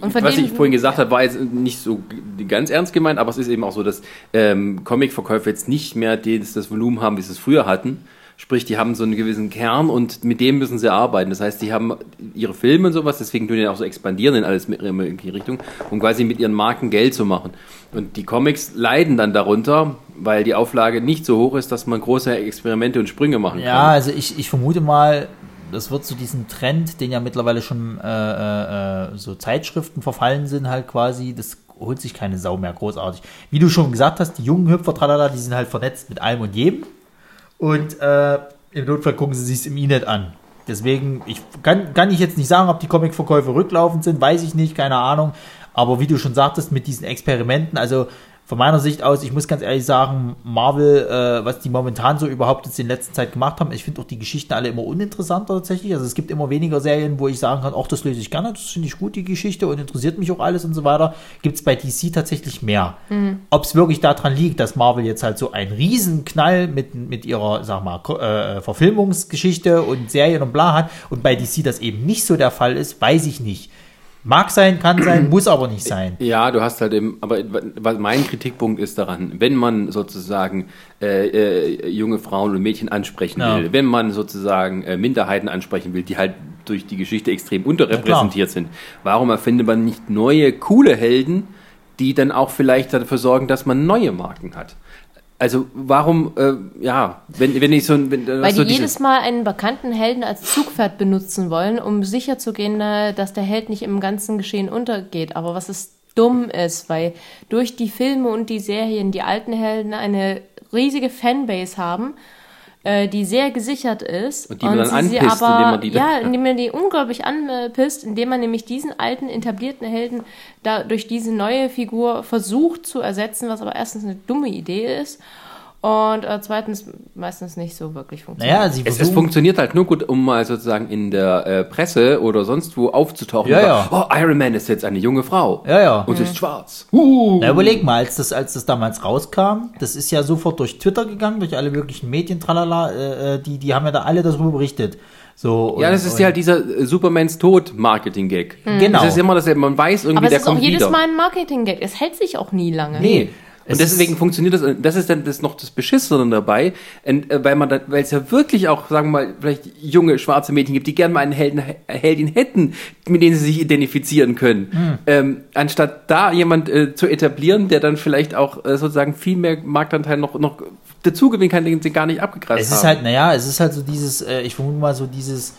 [SPEAKER 4] Und von Hm?
[SPEAKER 1] was
[SPEAKER 4] denen-
[SPEAKER 1] ich vorhin gesagt habe, war jetzt nicht so g- ganz ernst gemeint, aber es ist eben auch so, dass ähm, Comicverkäufe jetzt nicht mehr das, das Volumen haben, wie sie es früher hatten. Sprich, die haben so einen gewissen Kern und mit dem müssen sie arbeiten. Das heißt, die haben ihre Filme und sowas, deswegen tun die auch so expandieren in alles mit, in die Richtung, um quasi mit ihren Marken Geld zu machen. Und die Comics leiden dann darunter, weil die Auflage nicht so hoch ist, dass man große Experimente und Sprünge machen
[SPEAKER 3] Ja,
[SPEAKER 1] kann.
[SPEAKER 3] also ich, ich vermute mal, das wird zu diesem Trend, den ja mittlerweile schon äh, äh, äh, so Zeitschriften verfallen sind, halt quasi, das holt sich keine Sau mehr großartig. Wie du schon gesagt hast, die jungen Hüpfer, tralala, die sind halt vernetzt mit allem und jedem. Und äh, im Notfall gucken sie sich's im Internet an. Deswegen, ich kann, kann ich jetzt nicht sagen, ob die Comicverkäufe rücklaufend sind, weiß ich nicht, keine Ahnung. Aber wie du schon sagtest, mit diesen Experimenten, also von meiner Sicht aus, ich muss ganz ehrlich sagen, Marvel, äh, was die momentan so überhaupt jetzt in letzter Zeit gemacht haben, ich finde auch die Geschichten alle immer uninteressanter tatsächlich. Also es gibt immer weniger Serien, wo ich sagen kann, ach, das löse ich gerne, das finde ich gut, die Geschichte und interessiert mich auch alles und so weiter. Gibt es bei DC tatsächlich mehr. Ob es wirklich daran liegt, dass Marvel jetzt halt so einen Riesenknall mit, mit ihrer, sag mal, Ko- äh, Verfilmungsgeschichte und Serien und bla hat und bei DC das eben nicht so der Fall ist, weiß ich nicht. Mag sein, kann sein, muss aber nicht sein.
[SPEAKER 1] Ja, du hast halt eben, aber was mein Kritikpunkt ist daran, wenn man sozusagen äh, äh, junge Frauen und Mädchen ansprechen
[SPEAKER 3] Ja.
[SPEAKER 1] will, wenn man sozusagen äh, Minderheiten ansprechen will, die halt durch die Geschichte extrem unterrepräsentiert sind, warum erfindet man nicht neue, coole Helden, die dann auch vielleicht dafür sorgen, dass man neue Marken hat? Also warum, äh, ja, wenn, wenn ich so ein... Wenn, äh,
[SPEAKER 4] Weil
[SPEAKER 1] so
[SPEAKER 4] die jedes Mal einen bekannten Helden als Zugpferd benutzen wollen, um sicherzugehen, äh, dass der Held nicht im ganzen Geschehen untergeht. Aber was es dumm ist, weil durch die Filme und die Serien die alten Helden eine riesige Fanbase haben, äh, die sehr gesichert ist.
[SPEAKER 1] Und die man dann anpisst, indem man die dann-
[SPEAKER 4] Ja, indem man die unglaublich anpisst, indem man nämlich diesen alten, etablierten Helden da durch diese neue Figur versucht zu ersetzen, was aber erstens eine dumme Idee ist und äh, zweitens meistens nicht so wirklich funktioniert.
[SPEAKER 3] Naja, sie
[SPEAKER 1] Es, es
[SPEAKER 3] versuchen-
[SPEAKER 1] funktioniert halt nur gut, um mal sozusagen in der äh, Presse oder sonst wo aufzutauchen.
[SPEAKER 3] Ja,
[SPEAKER 1] Und
[SPEAKER 3] ja.
[SPEAKER 1] sagen, Oh, Iron Man ist jetzt eine junge Frau.
[SPEAKER 3] Ja, ja.
[SPEAKER 1] Und sie
[SPEAKER 4] Mhm.
[SPEAKER 1] ist schwarz. Uh.
[SPEAKER 3] Na, überleg mal, als das, als das damals rauskam, das ist ja sofort durch Twitter gegangen, durch alle möglichen Medien, tralala, äh, äh, die, die haben ja da alle darüber berichtet. So,
[SPEAKER 1] Ja,
[SPEAKER 3] und-
[SPEAKER 1] das ist ja
[SPEAKER 3] und-
[SPEAKER 1] halt dieser äh, Supermans Tod Marketing-Gag.
[SPEAKER 3] Genau.
[SPEAKER 1] Das ist immer dasselbe. Man weiß irgendwie,
[SPEAKER 4] Mhm. aber es
[SPEAKER 1] der
[SPEAKER 4] ist auch
[SPEAKER 1] kommt
[SPEAKER 4] jedes
[SPEAKER 1] wieder.
[SPEAKER 4] Mal ein Marketing-Gag. Es hält sich auch nie lange.
[SPEAKER 1] Nee.
[SPEAKER 3] Es
[SPEAKER 1] Und deswegen
[SPEAKER 3] ist-
[SPEAKER 1] funktioniert das, das ist dann das noch das Beschissene dabei, und, äh, weil man dann, weil es ja wirklich auch, sagen wir mal, vielleicht junge schwarze Mädchen gibt, die gerne mal einen Helden, äh, Heldin hätten, mit denen sie sich identifizieren können.
[SPEAKER 3] Hm.
[SPEAKER 1] Ähm, anstatt da jemand äh, zu etablieren, der dann vielleicht auch äh, sozusagen viel mehr Marktanteil noch, noch dazu gewinnen kann, den sie gar nicht abgegrast
[SPEAKER 3] Es
[SPEAKER 1] haben.
[SPEAKER 3] ist halt, naja, es ist halt so dieses, äh, ich vermute mal so dieses,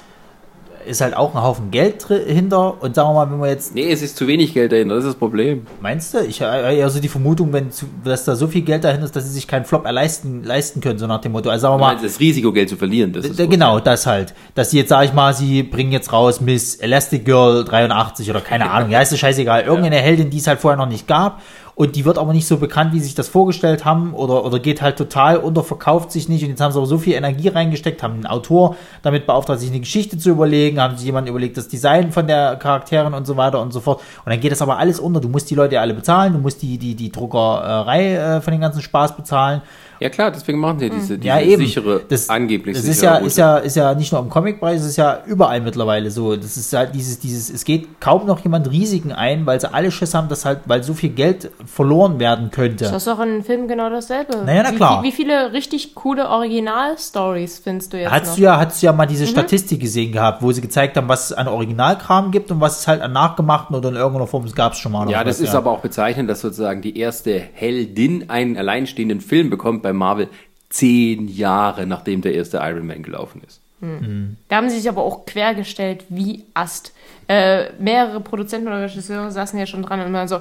[SPEAKER 3] ist halt auch ein Haufen Geld dr- hinter und sagen wir mal, wenn wir jetzt,
[SPEAKER 1] nee, es ist zu wenig Geld dahinter, das ist das Problem.
[SPEAKER 3] meinst du? Ich, äh, also die Vermutung, wenn zu, dass da so viel Geld dahinter ist, dass sie sich keinen Flop leisten, leisten können, so nach dem Motto. Also sagen wir mal,
[SPEAKER 1] Also das Risiko, Geld zu verlieren, das ist
[SPEAKER 3] D- genau, das halt. Dass sie jetzt, sag ich mal, sie bringen jetzt raus Miss Elastic Girl 83 oder keine Ahnung. Ja, ist das scheißegal. Irgendeine Heldin, die es halt vorher noch nicht gab. Und die wird aber nicht so bekannt, wie sie sich das vorgestellt haben. Oder, oder geht halt total unter, verkauft sich nicht. Und jetzt haben sie aber so viel Energie reingesteckt, haben einen Autor damit beauftragt, sich eine Geschichte zu überlegen. Haben sich jemand überlegt, das Design von der Charakteren und so weiter und so fort. Und dann geht das aber alles unter. Du musst die Leute ja alle bezahlen. Du musst die, die, die Druckerei äh, von den ganzen Spaß bezahlen.
[SPEAKER 1] Ja klar, deswegen machen sie diese, diese
[SPEAKER 3] Hm. Ja, eben.
[SPEAKER 1] sichere,
[SPEAKER 3] das,
[SPEAKER 1] angeblich
[SPEAKER 3] das
[SPEAKER 1] sichere
[SPEAKER 3] ist ja,
[SPEAKER 1] Route.
[SPEAKER 3] ist ja, ist ja nicht nur im Comicbereich, es ist ja überall mittlerweile so. Das ist halt dieses, dieses, es geht kaum noch jemand Risiken ein, weil sie alle Schiss haben, dass halt, weil so viel Geld verloren werden könnte.
[SPEAKER 4] Das ist doch in Filmen genau dasselbe.
[SPEAKER 3] Naja, na
[SPEAKER 4] Wie-
[SPEAKER 3] klar.
[SPEAKER 4] Wie, wie viele richtig coole Original-Stories findest du jetzt
[SPEAKER 3] Hattest
[SPEAKER 4] noch?
[SPEAKER 3] du ja, hattest du ja mal
[SPEAKER 4] Mhm.
[SPEAKER 3] diese Statistik gesehen gehabt, wo sie gezeigt haben, was es an Originalkram gibt und was es halt an nachgemachten oder in irgendeiner Form, es gab es schon mal. noch
[SPEAKER 1] Ja, das
[SPEAKER 3] was,
[SPEAKER 1] ist aber auch bezeichnend, dass sozusagen die erste Heldin einen alleinstehenden Film bekommt bei Marvel zehn Jahre nachdem der erste Iron Man gelaufen ist.
[SPEAKER 4] Da haben sie sich aber auch quergestellt wie Ast. Äh, mehrere Produzenten oder Regisseure saßen ja schon dran und waren so,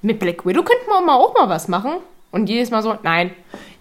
[SPEAKER 4] mit Black Widow könnten wir mal auch mal was machen. Und jedes Mal so, nein.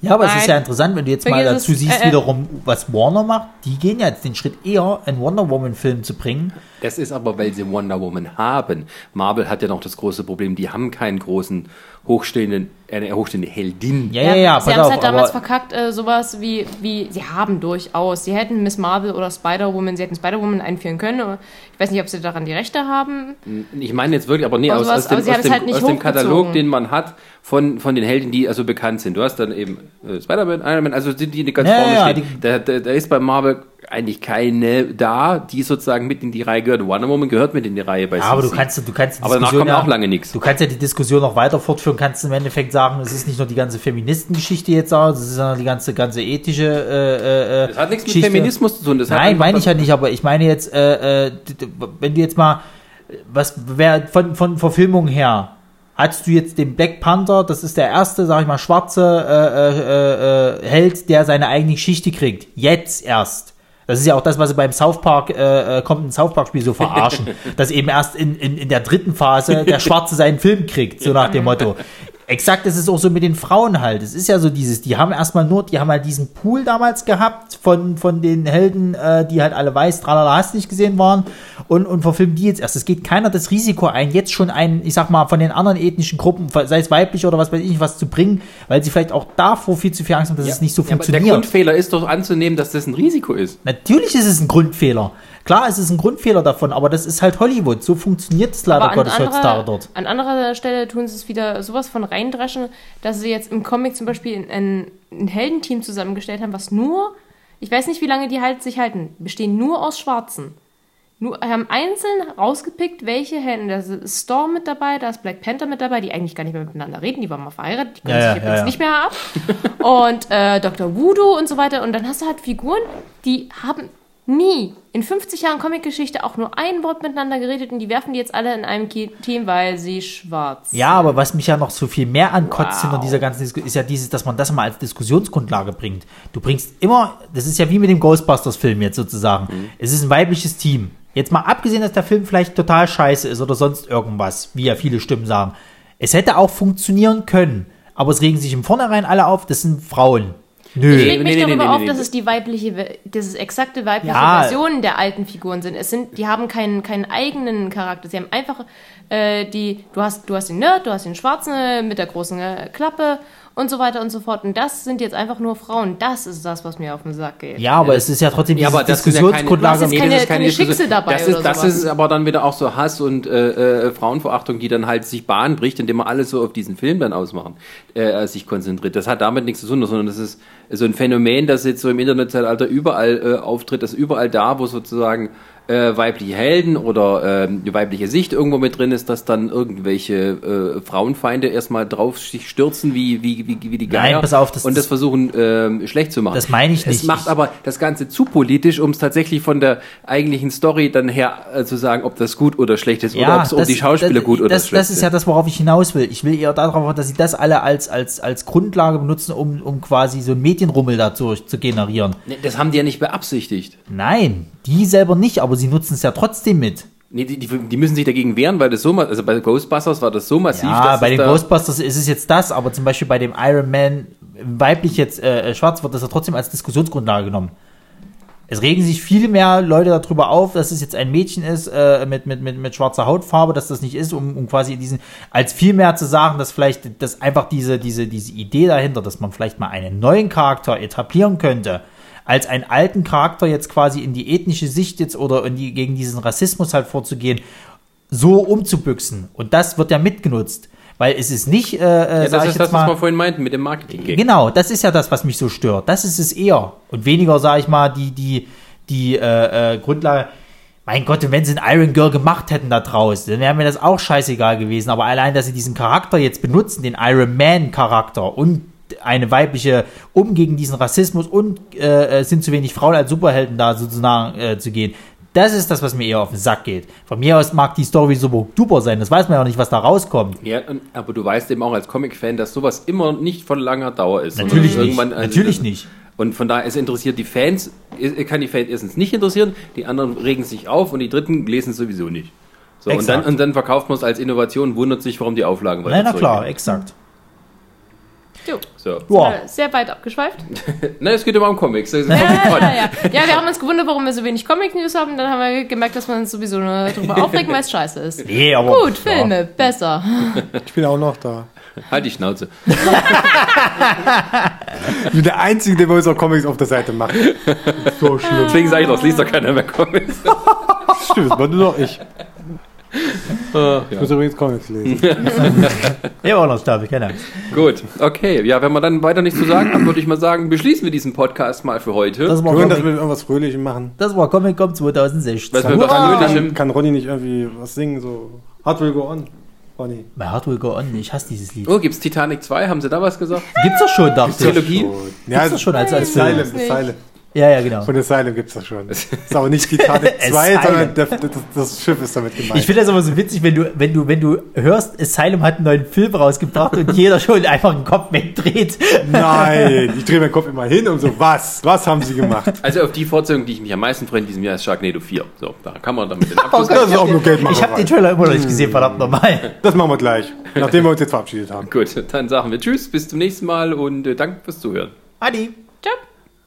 [SPEAKER 3] Ja, aber es ist
[SPEAKER 4] Nein.
[SPEAKER 3] ja interessant, wenn du jetzt mal
[SPEAKER 4] Vergiss
[SPEAKER 3] dazu
[SPEAKER 4] es.
[SPEAKER 3] siehst,
[SPEAKER 4] Äh, äh.
[SPEAKER 3] wiederum, was Warner macht. Die gehen ja jetzt den Schritt eher, einen Wonder Woman-Film zu bringen.
[SPEAKER 1] Das ist aber, weil sie Wonder Woman haben. Marvel hat ja noch das große Problem, die haben keinen großen hochstehenden, eine hochstehende Heldin.
[SPEAKER 3] Ja, ja, ja,
[SPEAKER 4] sie
[SPEAKER 3] pass
[SPEAKER 4] haben es
[SPEAKER 3] auf.
[SPEAKER 4] halt damals
[SPEAKER 3] aber,
[SPEAKER 4] verkackt, äh, sowas wie, wie, sie haben durchaus, sie hätten Miss Marvel oder Spider-Woman, sie hätten Spider-Woman einführen können. aber Ich weiß nicht, ob sie daran die Rechte haben.
[SPEAKER 1] Ich meine jetzt wirklich, aber nee,
[SPEAKER 4] Aber
[SPEAKER 1] aus,
[SPEAKER 4] sowas-
[SPEAKER 1] aus dem,
[SPEAKER 4] aber sie haben
[SPEAKER 1] aus
[SPEAKER 4] es
[SPEAKER 1] dem,
[SPEAKER 4] halt nicht
[SPEAKER 1] aus dem
[SPEAKER 4] hochgezogen.
[SPEAKER 1] Katalog, den man hat, von, von den Helden, die also bekannt sind. Du hast dann eben äh, Spider-Man, Iron Man, also sind die die ganz
[SPEAKER 3] Ja,
[SPEAKER 1] vorne
[SPEAKER 3] ja, ja,
[SPEAKER 1] stehen. Da, da, da ist bei Marvel eigentlich keine da, die sozusagen mit in die Reihe gehört. Wonder Woman gehört mit in die Reihe bei
[SPEAKER 3] Ja, aber du
[SPEAKER 1] CC.
[SPEAKER 3] kannst, du kannst die
[SPEAKER 1] Aber danach kommt
[SPEAKER 3] ja,
[SPEAKER 1] auch lange nichts.
[SPEAKER 3] Du kannst ja die Diskussion noch weiter fortführen, kannst im Endeffekt sagen, es ist nicht nur die ganze Feministengeschichte jetzt, sondern es ist ja noch die ganze, ganze ethische äh, äh,
[SPEAKER 1] Das hat nichts mit
[SPEAKER 3] Geschichte.
[SPEAKER 1] Feminismus zu tun. Das hat
[SPEAKER 3] Nein,
[SPEAKER 1] einfach
[SPEAKER 3] meine ich
[SPEAKER 1] was-
[SPEAKER 3] ja nicht, aber ich meine jetzt, äh, äh, d- d- wenn du jetzt mal, äh, was wär, von, von Verfilmung her, hattest du jetzt den Black Panther, das ist der erste, sag ich mal, schwarze äh, äh, äh, äh, Held, der seine eigene Geschichte kriegt. Jetzt erst. Das ist ja auch das, was sie beim South Park, äh, äh, kommt ein South Park-Spiel so verarschen, dass eben erst in, in, in der dritten Phase der Schwarze seinen Film kriegt, so nach dem Motto. Exakt, das ist auch so mit den Frauen halt. Es ist ja so dieses, die haben erstmal nur, die haben halt diesen Pool damals gehabt von, von den Helden, äh, die halt alle weiß, tralala, hast nicht gesehen waren und, und verfilmen die jetzt erst. Es geht keiner das Risiko ein, jetzt schon einen, ich sag mal, von den anderen ethnischen Gruppen, sei es weiblich oder was weiß ich, was zu bringen, weil sie vielleicht auch davor viel zu viel Angst haben, dass es nicht so
[SPEAKER 1] Ja, aber Der
[SPEAKER 3] funktioniert.
[SPEAKER 1] Grundfehler ist doch anzunehmen, dass das ein Risiko ist.
[SPEAKER 3] Natürlich ist es ein Grundfehler. Klar, es ist ein Grundfehler davon, aber das ist halt Hollywood. So funktioniert Ah, oh es leider
[SPEAKER 4] Aber an,
[SPEAKER 3] Gottes heutzutage
[SPEAKER 4] anderer,
[SPEAKER 3] dort.
[SPEAKER 4] an anderer Stelle tun sie es wieder sowas von reindreschen, dass sie jetzt im Comic zum Beispiel ein, ein, ein Heldenteam zusammengestellt haben, was nur, ich weiß nicht, wie lange die halt sich halten, bestehen nur aus Schwarzen. Nur, haben einzeln rausgepickt, welche Helden. Da ist Storm mit dabei, da ist Black Panther mit dabei, die eigentlich gar nicht mehr miteinander reden, die waren mal verheiratet, die können
[SPEAKER 3] Ja, ja,
[SPEAKER 4] sich
[SPEAKER 3] ja,
[SPEAKER 4] jetzt
[SPEAKER 3] ja.
[SPEAKER 4] nicht mehr ab. und äh, Dr. Voodoo und so weiter. Und dann hast du halt Figuren, die haben nie in 50 Jahren Comicgeschichte auch nur ein Wort miteinander geredet und die werfen die jetzt alle in einem Ki- Team, weil sie schwarz.
[SPEAKER 3] Ja, aber was mich ja noch so viel mehr ankotzt
[SPEAKER 4] Wow.
[SPEAKER 3] hinter dieser ganzen Diskussion, ist ja dieses, dass man das mal als Diskussionsgrundlage bringt. Du bringst immer, das ist ja wie mit dem Ghostbusters-Film jetzt sozusagen.
[SPEAKER 1] Mhm.
[SPEAKER 3] Es ist ein weibliches Team. Jetzt mal abgesehen, dass der Film vielleicht total scheiße ist oder sonst irgendwas, wie ja viele Stimmen sagen. Es hätte auch funktionieren können, aber es regen sich im Vornherein alle auf, das sind Frauen.
[SPEAKER 4] Ich reg
[SPEAKER 1] Nee,
[SPEAKER 4] mich
[SPEAKER 1] nee, nee,
[SPEAKER 4] darüber
[SPEAKER 1] nee,
[SPEAKER 4] auf,
[SPEAKER 1] nee,
[SPEAKER 4] dass
[SPEAKER 1] nee.
[SPEAKER 4] es die weibliche, We- dass es exakte weibliche
[SPEAKER 3] Ja.
[SPEAKER 4] Versionen der alten Figuren sind. Es sind, die haben keinen, keinen eigenen Charakter. Sie haben einfach äh, die, du hast, du hast den Nerd, du hast den Schwarzen äh, mit der großen äh, Klappe und so weiter und so fort. Und das sind jetzt einfach nur Frauen. Das ist das, was mir auf den Sack geht.
[SPEAKER 3] Ja, aber es ist ja trotzdem
[SPEAKER 1] Ja,
[SPEAKER 3] diese
[SPEAKER 1] aber das sind ja keine-
[SPEAKER 3] Diskussionsgrundlage.
[SPEAKER 4] Was ist keine- keine
[SPEAKER 1] Diskussion.
[SPEAKER 4] Schickse dabei
[SPEAKER 1] Das
[SPEAKER 4] oder
[SPEAKER 1] ist, das
[SPEAKER 4] sowas.
[SPEAKER 1] ist aber dann wieder auch so Hass und äh, äh, Frauenverachtung, die dann halt sich Bahn bricht, indem man alles so auf diesen Film dann ausmachen, äh, sich konzentriert. Das hat damit nichts zu tun, sondern das ist so ein Phänomen, das jetzt so im Internetzeitalter überall äh, auftritt, dass überall da, wo sozusagen äh, weibliche Helden oder ähm, die weibliche Sicht irgendwo mit drin ist, dass dann irgendwelche äh, Frauenfeinde erstmal drauf sich stürzen wie, wie, wie, wie die
[SPEAKER 3] Nein,
[SPEAKER 1] Geier
[SPEAKER 3] pass auf, das
[SPEAKER 1] und das
[SPEAKER 3] ist-
[SPEAKER 1] versuchen ähm, schlecht zu machen.
[SPEAKER 3] Das meine
[SPEAKER 1] Es
[SPEAKER 3] ich nicht.
[SPEAKER 1] macht
[SPEAKER 3] Ich-
[SPEAKER 1] aber das Ganze zu politisch, um es tatsächlich von der eigentlichen Story dann her äh, zu sagen, ob das gut oder schlecht ist oder ob es um die Schauspieler
[SPEAKER 3] das,
[SPEAKER 1] gut oder
[SPEAKER 3] das,
[SPEAKER 1] schlecht
[SPEAKER 3] Das ist ja das, worauf ich hinaus will. Ich will eher darauf, dass sie das alle als, als, als Grundlage benutzen, um, um quasi so einen Medienrummel dazu zu generieren.
[SPEAKER 1] Nee, das haben die ja nicht beabsichtigt.
[SPEAKER 3] Nein, die selber nicht, aber sie nutzen es ja trotzdem mit.
[SPEAKER 1] Nee, die, die, die müssen sich dagegen wehren, weil das so ma- also bei Ghostbusters war das so massiv,
[SPEAKER 3] Ja,
[SPEAKER 1] dass
[SPEAKER 3] bei
[SPEAKER 1] es
[SPEAKER 3] den
[SPEAKER 1] da-
[SPEAKER 3] Ghostbusters ist es jetzt das, aber zum Beispiel bei dem Iron Man, weiblich jetzt äh, äh, schwarz, wird das ja trotzdem als Diskussionsgrundlage genommen. Es regen sich viel mehr Leute darüber auf, dass es jetzt ein Mädchen ist äh, mit, mit, mit, mit schwarzer Hautfarbe, dass das nicht ist, um, um quasi diesen, als viel mehr zu sagen, dass vielleicht, dass einfach diese, diese, diese Idee dahinter, dass man vielleicht mal einen neuen Charakter etablieren könnte, als einen alten Charakter jetzt quasi in die ethnische Sicht jetzt oder in die, gegen diesen Rassismus halt vorzugehen, so umzubüchsen. Und das wird ja mitgenutzt. Weil es ist nicht, äh, äh,
[SPEAKER 1] ja,
[SPEAKER 3] sag
[SPEAKER 1] das
[SPEAKER 3] ich
[SPEAKER 1] ist
[SPEAKER 3] jetzt
[SPEAKER 1] das,
[SPEAKER 3] mal,
[SPEAKER 1] was wir vorhin meinten mit dem Marketing.
[SPEAKER 3] Genau, das ist ja das, was mich so stört. Das ist es eher. Und weniger, sage ich mal, die, die, die äh, äh, Grundlage. Mein Gott, und wenn sie einen Iron Girl gemacht hätten da draußen, dann wäre mir das auch scheißegal gewesen. Aber allein, dass sie diesen Charakter jetzt benutzen, den Iron Man-Charakter und eine weibliche, um gegen diesen Rassismus und äh, äh, sind zu wenig Frauen als Superhelden da sozusagen äh, zu gehen. Das ist das, was mir eher auf den Sack geht. Von mir aus mag die Story so duper sein, das weiß man ja auch nicht, was da rauskommt.
[SPEAKER 1] Ja, und- aber du weißt eben auch als Comic-Fan, dass sowas immer nicht von langer Dauer ist. sondern
[SPEAKER 3] Natürlich nicht.
[SPEAKER 1] irgendwann- also
[SPEAKER 3] Natürlich
[SPEAKER 1] das-
[SPEAKER 3] nicht.
[SPEAKER 1] Und von daher, es interessiert die Fans, es- kann die Fans erstens nicht interessieren, die anderen regen sich auf und die dritten lesen es sowieso nicht. So, und,
[SPEAKER 3] Exakt.
[SPEAKER 1] dann, und dann verkauft man es als Innovation, wundert sich, warum die Auflagen
[SPEAKER 3] Nein, na
[SPEAKER 1] zurückgehen.
[SPEAKER 3] klar, exakt.
[SPEAKER 4] Jo.
[SPEAKER 1] So.
[SPEAKER 3] Boah.
[SPEAKER 4] Äh, Sehr weit abgeschweift.
[SPEAKER 1] Na, es geht immer um Comics. Das ist
[SPEAKER 4] Ja, ja,
[SPEAKER 1] Comic-Con.
[SPEAKER 4] ja. ja, wir haben uns gewundert, warum wir so wenig Comic-News haben. Dann haben wir gemerkt, dass wir uns sowieso nur darüber aufregen, weil es scheiße ist.
[SPEAKER 3] Nee, aber,
[SPEAKER 4] Gut,
[SPEAKER 3] ja.
[SPEAKER 4] Filme, besser.
[SPEAKER 2] Ich bin auch noch da.
[SPEAKER 1] halt die Schnauze.
[SPEAKER 2] Ich bin der Einzige, der bei uns auch Comics auf der Seite macht. So schlimm.
[SPEAKER 1] Deswegen sage ich doch, es liest doch keiner mehr Comics.
[SPEAKER 2] Stimmt, das war nur noch ich.
[SPEAKER 1] Ah,
[SPEAKER 2] Ich
[SPEAKER 1] ja.
[SPEAKER 2] muss übrigens Comics lesen.
[SPEAKER 3] Ich war auch noch da, keine Angst.
[SPEAKER 1] Gut, okay. Ja, wenn wir dann weiter nichts zu sagen haben, würde ich mal sagen, beschließen wir diesen Podcast mal für heute.
[SPEAKER 3] Das war,
[SPEAKER 2] Können wir das
[SPEAKER 3] Comic,
[SPEAKER 2] mit irgendwas Fröhlichem machen?
[SPEAKER 3] das war Comic Com 2016.
[SPEAKER 1] Was wir bei
[SPEAKER 3] Hurra!
[SPEAKER 2] Kann,
[SPEAKER 1] Fröhlichem-
[SPEAKER 2] kann Ronny nicht irgendwie was singen? So, Hard will go on. Ronny.
[SPEAKER 3] My Heart Will Go On, ich hasse dieses Lied.
[SPEAKER 1] Oh, gibt's Titanic 2? Haben sie da was gesagt?
[SPEAKER 3] Gibt's doch schon, dachte ich.
[SPEAKER 1] Trilogie?
[SPEAKER 2] Ja,
[SPEAKER 3] Gibt's doch schon als, als Film.
[SPEAKER 2] Asylum, Asylum.
[SPEAKER 3] Ja, ja, genau.
[SPEAKER 2] Von Asylum gibt's das schon. Ist aber nicht Titanic 2,
[SPEAKER 3] Asylum.
[SPEAKER 2] sondern der, das, das Schiff ist damit gemeint.
[SPEAKER 3] Ich finde das aber so witzig, wenn du, wenn du, wenn du hörst, Asylum hat einen neuen Film rausgebracht und jeder schon einfach den Kopf wegdreht.
[SPEAKER 2] Nein, ich drehe meinen Kopf immer hin und so, was? Was haben sie gemacht?
[SPEAKER 1] Also auf die Fortsetzung, die ich mich am meisten freue in diesem Jahr, ist Sharknado 4. So, da kann man damit den Abschluss
[SPEAKER 2] Das ist auch nur Geld
[SPEAKER 3] Ich habe den Trailer immer noch nicht gesehen, verdammt normal.
[SPEAKER 2] Das machen wir gleich, nachdem wir uns jetzt verabschiedet haben.
[SPEAKER 1] Gut, dann sagen wir Tschüss, bis zum nächsten Mal und äh, danke fürs Zuhören.
[SPEAKER 3] Adi.